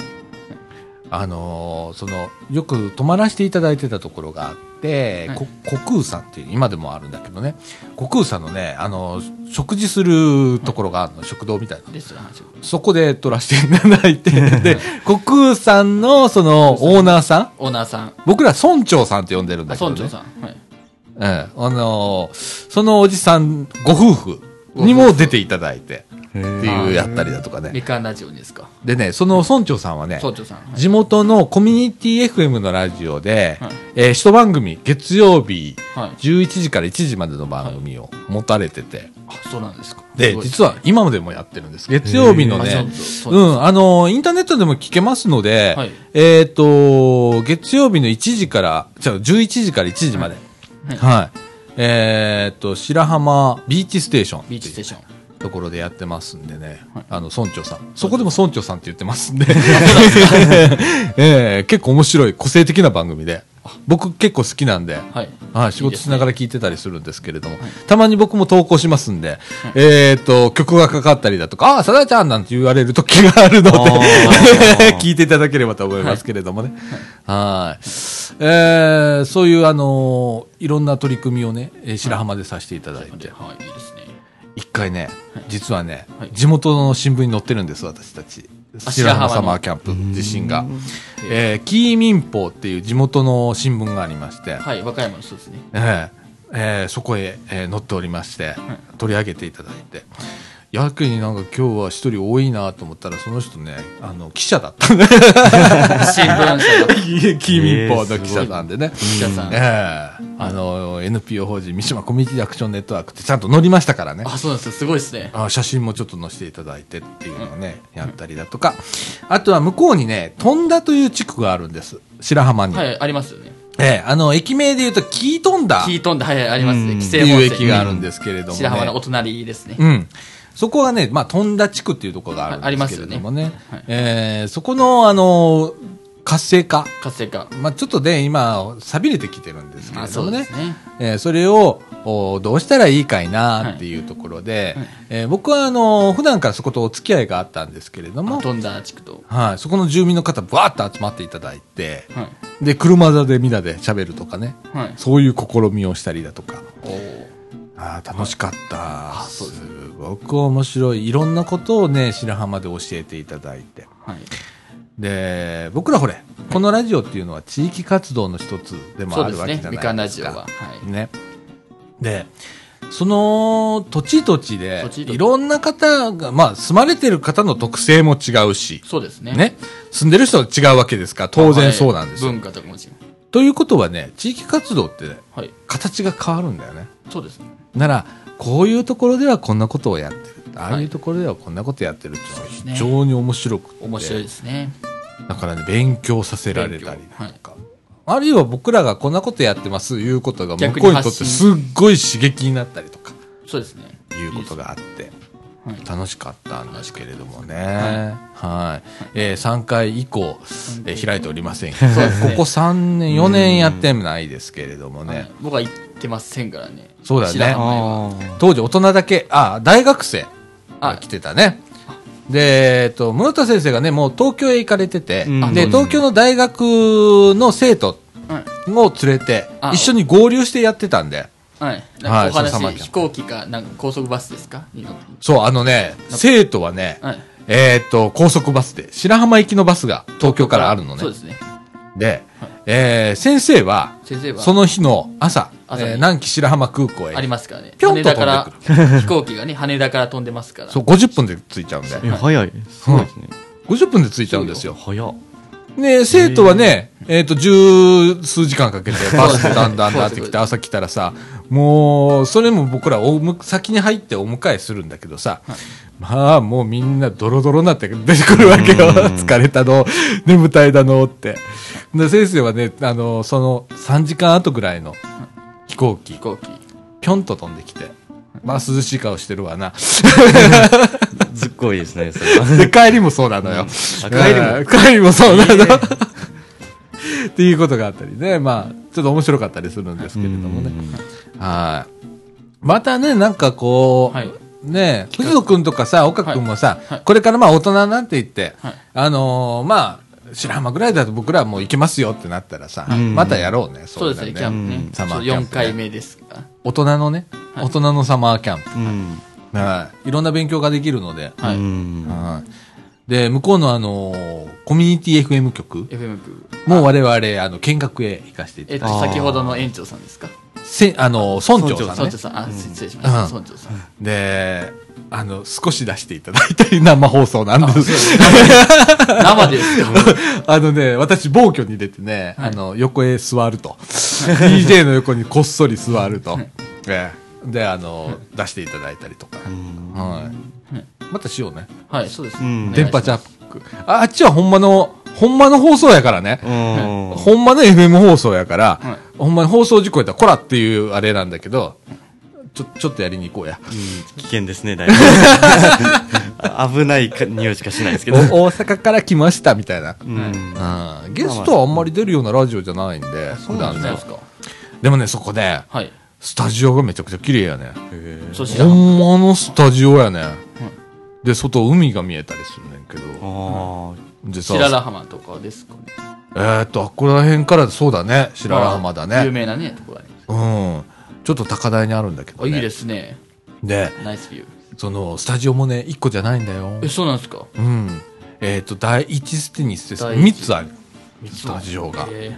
A: あのーそのよく泊まらせていただいてたところがあって、
D: はい
A: こ虚空さんっていう今でもあるんだけどね虚空さんのね、あのー食事するところがあるの、食堂みたいな
D: レストラン始まる
A: そこで撮らせていただい [laughs] てで虚空さんのそのオーナーさん
D: オーナーさん、
A: 僕ら村長さんって呼んでるんだ
D: あ
A: けど、
D: 村
A: ね、
D: 長さん、はい、
A: うんあのーそのおじさんご夫婦にも出ていただいてっていうやったりだとかね
D: みかんラジオですか
A: でねその村長さんはね、
D: 村長さん、はい
A: 地元のコミュニティ FM のラジオで、
D: はい
A: えー一番組月曜日
D: はい
A: 11時から1時までの番組を持たれてて、
D: あそうなんですか
A: で、実は今までもやってるんです。月曜日の
D: へー
A: ね
D: あそうそう
A: う
D: です
A: ん、あのーインターネットでも聞けますので、
D: はい
A: えっ、と、月曜日の1時から、じゃあ11時から1時まで、は、
D: はいい
A: えっ、と、白浜ビーチステーションって
D: ビー
A: い
D: チス
A: う
D: テーション
A: ところでやってますんでね、あの村長さん、そこでも村長さんって言ってますん [laughs] で、えー結構面白い、個性的な番組で、僕、結構好きなんで。
D: はい
A: はい、仕
D: い
A: 事
D: いです
A: し
D: ね
A: ながら聞いてたりするんですけれども、たまに僕も投稿しますんで、えーっと、曲がかかったりだとか、ああー、さだちゃんなんて言われる時があるので、 [laughs] 聞いていただければと思いますけれどもね。はい。えーそういう、あのーいろんな取り組みをね、えー白浜でさせていただいて、
D: はいいいですね
A: 一回ね、実はね、
D: はい
A: 地元の新聞に載ってるんです、私たち。
D: あ
A: 白浜
D: 白浜の
A: サマーキャンプ自身が。えーキー民報っていう地元の新聞がありまして、
D: はい和歌山の人ですね
A: ええええそこへ、えー載っておりまして、取り上げていただいて。やけになんか今日は一人多いなと思ったらその人ねあの記者だったね
D: 新聞社の
A: [laughs] キー民報の記者なんでね、
D: 記者さん
A: ええあの NPO 法人三島コミュニティアクションネットワークってちゃんと載りましたからね
D: あそうなんですよすごいですね
A: あ写真もちょっと載せていただいてっていうのをね、やったりだとか、あとは向こうにね、飛んだという地区があるんです。白浜に。
D: はいありますよね
A: ええ、あの、駅名で言うと、キー飛んだっ
D: 聞
A: て
D: いとんではいはいありますね規制
A: いう
D: 本
A: 駅
D: 線
A: があるんですけれども、ね。
D: 白浜のお隣ですね
A: うん。そこはね、まあ、飛んだ地区っていうところがあるんですけれどもね。
D: はいありますよねはい
A: えーそこの、あの、活性化。
D: 活性化
A: まあ、ちょっとね、今、錆びれてきてるんですけ
D: ま
A: れ
D: あ
A: ど
D: そ
A: も
D: うで
A: ね
D: す。ね
A: えーそれをおどうしたらいいかいなっていうところで、
D: はいはい
A: えー僕はあの普段からそことお付き合いがあったんですけれども、
D: 飛んだ地区と
A: はい、そこの住民の方バーッと集まっていただいて
D: は
A: で車座でみんなで喋るとかね
D: いはい
A: そういう試みをしたりだとか
D: おー
A: あー楽しかった、
D: そうです
A: ごく面白いいろんなことをね白浜で教えていただいて
D: はい
A: で僕らほれこのラジオっていうのは地域活動の一つでも
D: そ
A: あ
D: う
A: るわ
D: で
A: け
D: す
A: じ
D: ね
A: ゃ
D: み
A: な
D: か
A: い
D: ん
A: で
D: ラ
A: す
D: ジオ
A: か
D: はは。い
A: ね。で、その土地土地で
D: 土地土、地
A: いろんな方が、まあ、住まれてる方の特性も違うし、
D: そうですね
A: ね。住んでる人は違うわけですから、当然そうなんですよ。
D: はい文化とかも違う
A: ということはね、地域活動ってね、
D: はい
A: 形が変わるんだよね。
D: そうですね
A: なら、こういうところではこんなことをやってる。ああ
D: はいいう
A: ところではこんなことやってるっていうのは
D: すね
A: 非常に面白くて。
D: 面白いですね
A: だからね、勉強させられたり
D: 勉強
A: な
D: は
A: ん
D: い
A: か。あるいは僕らがこんなことやってますいうことが向
D: 逆
A: こう
D: に
A: にと
D: 発
A: って
D: 信
A: すっごい刺激になったりとか
D: そうですね
A: いうことがあって
D: はい
A: 楽しかったんですけれどもね。はい。えー3回以降、えー開いておりませんけど、
D: そうですね
A: ここ3年、4年やってないですけれども
D: は
A: ね
D: い。僕は行ってませんからね
A: そうだね
D: 知らん前は
B: あー
A: 当時大人だけ、あ、大学生が
D: あ
A: 来てたね。で、えっと、室田先生がね、もう東京へ行かれてて、
B: うん
A: で、東京の大学の生徒
D: はい
A: を連れて
D: あ
A: 一緒に合流してやってたんで
D: はい。なんかお
A: はいそう
D: 話、
A: さまじゃん
D: 飛行機か、なんか高速バスですかに乗って
A: そうあのね生徒はね、
D: はい。
A: えーっと高速バスで白浜行きのバスが東京からあるのね
D: そうですね。
A: で、えー先生は
D: 先生は、
A: その日の朝
D: 朝に
A: えー南紀白浜空港へ
D: ありますからね。
A: ぴょん
D: 羽
A: と
D: 田
A: 飛
D: か
A: ん
D: ら
A: で、
D: 飛行機がね、羽田から飛んでますから。
A: そう50分で着いちゃうんで
B: え早いすごいですね
A: 50分で着いちゃうんですよ
B: 早っ
A: ね生徒はね、えっ、と、十数時間かけてバスでだんだんなってきて、朝来たらさ、もう、それも僕らおむ、先に入ってお迎えするんだけどさ、まあもうみんなドロドロになって出てくるわけよ。
B: うん
A: 疲れたの、眠たいだのって。で、先生はね、あの、その3時間後ぐらいの飛行機、
D: 飛行機
A: ぴょんと飛んできて。まあ涼しい顔してるわな。
B: ずっこいですね、そ
A: [laughs]
B: れ
D: [laughs]
B: は。
A: で、帰りもそうなのよ。
B: あ帰りも
A: うん帰りもそうなの。っていうことがあったりね、まあ、ちょっと面白かったりするんですけれどもね。はい。またね、なんかこう、
D: はい
A: ねえ、藤野くんとかさ、岡くんもさ、
D: はいはい
A: これからまあ大人になっていって、
D: はい
A: あのーまあ、白浜ぐらいだと僕らもう行きますよってなったらさ、
B: ん
A: またやろうね、
D: そうですねキャンプね
A: うん
D: ちょ
A: サ
D: っ
A: マ
D: と
A: ーキャン
D: 4
A: プね
D: 回目ですが
A: 大人のね、
D: はい
A: 大人のサマーキャンプ。
B: うん。
A: はい。いろんな勉強ができるので、
D: はい
B: うん。
A: はい。で、向こうのあのーコミュニティ FM 局、
D: FM 部
A: もう我々、あの、見学へ行かせてい
D: え
A: た
D: っ
A: だ
D: と
A: いて、
D: 先ほどの園長さんですか
A: せあの、村長さん
D: 村
A: ね
D: 長。さんあ失礼しました
A: うん
D: 村長さん
A: で、あの、少し出していただいたり、生放送なんです。
D: 生ですか
A: あのね、私、暴挙に出てね、あの、横へ座ると。DJ の横にこっそり座ると。ええで、あの、出していただいたりとか。はい。またしようね。
D: はいそうです
B: うん
A: 電波チ
D: ん
A: ャック。ああっちはほんまの、ほんまの放送やからね。ほんまの FM 放送やから、
D: はい
A: ほんまに放送事故やったら、こらっていうあれなんだけど、ちょ、ちょっとやりに行こうや。
B: 危険ですね、だいぶ。 [laughs] あ危ないか匂いしかしないですけど。
A: [laughs] お大阪から来ましたみたいな。
B: う
A: う
B: ん。
A: んゲストはあんまり出るようなラジオじゃないんで、普段ね。でもね、そこで、
D: はい
A: スタジオがめちゃくちゃ綺麗やね。
D: そうし
A: ほ
D: らん
A: んまのスタジオやね。で、外海が見えたりするねんけど。
B: あ
A: で
D: 白良
A: さ、
D: 浜とかですかね
A: えーっと、あここら辺からそうだね。白良浜だ
D: まあ有
A: ね。
D: 名なねところあります
A: うん。ちょっと高台にあるんだけど
D: あ
A: ね。
D: いいですね
A: で、
D: ナイスビュー
A: その、スタジオもね、1個じゃないんだよ
D: え。そうなんですか
A: うん。えーっと、第1ステニスです。
D: 第一
A: 3つある。スタジオが。
D: え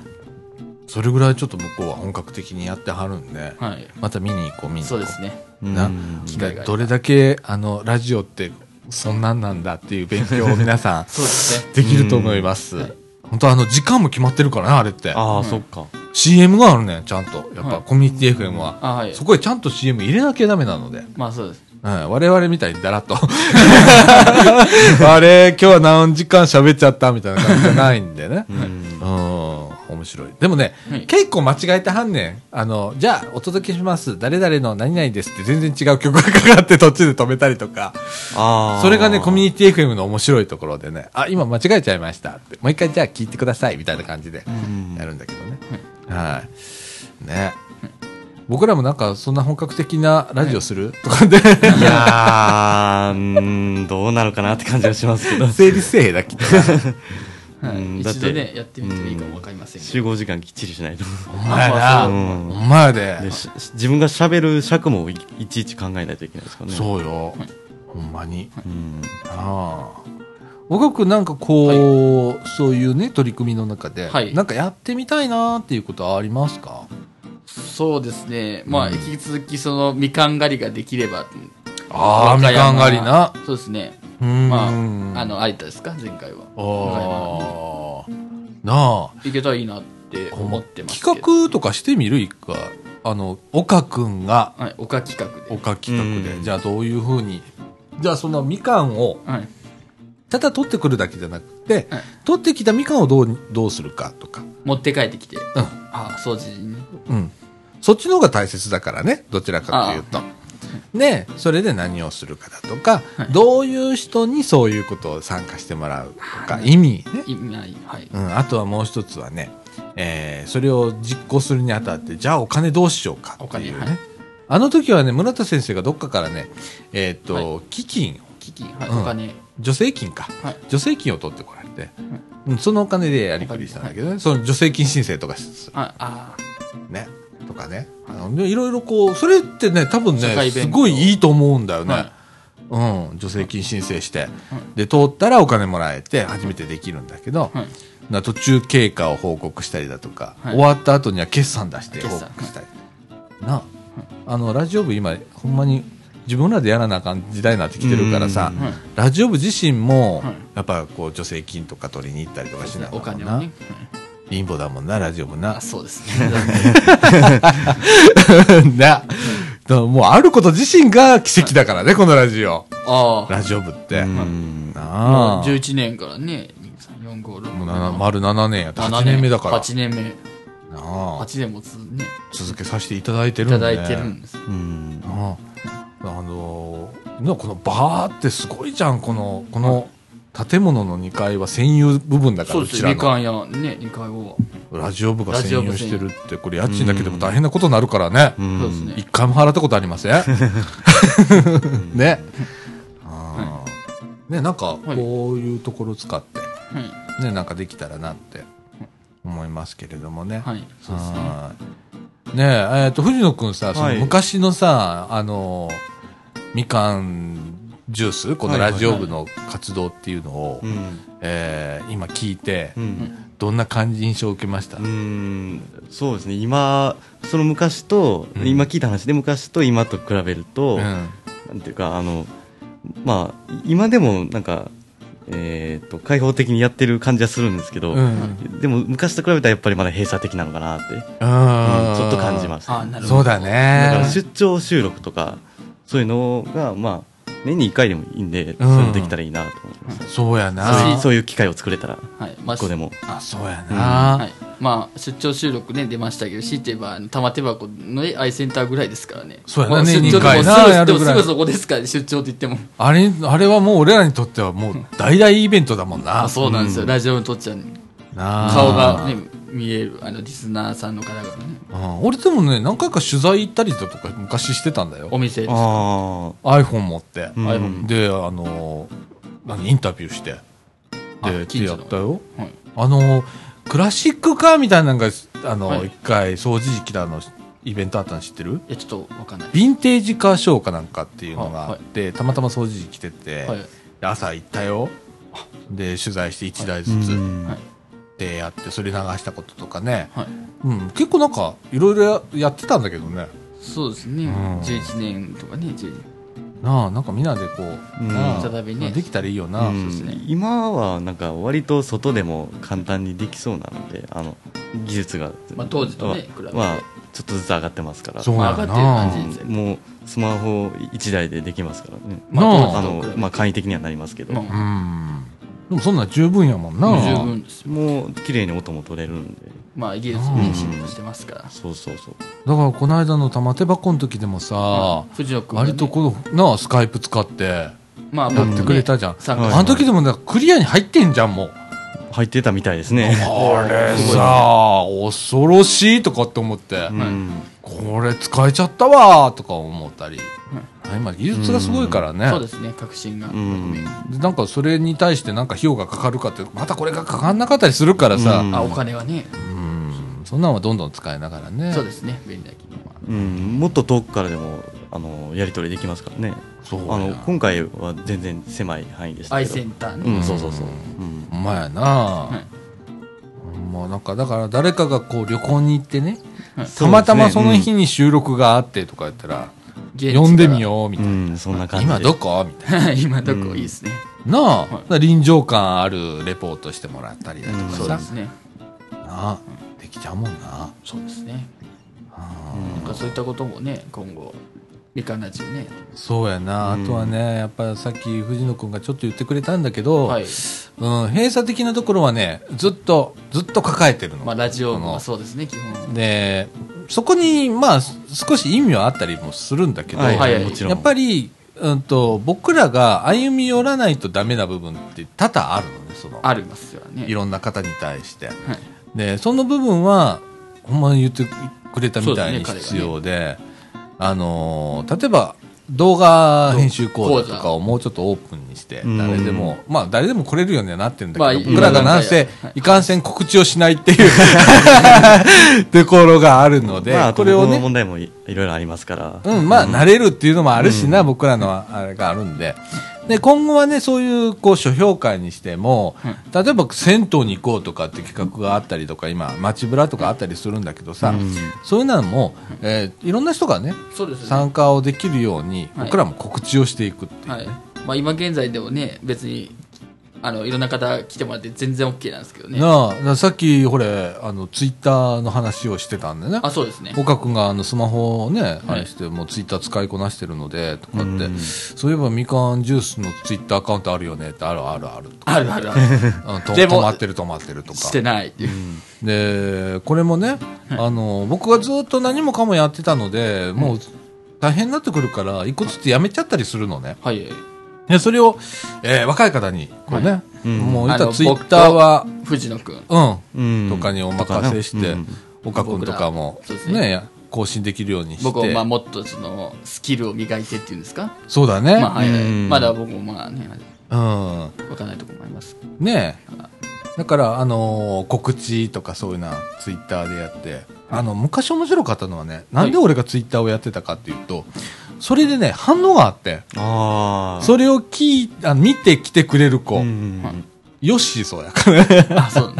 A: それぐらいちょっと向こうは本格的にやってはるんで
D: ー、はい
A: また見に行こう、見に行こ
D: そう
A: う。
D: ですね
A: な
D: 機会があり
A: どれだけあのラジオってそんなんなんだっていう勉強を皆さん
D: [laughs] そうですね
A: できると思います。本当あの時間も決まってるからね、あれって。
B: あ。あ
D: う
B: あ、
D: ん
B: そっか。
A: CM があるねん、ちゃんと。やっぱ、
D: はい
A: コミュニティ FM は。
D: あはい
A: そこへちゃんと CM 入れなきゃダメなので。
D: まあそうです
A: うん、我々みたいにだらっと。 [laughs] あれ、今日は何時間喋っちゃったみたいな感じじゃないんでね。うん、面白い。でもね、
D: はい
A: 結構間違えてはんねん。あの、じゃあ、お届けします。誰々の何々ですって全然違う曲がかかって途中で止めたりとか。
B: ああ。
A: それがね、コミュ
B: ニ
A: ニティ FM の面白いところでね、あ、今間違えちゃいましたって。もう一回じゃあ聞いてくださいみたいな感じでやるんだけどね。はい。ね。僕らもなんかそんな本格的なラジオするとかで、
B: いやー、うーん、どうなのかなって感じがしますけど。
A: 整理整理だきっと。
D: は
B: うん
D: い
B: だって
D: 一度ねやってみてもいいかもわかりませんけ
B: 集
D: ど
B: 合時間きっちりしないと。
A: お前
D: ま
A: な。
D: あそう
A: お前で。
B: でし自分が喋る尺もいいちいち考えないといけないですからね。
A: そうよ。ほんまに。
B: うん。
A: ああ。僕くんなんかこう、そういうね、取り組みの中で、
D: はい
A: なんかやってみたいなーっていうことはありますか
D: そうですねまあ引き続きそのみかん狩りができれば
A: ああ、み
D: 和
A: か
D: 歌山
A: ん狩りな。
D: そうですね
A: うん
D: まああの有田ですか前回は
A: ああ。なあ。
D: いけたらいいなって思ってますけど
A: 企画とかしてみる一回。あの、岡くんが、
D: はい岡企画で
A: 岡企画で、
B: うん
A: じゃあどういうふうに、じゃあそのみかんを、
D: はい
A: ただ取ってくるだけじゃなくて、
D: はい
A: 取ってきたみかんをどうに、どうするかとか。
D: 持って帰ってきて
A: うん
D: あ掃除にね
A: うん。そっちの方が大切だからね、どちらかというと。ねそれで何をするかだとか、どういう人にそういうことを参加してもらうとか、意味ね。
D: 意味ないはい
A: うん、あとはもう一つはね、えーそれを実行するにあたって、じゃあお金どうしようかっていうね。
D: お金はい
A: あの時はね、村田先生がどっかからね、えーっと、
D: は
A: 基金を、
D: 基金はい
A: うん
D: お金
A: 助成金か、
D: はい
A: 助成金を取ってこられて、うんそのお金でやりくりしたんだけどね、その助成金申請とかする
D: ああ
A: ね、とかね。あのでいろいろこう、それってね、多分
D: 社
A: ね、
D: 会
A: す
D: 勉強
A: ごいいいと思うんだよね。
D: はい
A: うん、助成金申請して、で、通ったらお金もらえて、初めてできるんだけど、
D: はい
A: な途中経過を報告したりだとか、
D: はい
A: 終わった後には決算出して
D: 決
A: 報
D: 算
A: 告したり、なああのラジオ部今ほんまに自分らでやらなあかん時代になってきてるからさ、
D: はい
A: ラジオ部自身も、
D: はい
A: やっぱこう助成金とか取りに行ったりとかしな
D: お
A: がら
D: 金
A: な、
D: をね
A: 貧乏だもんなラジオ部な
D: あそうです
A: [laughs]
D: ね [laughs]
A: な、だからもうあること自身が奇跡だからね、このラジオ
D: ああ。
A: ラジオ部って。
B: うん
A: なあ。
D: 11年からね、2、3、4、5、6。
A: もう7丸7年やって、8年目だから。
D: 8年目。
A: なあ
D: 8年もつね、
A: 続けさせていただいて
D: い
A: る
D: た
A: ん
D: だ
A: で、ね。
D: いてるんです。
B: うん
A: なあ。あのーなこのバーってすごいじゃん、この、この建物の2階は専用部分だから、
D: そううです
A: ち
D: よ。
A: ら
D: みか
A: の
D: んやね、2階後は。
A: ラジオ部が
D: ラジオ
A: 専
D: 部
A: 用
D: 専
A: し
D: 用
A: てるって、これ家賃だけでも大変なことになるからね。
B: うん
D: そうですね。
A: 一回も払ったことありま
D: [laughs]
A: せんね。あーね、なんか、
D: はい
A: こういうところ使って、
D: はい。
A: ね、なんかできたらなって思いますけれどもね。
D: はい。そうですね。
A: はいねえ、えっと、藤野くんさ、その
B: はい
A: 昔のさ、あの、みかんジュース、このラジオ部の活動っていうのを
B: う、ん
A: えー今聞いて
B: う、ん
A: どんな感じ、印象を受けました
B: うんそうですね今その昔と、
A: うん
B: 今聞いた話で昔と今と比べると、
A: うん
B: なんていうかあのまあ今でもなんかえー、と開放的にやってる感じはするんですけど、
A: うん
B: でも昔と比べたらやっぱりまだ閉鎖的なのかなって、うん
A: あー
B: ちょっと感じました
D: あ、なるほど。
A: そうだ
B: だから
A: ね。
B: 出張収録とかそういうのがまあ年に1回でもいいんで、
A: うん
B: そういうのできたらいいなと思います、
A: そうやな。
B: そういうそういう機会を作れたら
D: はい。まあ
B: 一個でも
A: あ、そうや
D: は
A: な。
D: い。まあ、出張収録ね、出ましたけど、強いて言えば、あの玉手箱のねアイセンターぐらいですからね。
A: そうやな
D: まあ
A: 年に
D: 出張
A: 一回
D: で
A: な
D: もすぐ
A: やるぐらい
D: でもすぐそこですからね、出張って言っても。
A: あれ、あれはもう俺らにとってはもう大々イベントだもんな。
D: あ、そうなんですよ。ラジオのとっちゃん、
A: なあ
D: 顔がね、見える、あの、リスナーさんの方がね、
A: うん俺でもね、何回か取材行ったりだとか昔してたんだよ
D: お。店です。
B: あ
A: iPhone 持って。
B: あ、うん
D: あ
A: で、
D: で
A: あの、何、インタビューして。
D: あ
A: で、
D: 近
A: で
D: 所
A: や
D: の
A: ったよ。
D: はい。
A: あの、クラシックカーみたいなのが、あの、一、
D: はい
A: 回、掃除時期だの、イベントあったの知ってる
D: いや、ちょっとわかんない
A: ヴ。ィンテージカーショーかなんかっていうのがあって、たまたま掃除時来てて、
D: はい。
A: で朝行ったよ。で、取材して1台ずつ。
B: うん
A: ってやってそれ流したこととかね、
D: はい。
A: うん、結構なんかいろいろやってたんだけどね
D: そうですね。
A: ん
D: 11年とかね、12年。
A: なあなんかみんなでこう、
B: うん
A: なあ
D: 再びね
A: できたらいいよな、
B: うん
D: そうですね
B: 今はなんか割と外でも簡単にできそうなのであの技術が、
D: まあ当時とね
B: ま
D: 比べて
B: まあ、ちょっとずつ上がってますから
A: そうや
D: 上がってる
A: な
D: 感じですよね。
B: もうスマホ1台でできますからね
A: まあ
B: あの
D: 当時と比べ、て
B: まあ、簡易的にはなりますけど、
D: まあ
A: うんでもそんなん十分やもんな
D: 十分です。
B: もう綺麗に音も取れるんで
D: まあ、技術もね、進歩してますから。
B: そうそうそう
A: だからこの間の玉手箱の時でもさ、
D: 藤野君がね
A: 割とこのなあスカイプ使って
D: まあ、
A: やってくれたじゃん、
D: 参
B: 加
A: あの時でもなんかクリアに入ってんじゃんもう
B: 入ってたみたいですね、
A: あれさあ恐ろしいとかって思って、
B: うん、
A: これ使えちゃったわーとか思ったり、今技術がすごいからね、
D: そうですね、革新が。
B: うん
A: でなんかそれに対してなんか費用がかかるかってまたこれがかかんなかったりするからさ、
B: うん
D: あ、お金はね、
A: うんそんなんはどんどん使いながらね
D: そうですね、便利な機能は。
B: うん、もっと遠くからでもあのやり取りできますからね
A: そうや
B: あの今回は全然狭い範囲でした
D: ア
B: け
D: イ
B: ど
D: センター
B: う
D: ね。
B: んそうそうそう、うん
A: ほんまやな、
D: はい
A: ほんまなんかだから誰かがこう旅行に行ってね、
D: はい
A: たまたまその日に収録があってとか言ったら、
D: 現地から
A: 呼んでみようみ
B: う
A: たいな、
B: ん、そんな感じで
A: 今どこみたい
D: [laughs] 今どこいいですね。
A: ななあ、
D: い
A: だから臨場感あるレポートしてもらったりだと
B: うん
A: か
D: そう
A: さ、
D: ですね。
A: なあできちゃうもんな
D: そうですね。
A: あー
D: なんかそういったこともね、今後、みかんラジオね。
A: そうやな、
B: うん
A: あとはねやっぱりさっき藤野君がちょっと言ってくれたんだけど、
D: は
A: う
D: い。
A: ん、閉鎖的なところはねずっとずっと抱えてるの、
D: まあ、ラジオ
A: こ
D: も
A: の
D: そうですね、基本。
A: でそこにまあす少し意味はあったりもするんだけど、
B: はい、
D: はい
B: もちろん
A: やっぱり、うん、と僕らが歩み寄らないとダメな部分って多々あるのねその
D: ありますよね。
A: いろんな方に対して。
D: はい。
A: でその部分はほんまに言ってくれたみたいに
D: そうです
A: 必
D: ね
A: 要で、あのー例えば動画編集講座とかをもうちょっとオープンにして
B: うん
A: 誰でも、まあ誰でも来れるようにはなってるんだけど、
D: まあ
A: 僕らがなんせ、
D: はい
A: い、かんせん告知をしないっていう
B: [laughs]
A: [laughs] ところがあるので、
B: まあ、
A: これを
B: この
A: ね
B: 問題もいいろいろありますから、
A: うん、まあ、慣れるっていうのもあるしな、僕らのあれがあるんで。で、今後はね、そういう、こう、書評会にしても、例えば、銭湯に行こうとかって企画があったりとか、今、街ブラとかあったりするんだけどさ、
B: うん
A: そういうのも、えーいろんな人がね、
D: そうですね。
A: 参加をできるように、
D: はい
A: 僕らも告知をしていくっていうね、
D: はいまあ、今現在でもね別にあのいろんな方来てもらって全然 OK なんですけどね
A: なあ、なさっき、ほれ、あの、ツイッターの話をしてたんでね。
D: あそうですね
A: 岡君があのスマホをね、あ
D: はい
A: れして、もうツイッター使いこなしてるので、とかっ
B: う
A: て
B: ん、
A: そういえばみかんジュースのツイッターアカウントあるよねって、あるあるあると
D: [laughs]
A: か。
D: あるあるある
A: あと
D: で
A: 止
D: も
A: まってる止まってるとか。
D: してないっていう
A: で、これもね、あの、僕がずっと何もかもやってたので、もう大変になってくるから、一個ずつやめちゃったりするのね。
D: はい
A: で、それを、えー若い方に、こうね、
B: うん
A: もう言った
D: あ
A: ら
D: の
A: ツイッターは、
D: 藤野君
A: うん、
B: うん
A: とかにお任せして、
B: うん
A: 岡君とかも
D: 僕らそうで、すね
A: ね、更新できるようにして。
D: 僕もまあもっとそのスキルを磨いてっていうんですか、
A: そうだね。
D: まあはいはい
B: うん
D: まだ僕もまあね
A: うん。
D: 分かんないところもあります
A: ねえ。だから、あのー告知とかそういうのはツイッターでやって、あの、昔面白かったのはね、なんで俺がツイッターをやってたかっていうと、それでね、反応があって、
B: ああ
A: それを聞いあ見てきてくれる子、
B: うん
D: はい
A: よしそうやからね、
D: あそう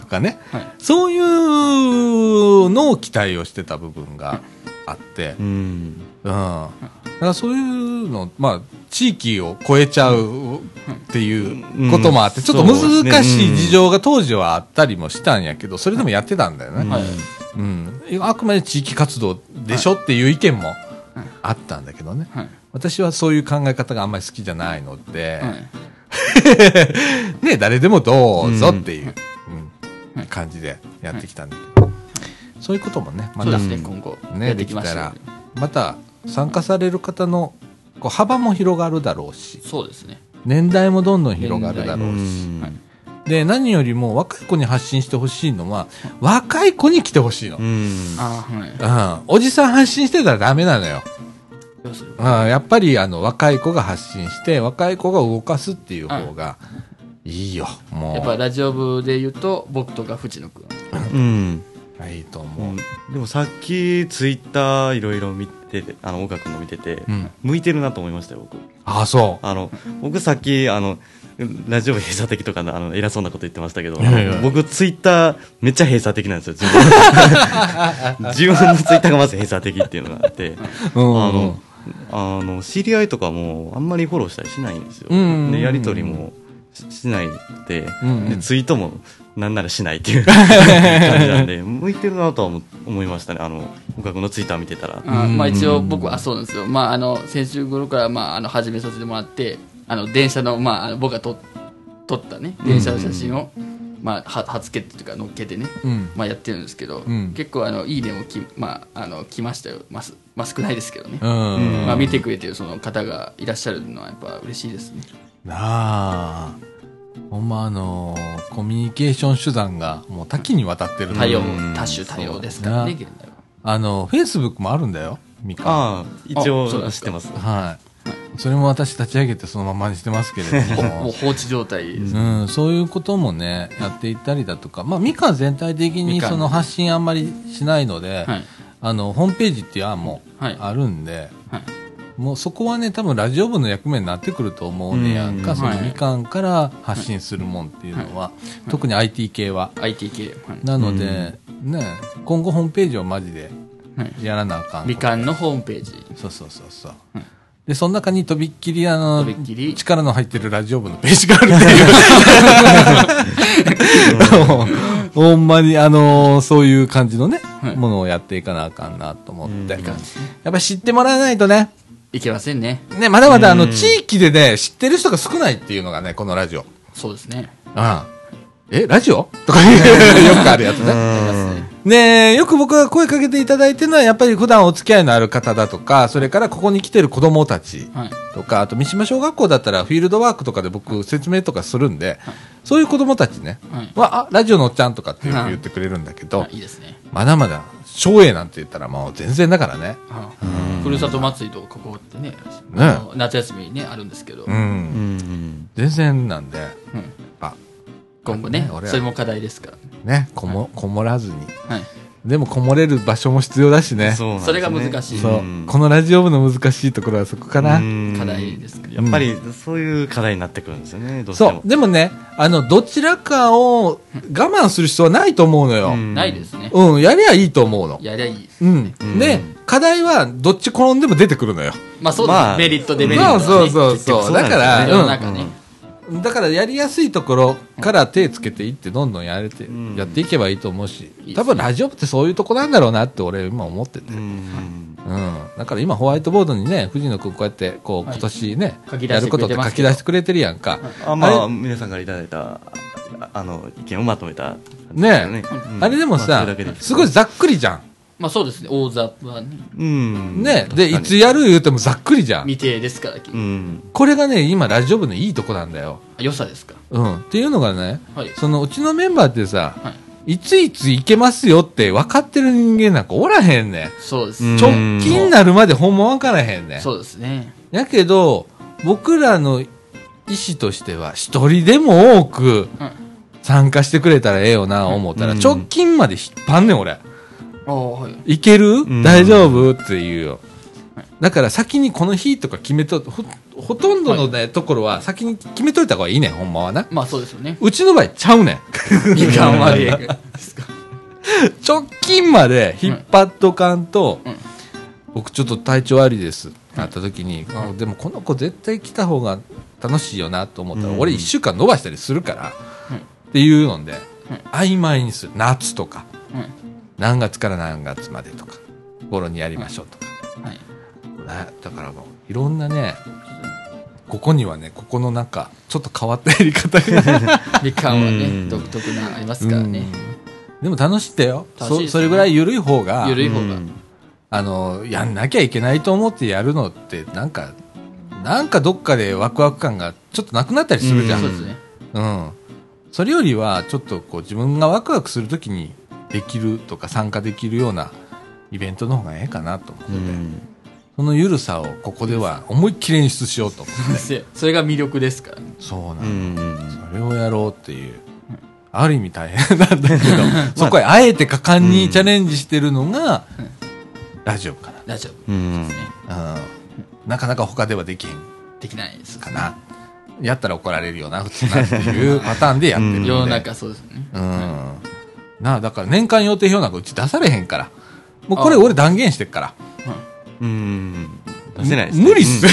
A: とかね、
D: はい
A: そういうのを期待をしてた部分があって、
B: うん
A: うん。だからそういうの、まあ、地域を超えちゃうっていうこともあって、
B: うん
A: ちょっと難しい事情が当時はあったりもしたんやけど、それでもやってたんだよね。
D: はい
A: うん。あくまで地域活動でしょっていう意見もあったんだけどね。
D: はい
A: 私はそういう考え方があんまり好きじゃないので、
D: はい
A: [laughs] ね、誰でもどうぞっていう、うん
D: はい
A: 感じでやってきたんだけど、そういうこともね、ま
D: そう
A: た
D: ですね今後や
A: ね、
D: っ
A: で
D: て
A: き
D: き
A: た
D: ました
A: ら
D: けど、
A: また参加される方のこう幅も広がるだろうし、
D: そうですね
A: 年代もどんどん広がるだ
B: う
A: ろうし、
B: ん
D: はい
A: で、何よりも若い子に発信してほしいのは、若い子に来てほしいの。う
B: うんん
D: あーはい
A: おじさん発信してたらダメなのよ。
D: 要するに
A: うん、やっぱりあの若い子が発信して、若い子が動かすっていう方がいいよ。もう。
D: やっぱラジオ部で言うと僕とか藤野君
B: うん
A: いいと
B: う
A: 思
B: ん
A: う。
B: でもさっきツイッターいろいろ見ててあの音楽の見てて、
A: うん
B: 向いてるなと思いましたよ僕
A: ああ、そう。
B: あの僕さっきあのラジオ閉鎖的とかのあの偉そうなこと言ってましたけど、
A: いやいや
B: 僕ツイッターめっちゃ閉鎖的なんですよ自分
A: [laughs]
B: 自分のツイッターがまず閉鎖的っていうのがあって
A: うん
B: あのあの知り合いとかもあんまりフォローしたりしないんですよ、
A: うんうんうん
B: でやり取りもししないで,、
A: うんうん
B: でツイートもなんならしないっていう [laughs] 感じなんで向いてるなとは思思いましたねあの岡君のツイッター見てたら。
D: あーまあ一応僕はそうなんですよ、まあ、あの先週頃からまああの始めさせてもらってあの電車の,、まあ、あの僕がと撮ったね電車の写真を、まあ、ははつけてというか乗っけてね、
A: うん
D: まあ、やってるんですけど、
A: ん
D: 結構あのいいねもき、まあ、あの来ましたよ、まあ、すまあ少ないですけどね、
A: うん。
D: まあ、見てくれてるその方がいらっしゃるのはやっぱ嬉しいですね
A: なあ。ほんまあのーコミュニケーション手段がもう多岐にわたってるの
D: 多様
B: うん
D: 多種多様ですからね
A: そ
D: 現代は
A: あの、フェイスブックもあるんだよ、みか
B: ああ一
D: あそうなん
B: 応
D: で
B: 知
D: す
B: っ
D: か
B: てます
A: ん。はい。それも私立ち上げてそのままにしてますけれど
D: もう [laughs]
A: も。
D: 放置状態です、
A: うん、そういうこともね、やっていったりだとか、まあ、みかん全体的に
D: みかん
A: その発信あんまりしないので、
D: はい
A: あの、ホームページっていう案も
D: はい
A: あるんで、
D: はい
A: もうそこはね、多分ラジオ部の役目になってくると思うねやんか、
B: うん
A: その
D: はい
A: みかんから発信するもんっていうのは、特に IT 系は。
D: IT 系、はい
A: なので、ね、今後ホームページをマジで
D: はい
A: やらなあかん。
D: みかんのホームページ
A: そうそうそうそう。で、その中にとびっきり、あの
D: とびっき、り
A: 力の入ってるラジオ部のページがある
D: [laughs]
A: っていう。ほんまに、あのーそういう感じのね、
D: はい
A: ものをやっていかなあかんなと思って。やっぱり知ってもらわないとね、
D: いけませんね
A: ね、まだまだあの、
B: うん
A: 地域でね、知ってる人が少ないっていうのがね、このラジオ。
D: そうですね
A: うん。え、ラジオとか言うよくあるやつね。ねえ、よく僕が声かけていただいてるのは、やっぱり普段お付き合いのある方だとか、それからここに来てる子供たち
D: はい
A: とか、あと三島小学校だったらフィールドワークとかで僕説明とかするんで、そういう子供たちね、
D: はい
A: は、あ、ラジオのおっちゃんとかってよく言ってくれるんだけど
D: あ、いいですね
A: まだまだ、省エなんて言ったらもう全然だからね。
D: ふるさと祭りとかここってねあの夏休みにねあるんですけど、
A: うん
B: う。ん
A: 全然なんで、
D: うん
A: あ、
D: 今後ね
A: 俺ら
D: それも課題ですから、
A: ね、こも、こもらずに。
D: はい
A: でもこもれる場所も必要だしね。
B: うなんですね
D: それが難しい
A: そう
B: うん
A: このラジオ部の難しいところはそこかな。
B: うん
D: 課題ですから
B: やっぱりそういう課題になってくるんですよねどうして
A: そ
B: も
A: う。でもね、あの、どちらかを我慢する必要はないと思うのよ。
B: うん
D: ないですね
A: うん、やりゃいいと思うの。
D: やりゃいいです
A: うん。で、課題はどっち転んでも出てくるのよ。
D: まあそうですね、
B: まあ
D: メリットデメリッ
A: そ
D: ト、
A: う
D: ね、
A: そうそうそう。
B: 結局そう
A: だ
B: なん
A: か
B: ですよ
A: ら、
B: ね
D: 世の中
A: う
D: ね、
A: だからやりやすいところから手つけていってどんどんやれて、
B: うん
A: やっていけばいいと思うし
D: いいっすね
A: 多分ラジオ部ってそういうとこなんだろうなって俺今思ってて、うんだから今ホワイトボードにね藤野君こうやってこう
D: はい
A: 今年ね、
D: 書き出
A: や
D: して
A: る
D: く
A: こ
D: れ
A: とってて
D: ま
A: 書
D: すけ
A: き
D: ど
A: 出してくれてるやんか、
B: あま
A: あ
B: あ皆さんからいただいたああの意見をまとめた感じ
A: ね
B: す
A: え
B: ようん
A: あれでも
B: まあ
A: さ、
B: それだけです
A: ごいざっくりじゃ
D: まあそうですね、大雑把に
B: うん
A: んねでい
B: 確か
A: つ
B: に
A: やる言うてもざっくりじゃん
D: 未定ですから、
B: うん
A: これがね今ラジオ部のいいとこなんだよ、
D: 良さですか。
A: うん、っていうのがね、
D: はい
A: そのうちのメンバーってさ、
D: はい。
A: いついつ行けますよって分かってる人間なんかおらへんねん。
D: そうです。
B: うん
D: ちょ
A: 直近になるまでほんま分からへんねん。
D: そうですね。
A: やけど、僕らの意思としては、一人でも多く
D: はい。
A: 参加してくれたらええよな、思ったら、
B: うん
A: 直近まで引っ張んねん、俺。
D: ああ、はい。
A: いける、
B: ん
A: 大丈夫っていうよ。だから先にこの日とか決めと、ほ、ほとんどのね、ところは先に決めといた方がいいねん、ほんまはな。
D: まあそうですよね。
A: うちの場合ちゃう
D: [laughs]
A: ねん。
D: みかんまでですか。
A: 直近まで引っ張っとかんと、
D: うんうん
A: 僕ちょっと体調悪いですってなった時に、あでもこの子絶対来た方が楽しいよなと思ったら、
B: うん
A: 俺1週間伸ばしたりするから、
D: うん
A: っていうので、
D: うん
A: 曖昧にする夏とか
D: うん。
A: 何月から何月までとか頃にやりましょうとか、 [laughs]
D: はい。
A: ねだからもういろんなねここにはねここのなんかちょっと変わったやり方が
D: みかんは
B: う
D: ね、
B: ん
D: 独特なありますからね。
A: うんでも楽しいんだよ
D: 楽しいですね
A: そそれぐらい緩い方が
D: 緩い方が。
A: あの、やんなきゃいけないと思ってやるのって、なんか、なんかどっかでワクワク感がちょっとなくなったりするじゃん。う。
D: そうんですね。
A: それよりは、ちょっとこう自分がワクワクするときにできるとか参加できるようなイベントの方がええかなと思って、
B: うん
A: その緩さをここでは思いっきり演出しようと思って。
D: そうそれが魅力ですからね。
A: そうなん
B: う
A: だ、
B: ん
A: それをやろうっていう。ある意味大変なん
B: [laughs]
A: だけど、そこへあえて果敢にチャレンジしてるのが、ラジオかな。
D: 大丈夫。
B: うん
A: うん、なかなか他ではできへん
D: できないです
A: かな。やったら怒られるよな、普通なっていうパターンでやってるんで。
D: 世の中そうですね。
A: うん。なあ、だから年間予定表なんかうち出されへんから。もうこれ俺断言してっから。
B: うん出せないですね
A: 無理っす。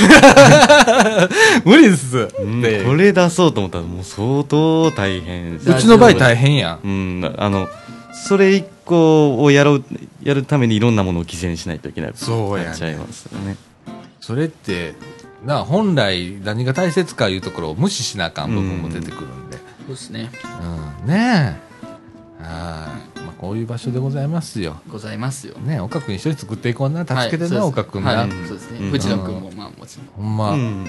A: [laughs] 無理っす。
B: うん
A: で
B: これ出そうと思ったらもう相当大変
A: うちの場合大変やん。
B: うんあのそれ一個をやろうやるためにいろんなものを犠牲にしないといけない
A: そうやね
B: なっちゃいますよね
A: それって、なあ、本来何が大切かいうところを無視しなあかん部分も出てくるんで。
D: そうですね。
A: うん。ねえ。はいまあ、こういう場所でございますよ。
D: ございますよ。
A: ねえ岡君一緒に作っていこうな。助
D: はい
A: けてな、
D: そうです
A: 岡君な。
D: はいそうです
B: う
D: ね。
B: ん
D: 藤野君も、まあもち
A: ほんま。
B: うん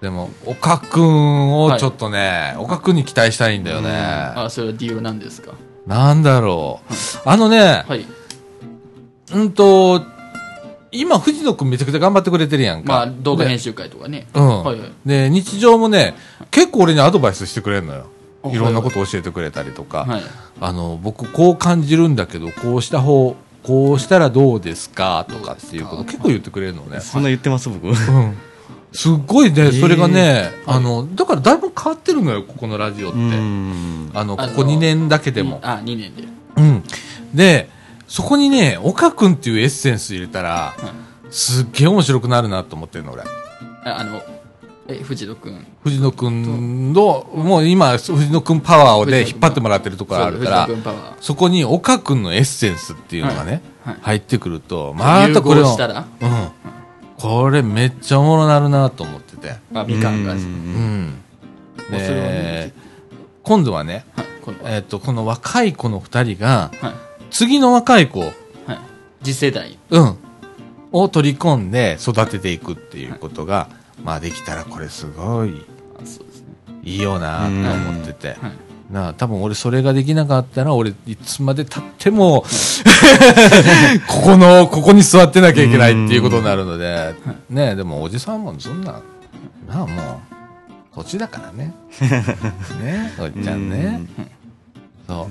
A: でも、岡くんをちょっとね、岡くんに期待したいんだよね。
D: ろん。あ、それは理由なんですか。
A: なんだろう。あのね、
D: はい。
A: うんと、今、藤野くんめちゃくちゃ頑張ってくれてるやんか。
D: まあ動画編集会とかね。
A: うん、
D: はいはい。
A: で、日常もね、結構俺にアドバイスしてくれるのよ。
D: あ
A: いろんなこと教えてくれたりとか、
D: はい。
A: あの、僕こう感じるんだけど、こうした方、こうしたらどうですかとかっていうこと
D: どうですか
A: 結構言ってくれるのね。
B: そんな言ってます僕
A: うん。すっごいね、
B: ー
A: それがね、あの、だからだいぶ変わってるのよ、ここのラジオって。
B: うん
A: あの、
D: あ
A: こ
D: の
A: こ2年だけでも。
D: あ、2年で。
A: うん。で、そこにね、岡くんっていうエッセンス入れたら、すっげえ面白くなるなと思ってるの、俺。
D: ああの、え、藤野君。
A: 藤野くんの、もう今、藤野くんパワーで引っ張ってもらってるところあるから
D: そう藤野君、パワ
A: そこに岡くんのエッセンスっていうのがね、
D: はいはい
A: 入ってくると、ま
D: ー。融
A: たこれ
D: 合
A: を
D: したら、
A: うん。これめっちゃおもろなるなと思ってて。
D: まあ、みかんが。
B: う
D: も
A: うんん。
D: うそれをね
A: で、今度はね、
D: はい、今度は。
A: えっ、と、この若い子の二人が、
D: はい。
A: 次の若い子を、
D: はい。次世代。
A: うん。を取り込んで育てていくっていうことが、まあできたらこれすごい
D: あそうですね。
A: いいよなと思ってて。
D: はい。
A: なあ、多分俺それができなかったら俺いつまで経っても、 [laughs] ここの、ここに座ってなきゃいけないっていうことになるので、ねえでもおじさんもそんな、なあもう、土地だから
B: [laughs]
A: ね。ねおじちゃんね。そ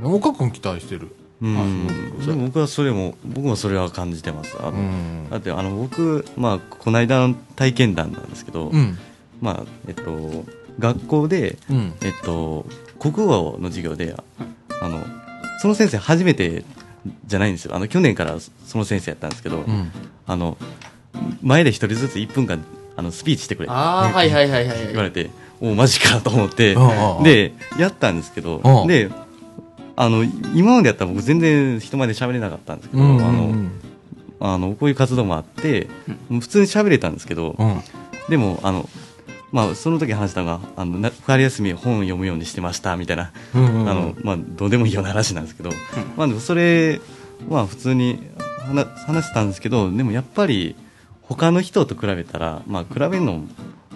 A: う。岡君期待してる。
B: うんでも僕はそれも僕もそれは感じてますあの
A: うん。
B: だってあの僕、まあ、この間の体験談なんですけど、
A: うん。
B: まあえっと、学校で、
A: うん。
B: えっと、国語の授業であのその先生初めてじゃないんですよあの去年からその先生やったんですけど、
A: うん。
B: あの前で一人ずつ1分間あのスピーチしてくれって
D: ああ、はいはいはいはい。
B: 言われておマジかと思って
A: うんうん
B: でやったんですけど
A: うん
B: であの今までやったら僕全然人前で喋れなかったんですけど、
A: うん
B: あ
A: う
B: の
A: ん
B: あのこういう活動もあって普通に喋れたんですけど、
A: うん
B: でもあの、まあ、その時話したのがあのな春休み本読むようにしてましたみたいな、
A: うんうん
B: あのまあ、どうでもいいような話なんですけど、まあ、でもそれ、まあ、普通に話話してたんですけどでもやっぱり他の人と比べたら、まあ、比べるのも、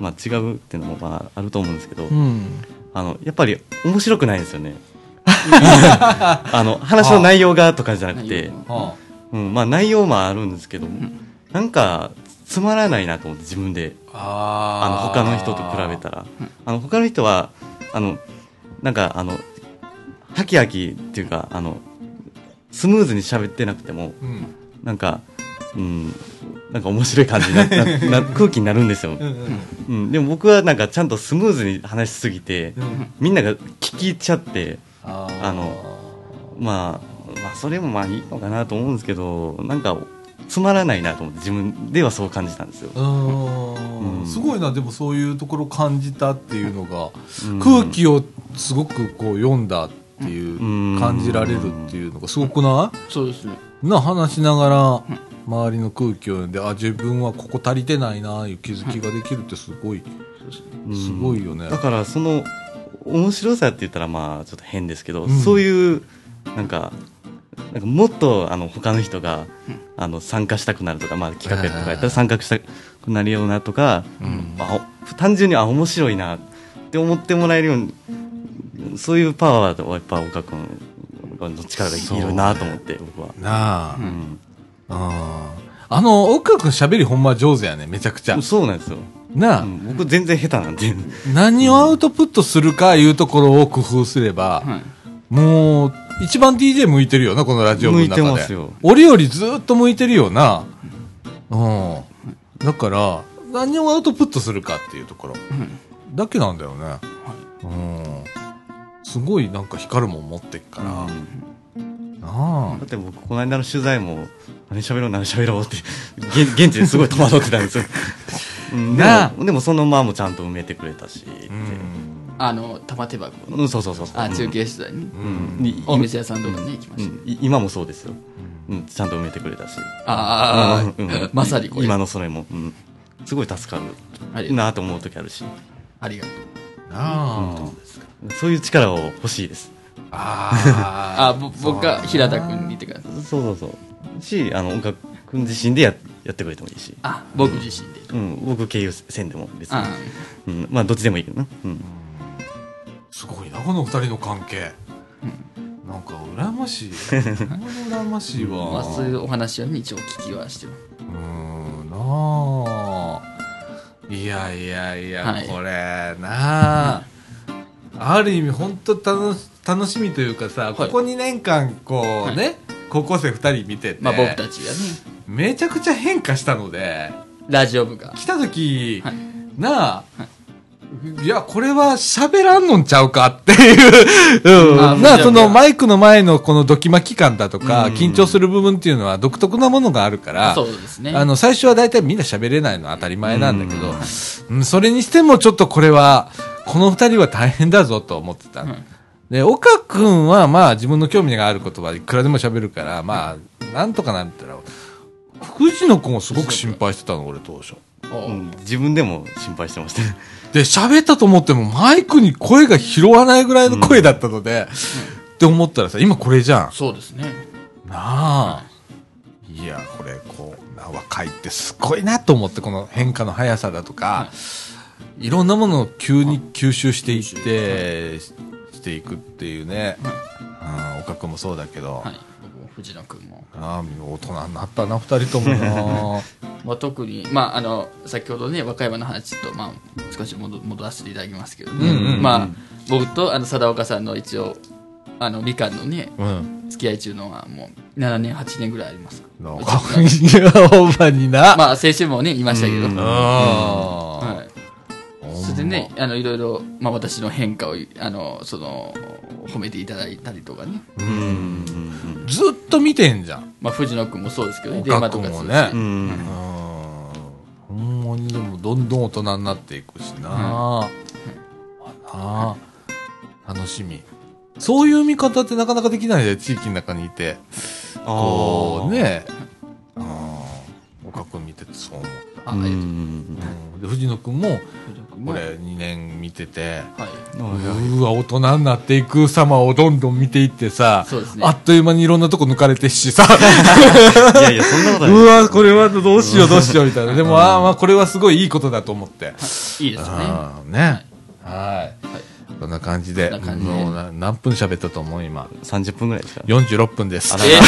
B: まあ、違うっていうのも、まあ、あると思うんですけど、
A: うん
B: あのやっぱり面白くないですよ [laughs] ね。あの話の内容がとかじゃなくて。
A: あ
B: うん、まあ内容もあるんですけど、なんかつまらないなと思って自分であの
A: あ
B: 他の人と比べたら、あの他の人はあのなんかあのハキハキっていうかあのスムーズに喋ってなくても
A: うん
B: なんか、うん、なんか面白い感じにななな空気になるんですよ、
A: うんうん
B: うん、でも僕はなんかちゃんとスムーズに話しすぎて
A: うん
B: みんなが聞き入っちゃって
A: あー
B: あのまあ、まあそれもまあいいのかなと思うんですけどなんかつまらないなと思って自分ではそう感じたんですよ、
A: うん
B: うん
A: すごいなでもそういうところ感じたっていうのが、
B: うん
A: 空気をすごくこう読んだっていう、
B: うん
A: 感じられるっていうのがすごくない、
D: そうですね
A: な話しながら周りの空気を読んであ自分はここ足りてないないう気づきができるってすごい、
B: うん
A: すごいよね
B: だからその面白さって言ったらまあちょっと変ですけど、
A: うん
B: そういうなんかなんかもっとあの他の人が、あの参加したくなるとか、まあ、企画やとかやったら参画したくなるようなとか、あお単純にあ面白いなって思ってもらえるようにそういうパワーはやっぱ岡君の力がいるなと思って、僕は。
A: なあ、うん
B: ん
A: あの奥川君喋りほんま上手やねめちゃくちゃ
B: そうなんですよ、
A: なあ、
B: うん僕全然下手なんで
A: 何をアウトプットするかいうところを工夫すれば、
D: はい
A: もう一番 DJ 向いてるよなこのラジオ部の中で
B: 向いてますよ
A: 俺よりずっと向いてるよなうんだから何をアウトプットするかっていうところだけなんだよね、うんすごいなんか光るもん持ってっから、なあ
B: だって僕この間の取材も何喋ろう何喋ろうって現現地ですごい戸惑ってたんですよ、 [laughs] うんで
A: なあ
B: もでもそのままもちゃんと埋めてくれたし、
A: うん
D: あの玉手箱
B: うんそうそうそうそう
D: あ中継取材に
B: うんい
D: お店屋さんとかね行きま
B: う
D: した
B: んい今もそうですよ、うん、ちゃんと埋めてくれたし
D: あ
B: うんう
D: あ
B: ん
D: まさにこれ
B: 今のそれも、うん、すごい助か
D: あり
B: るなあと思う時あるし、
D: ありがとう
A: なあ、
B: うんそういう力を欲しいです
A: あ
D: あぼ僕は平田君にってか
B: そうそうそうしあの音楽君自身でややってくれてもいいし
D: あ僕自身で
B: うん、僕経由せんでも別に
D: あ、
B: うん、まあどっちでもいいけどな、うん、
A: すごいなこの二人の関係、なんか羨ましいほんまに羨ましいわ、
B: [laughs]
D: まあそういうお話はね一応聞きはしてます
A: うーんなあいやいやいや、
D: はい
A: これなあある意味本当楽し楽しみというかさ、ここ2年間こうね、高校生2人見てて、
D: まあ僕たちがね
A: めちゃくちゃ変化したので
D: ラジオ部が
A: 来た時、
D: はい
A: なあ、いや、これは喋らんのんちゃうかって
D: [laughs]
A: いう。な
D: あ
A: あ、
D: じゃあ
A: そのマイクの前のこのドキマキ感だとか、
B: うん
A: 緊張する部分っていうのは独特なものがあるから、
D: そうですね
A: あの、最初は大体みんな喋れないのは当たり前なんだけど、うん、それにしてもちょっとこれは、この二人は大変だぞと思ってたの。
D: うん
A: で、岡くんはまあ自分の興味があることはいくらでも喋るから、まあ、なんとかなったら、藤野くんをすごく心配してたの、俺当初。
D: お
B: うん自分でも心配してました、
A: で、喋ったと思ってもマイクに声が拾わないぐらいの声だったので、って思ったらさ、今これじゃん。
D: そうですね
A: なあ。いや、これ、こう、な若いってすごいなと思って、この変化の速さだとか、い、ろんなものを急に吸収していって、ししていくっていうね。うん、岡君もそうだけど、
D: はい僕も藤野君も
A: ああ、大人になったな、二人とも
D: まあ、特に、まあ、あの先ほどね和歌山の話と、まあ、少し戻戻らせていただきますけどね、
A: うんうんうん
D: まあ、僕とあの貞岡さんの一応あのみかんのね
A: な。うん。
D: 付き合い中のはもう7年8年ぐらいありますか
A: なんか、
D: [laughs]
A: いや、ほんまにな。
D: まあ先週もね言いましたけど、
B: うん
A: あ
D: はい、それでねあのいろいろ、まあ、私の変化をあのその褒めていただいたりとかね、
B: うん
A: ずっと見てんじゃん。
D: まあ、藤野君もそうですけどね
A: 岡
D: と
A: 君
D: そ
A: も
D: う
A: ね。
D: で
B: う
D: すね
B: ん
A: うん。ほんまにでもどんどん大人になっていくしな。ああ、楽しみ。そういう見方ってなかなかできないで、地域の中にいて。こうね、あー岡君見ててそう思った。
D: あ、
B: うん
D: え
B: う
D: っ
B: ん
A: で藤野君も
D: と、
A: これ2年見てて、
D: はい。
A: うわ、大人になっていく様をどんどん見ていってさ、
D: そうですね
A: あっという間にいろんなとこ抜かれてっし
D: [laughs]
A: さ、
B: いやいやそんなこと
A: う
B: ない
A: わ、これはどうしようどうしようみ
D: [laughs]
A: たいな。でも、ああ、まあこれはすごいいいことだと思って。
D: いいですね。
A: あーね。はい。こんな感じで、
D: こんな感じで
A: もうな何分喋ったと思う今。
B: 30分ぐらいですか
A: 46分です。
D: え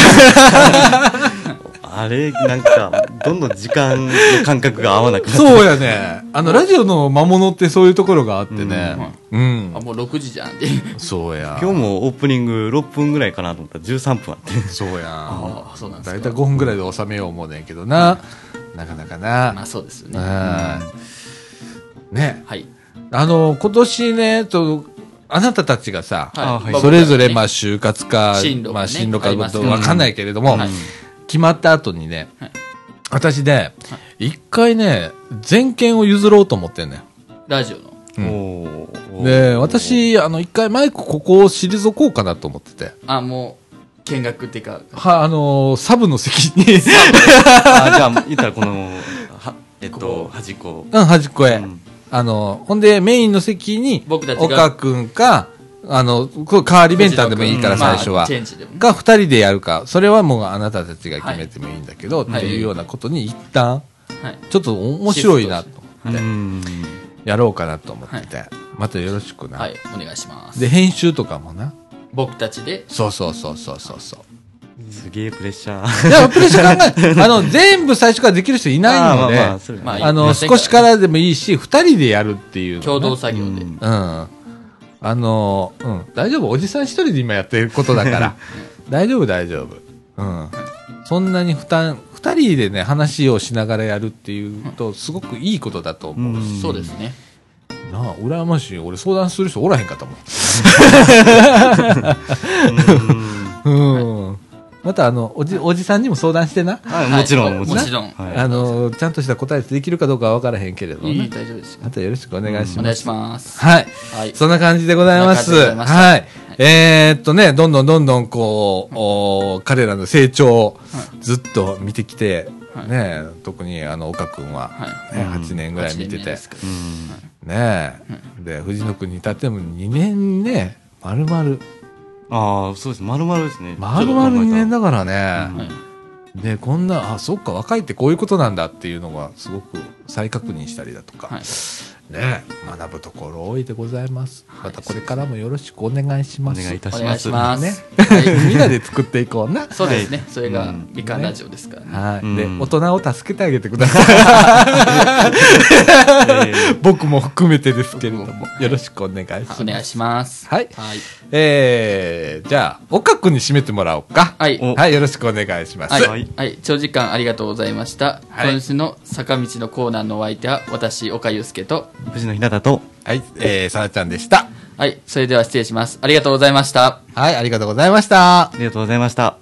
B: あれなんかどんどん時間の感覚が合わなくなって
A: そうやね。あの、ラジオの魔物ってそういうところがあってね。うん
D: あ、。もう6時じゃんって。
A: そうや。
B: 今日もオープニング6分ぐらいかなと思ったら13分あって
A: そうや。
D: ああ、そうなんです
A: だ
D: か。
A: いたい5分ぐらいで収めよう思うねんけどな。なかなか
D: まあ
A: な。
D: そうですよね。
A: はい。ね。
D: はい。
A: あの、今年ね、と、あなたたちがさ、
D: あはい
A: それぞれ、まあ、就活か、
D: 進路がね
A: まあ、進路
D: あ
A: か、
D: りますから
A: わかんないけれども、
D: はい
A: 決まった後にね、
D: はい
A: 私ね、一回ね、全権を譲ろうと思ってんねん。
D: ラジオの。
A: うん
B: お [laughs] ー
A: で、私、あの、一回マイクここを退こうかなと思ってて。
D: あ、もう、見学っていうか、
A: は、あのーサブの席に、
B: あじゃあ言ったらこのはえっと端っこ
A: うん、端っこへ。
B: うん
A: あのーほんで、メインの席に、
D: 僕たちが
A: 岡くんか、あの、こうカーリベンターでもいいから、
D: 藤野
A: 最
D: 君
A: 初
D: まあ
A: は
D: チ。ェンジでも。
A: が、二人でやるか。それはもうあなたたちが決めてもいいんだけど、
D: はい
A: っていうようなことに一旦、
D: はい。
A: ちょっと面白いなと
B: う
A: 思って、
B: ん
A: やろうかなと思ってて。またよろしくな。
D: はい、お願いします。
A: で、編集とかもな。
D: 僕たちで、
A: そうそうそうそうそうそう。
B: すげえプレッシャー [laughs]
A: いや、プレッシャー考え
D: [laughs]
A: ない、あの、全部最初からできる人いないので、
B: あーまあま
A: あ
B: あそれ
D: まあ
A: の、少しからでもいいし、二人でやるっていう、
D: 共同作業で。
B: うん
A: うん。あの、うん、大丈夫、おじさん一人で今やってることだから、大丈夫、大丈夫。うん。そんなに負担、二人でね、話をしながらやるっていうと、すごくいいことだと思う。
B: ん
D: そうですね。
A: なあ、羨ましい。俺、相談する人おらへんかったもん。
B: うん
A: [laughs] うん。また、あの、おじ、おじさんにも相談してな。
B: あもちろん
D: はい
B: もちろん
D: もちろん
B: はい
A: あの、ちゃんとした答えできるかどうかは分からへんけれども
D: い
A: ね
D: い、。大丈夫ですよ。
A: またよろしくお願いし
D: お
A: ま
D: 願い
A: す。
D: します。
A: はい。
D: はい。
A: そんな感じでございます。
D: そんな感じでございました
A: は。
D: はい
A: えーっとね、どんどんどんどんこう、おー彼らの成長をずっと見てきて、
D: はい
A: ね、特にあの、岡くんは、
D: はい
A: ね、8年ぐらい見て
D: 八年目
A: て
D: で、すけど
B: うん
A: ね、で、藤野くんに至っても2年ね、丸々、
B: ああそうです丸々ですね
A: 丸々2年
B: だ
A: だからね、
D: はい
A: で、こんな、あ、そっか、若いってこういうことなんだっていうのが、すごく再確認したりだとか、
D: はい。
A: ね、学ぶところ多いでございます。またこれからもよろしくお願いし
B: お
A: ます。
B: 願いいた
D: お
B: し
D: 願
B: ま
D: い
B: す
D: します。
A: ね
D: はい。
A: みんなで作っていこうな。
D: [laughs] そうですね
B: は。
D: それが
B: うん、
D: みかんラジオですからね。
A: はい。で、
B: うん
A: 大人を助けてあげてください。
B: えー
A: [laughs] 僕も含めてですけれども、よろしくお願いします。
D: お願いします。
A: はい
D: はい。
A: えー、じゃあ、岡君に締めてもらおうか。
D: はい
B: お
A: はい、よろしくお願いします。
D: は
B: はいい、
D: はい、長時間ありがとうございました、
A: はい
D: 今週の坂道のコーナーのお相手は私岡祐介と
B: 藤野ひなたと
A: はい、えー、さなちゃんでした。
D: はいそれでは失礼しますありがとうございました
A: はい、ありがとうございました
B: あ。りがとうございました